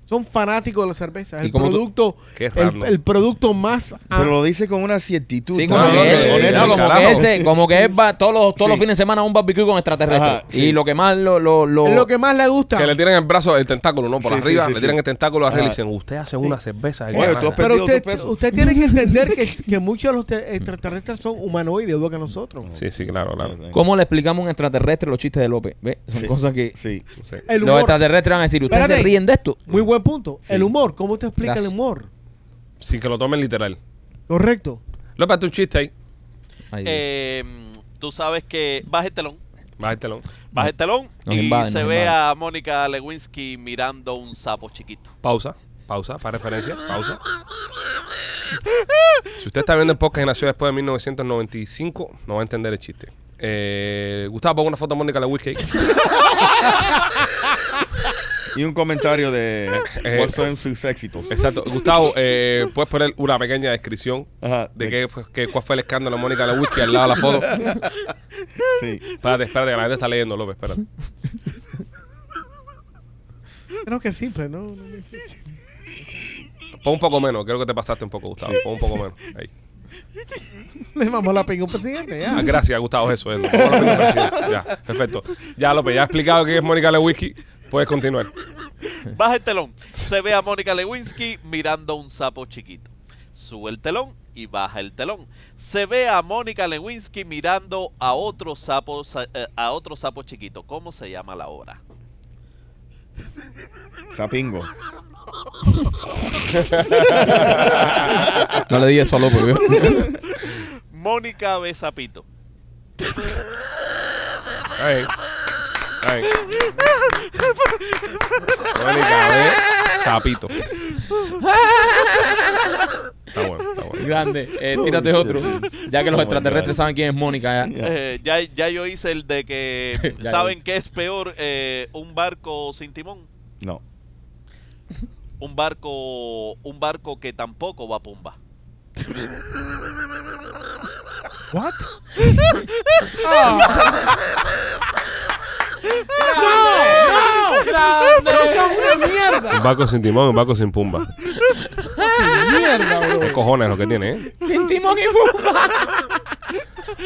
Speaker 3: Son fanáticos de la cerveza. Es
Speaker 2: ¿Y
Speaker 3: el
Speaker 2: cómo tú-
Speaker 3: producto,
Speaker 1: Qué
Speaker 3: el,
Speaker 1: raro.
Speaker 3: el producto más...
Speaker 4: Ah. Pero
Speaker 3: am-
Speaker 4: lo dice con una ciertitud.
Speaker 2: Sí,
Speaker 4: tan
Speaker 2: como que
Speaker 1: no,
Speaker 2: él,
Speaker 1: no,
Speaker 4: honesta.
Speaker 1: no,
Speaker 2: no, como
Speaker 1: carajo.
Speaker 2: que ese, como que él va todos los, todos los
Speaker 4: Sí.
Speaker 2: fines de semana a un barbecue con extraterrestres.
Speaker 4: Ajá, sí.
Speaker 2: Y lo que más lo, lo, lo-
Speaker 3: es lo que más le gusta.
Speaker 1: Que le tiran el brazo, el tentáculo, ¿no? Por
Speaker 4: Sí, sí,
Speaker 1: arriba,
Speaker 4: sí,
Speaker 1: le
Speaker 4: sí.
Speaker 1: tiran el tentáculo arriba y
Speaker 4: Ajá.
Speaker 1: dicen, usted hace una cerveza.
Speaker 4: Oye, tú has
Speaker 1: hermana".
Speaker 4: pe-
Speaker 3: Pero
Speaker 4: perdido
Speaker 3: usted,
Speaker 4: dos pesos.
Speaker 3: usted tiene que entender que, que muchos de los te- extraterrestres son humanoides, igual que nosotros.
Speaker 1: Sí, sí, claro, claro.
Speaker 2: ¿Cómo le explicamos a un extraterrestre los chistes de López? ¿Ve? Son
Speaker 4: Sí.
Speaker 2: cosas que
Speaker 4: Sí.
Speaker 1: Sí.
Speaker 3: El
Speaker 2: los
Speaker 3: humor.
Speaker 2: extraterrestres van a decir, ¿ustedes se
Speaker 3: Espérate.
Speaker 2: ríen de esto?
Speaker 3: Muy buen punto.
Speaker 4: Sí.
Speaker 3: El humor. ¿Cómo te explica
Speaker 2: Gracias.
Speaker 3: el humor?
Speaker 1: Sin que lo tomen literal.
Speaker 3: Correcto.
Speaker 1: López, hazte un chiste ahí.
Speaker 2: Ay, Dios.
Speaker 5: Eh, tú sabes que baja el telón.
Speaker 1: Bájatelo.
Speaker 5: Baja el telón
Speaker 2: Nos
Speaker 5: y
Speaker 2: invaden,
Speaker 5: se
Speaker 2: nos
Speaker 5: ve
Speaker 2: invaden.
Speaker 5: a Mónica Lewinsky mirando un sapo chiquito.
Speaker 1: Pausa. Pausa, para referencia. Pausa. Si usted está viendo el podcast que nació después de 1995, no va a entender el chiste. Eh, Gustavo, pon una foto de Mónica la whisky.
Speaker 4: Y un comentario de
Speaker 1: Eh,
Speaker 4: ¿Cuáles son sus éxitos?
Speaker 1: Exacto. Gustavo, eh, puedes poner una pequeña descripción
Speaker 4: Ajá.
Speaker 1: de qué, fue- qué- cuál fue el escándalo de Mónica la whisky al lado de la foto.
Speaker 4: Sí.
Speaker 1: Espérate, espérate, que la gente está leyendo, López, espérate.
Speaker 3: Creo que es simple, ¿no? *laughs* No es difícil.
Speaker 1: Pon un poco menos, creo que te pasaste un poco, Gustavo. Pon un poco menos. Ahí.
Speaker 3: Le mamó la pinga a un presidente, ya.
Speaker 1: *laughs* Ah, gracias, Gustavo, eso es. Ya, perfecto. Ya, López, ya he explicado quién es Mónica Lewinsky. Puedes continuar.
Speaker 2: *laughs*
Speaker 5: Baja el telón. Se ve a Mónica Lewinsky mirando un sapo chiquito. Sube el telón y baja el telón. Se ve a Mónica Lewinsky mirando a otro sapo sa- eh, a otro sapo chiquito. ¿Cómo se llama la obra?
Speaker 2: *laughs*
Speaker 4: Sapingo.
Speaker 2: No le di eso a López. ¿vio?
Speaker 5: Mónica ve sapito.
Speaker 1: Ahí. Ahí. Mónica, ve, sapito. Está bueno, está bueno.
Speaker 2: *laughs* Grande. Eh, tírate otro. Oh, Ya que los extraterrestres saben quién es Mónica. ya.
Speaker 5: Eh, ya, ya yo hice el de que
Speaker 2: *laughs* Ya
Speaker 5: saben
Speaker 2: hice.
Speaker 5: que es peor eh, un barco sin timón,
Speaker 4: No.
Speaker 5: un barco un barco que tampoco va a pumba.
Speaker 3: What? ¡No! ¡No! ¡No!
Speaker 1: Un barco sin timón, un barco sin pumba.
Speaker 3: ¡Mierda! ¡Mierda,
Speaker 1: ¿Qué
Speaker 3: bro!
Speaker 1: cojones lo que tiene, eh?
Speaker 2: Sin timón y pumba.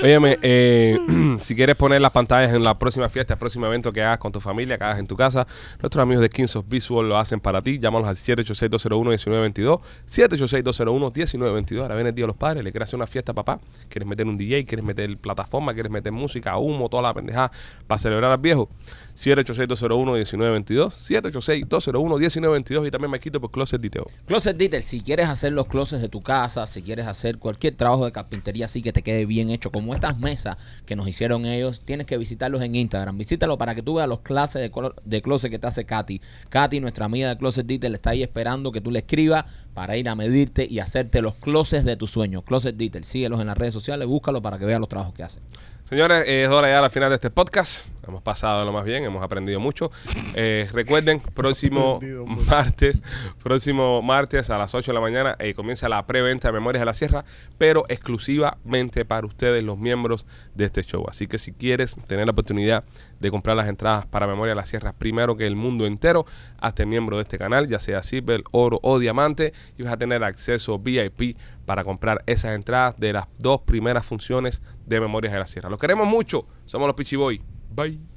Speaker 1: Óyeme, eh, *clears throat* si quieres poner las pantallas en la próxima fiesta, el próximo evento que hagas con tu familia, que hagas en tu casa, nuestros amigos de Kinsos Visual lo hacen para ti. Llámanos al 786-201-1922, 786-201-1922. Ahora viene el Día de los Padres, le quieres hacer una fiesta, papá. ¿Quieres meter un DJ? ¿Quieres meter plataforma? ¿Quieres meter música, humo, toda la pendejada para celebrar al viejo? 786-201-1922, 786-201-1922 y también me quito por Closet Diteo.
Speaker 2: Closet Dieter, si quieres hacer los closets de tu casa, si quieres hacer cualquier trabajo de carpintería así que te quede bien hecho con como estas mesas que nos hicieron ellos, tienes que visitarlos en Instagram. Visítalo para que tú veas los clases de, colo- de closet que te hace Katy. Katy, nuestra amiga de Closet Detail, está ahí esperando que tú le escribas para ir a medirte y hacerte los closets de tus sueños. Closet Detail, síguelos en las redes sociales, búscalo para que veas los trabajos que hacen.
Speaker 1: Señores, eh, es hora ya a la final de este podcast. Hemos pasado lo más bien, hemos aprendido mucho. Eh, recuerden, próximo
Speaker 3: Aprendido
Speaker 1: martes, próximo martes a las 8 de la mañana eh, comienza la preventa de Memorias de la Sierra, pero exclusivamente para ustedes, los miembros de este show. Así que si quieres tener la oportunidad de comprar las entradas para Memorias de la Sierra primero que el mundo entero, hazte miembro de este canal, ya sea Silver, Oro o Diamante, y vas a tener acceso VIP para comprar esas entradas de las dos primeras funciones de Memorias de la Sierra. Los queremos mucho. Somos los Pichiboy. Bye.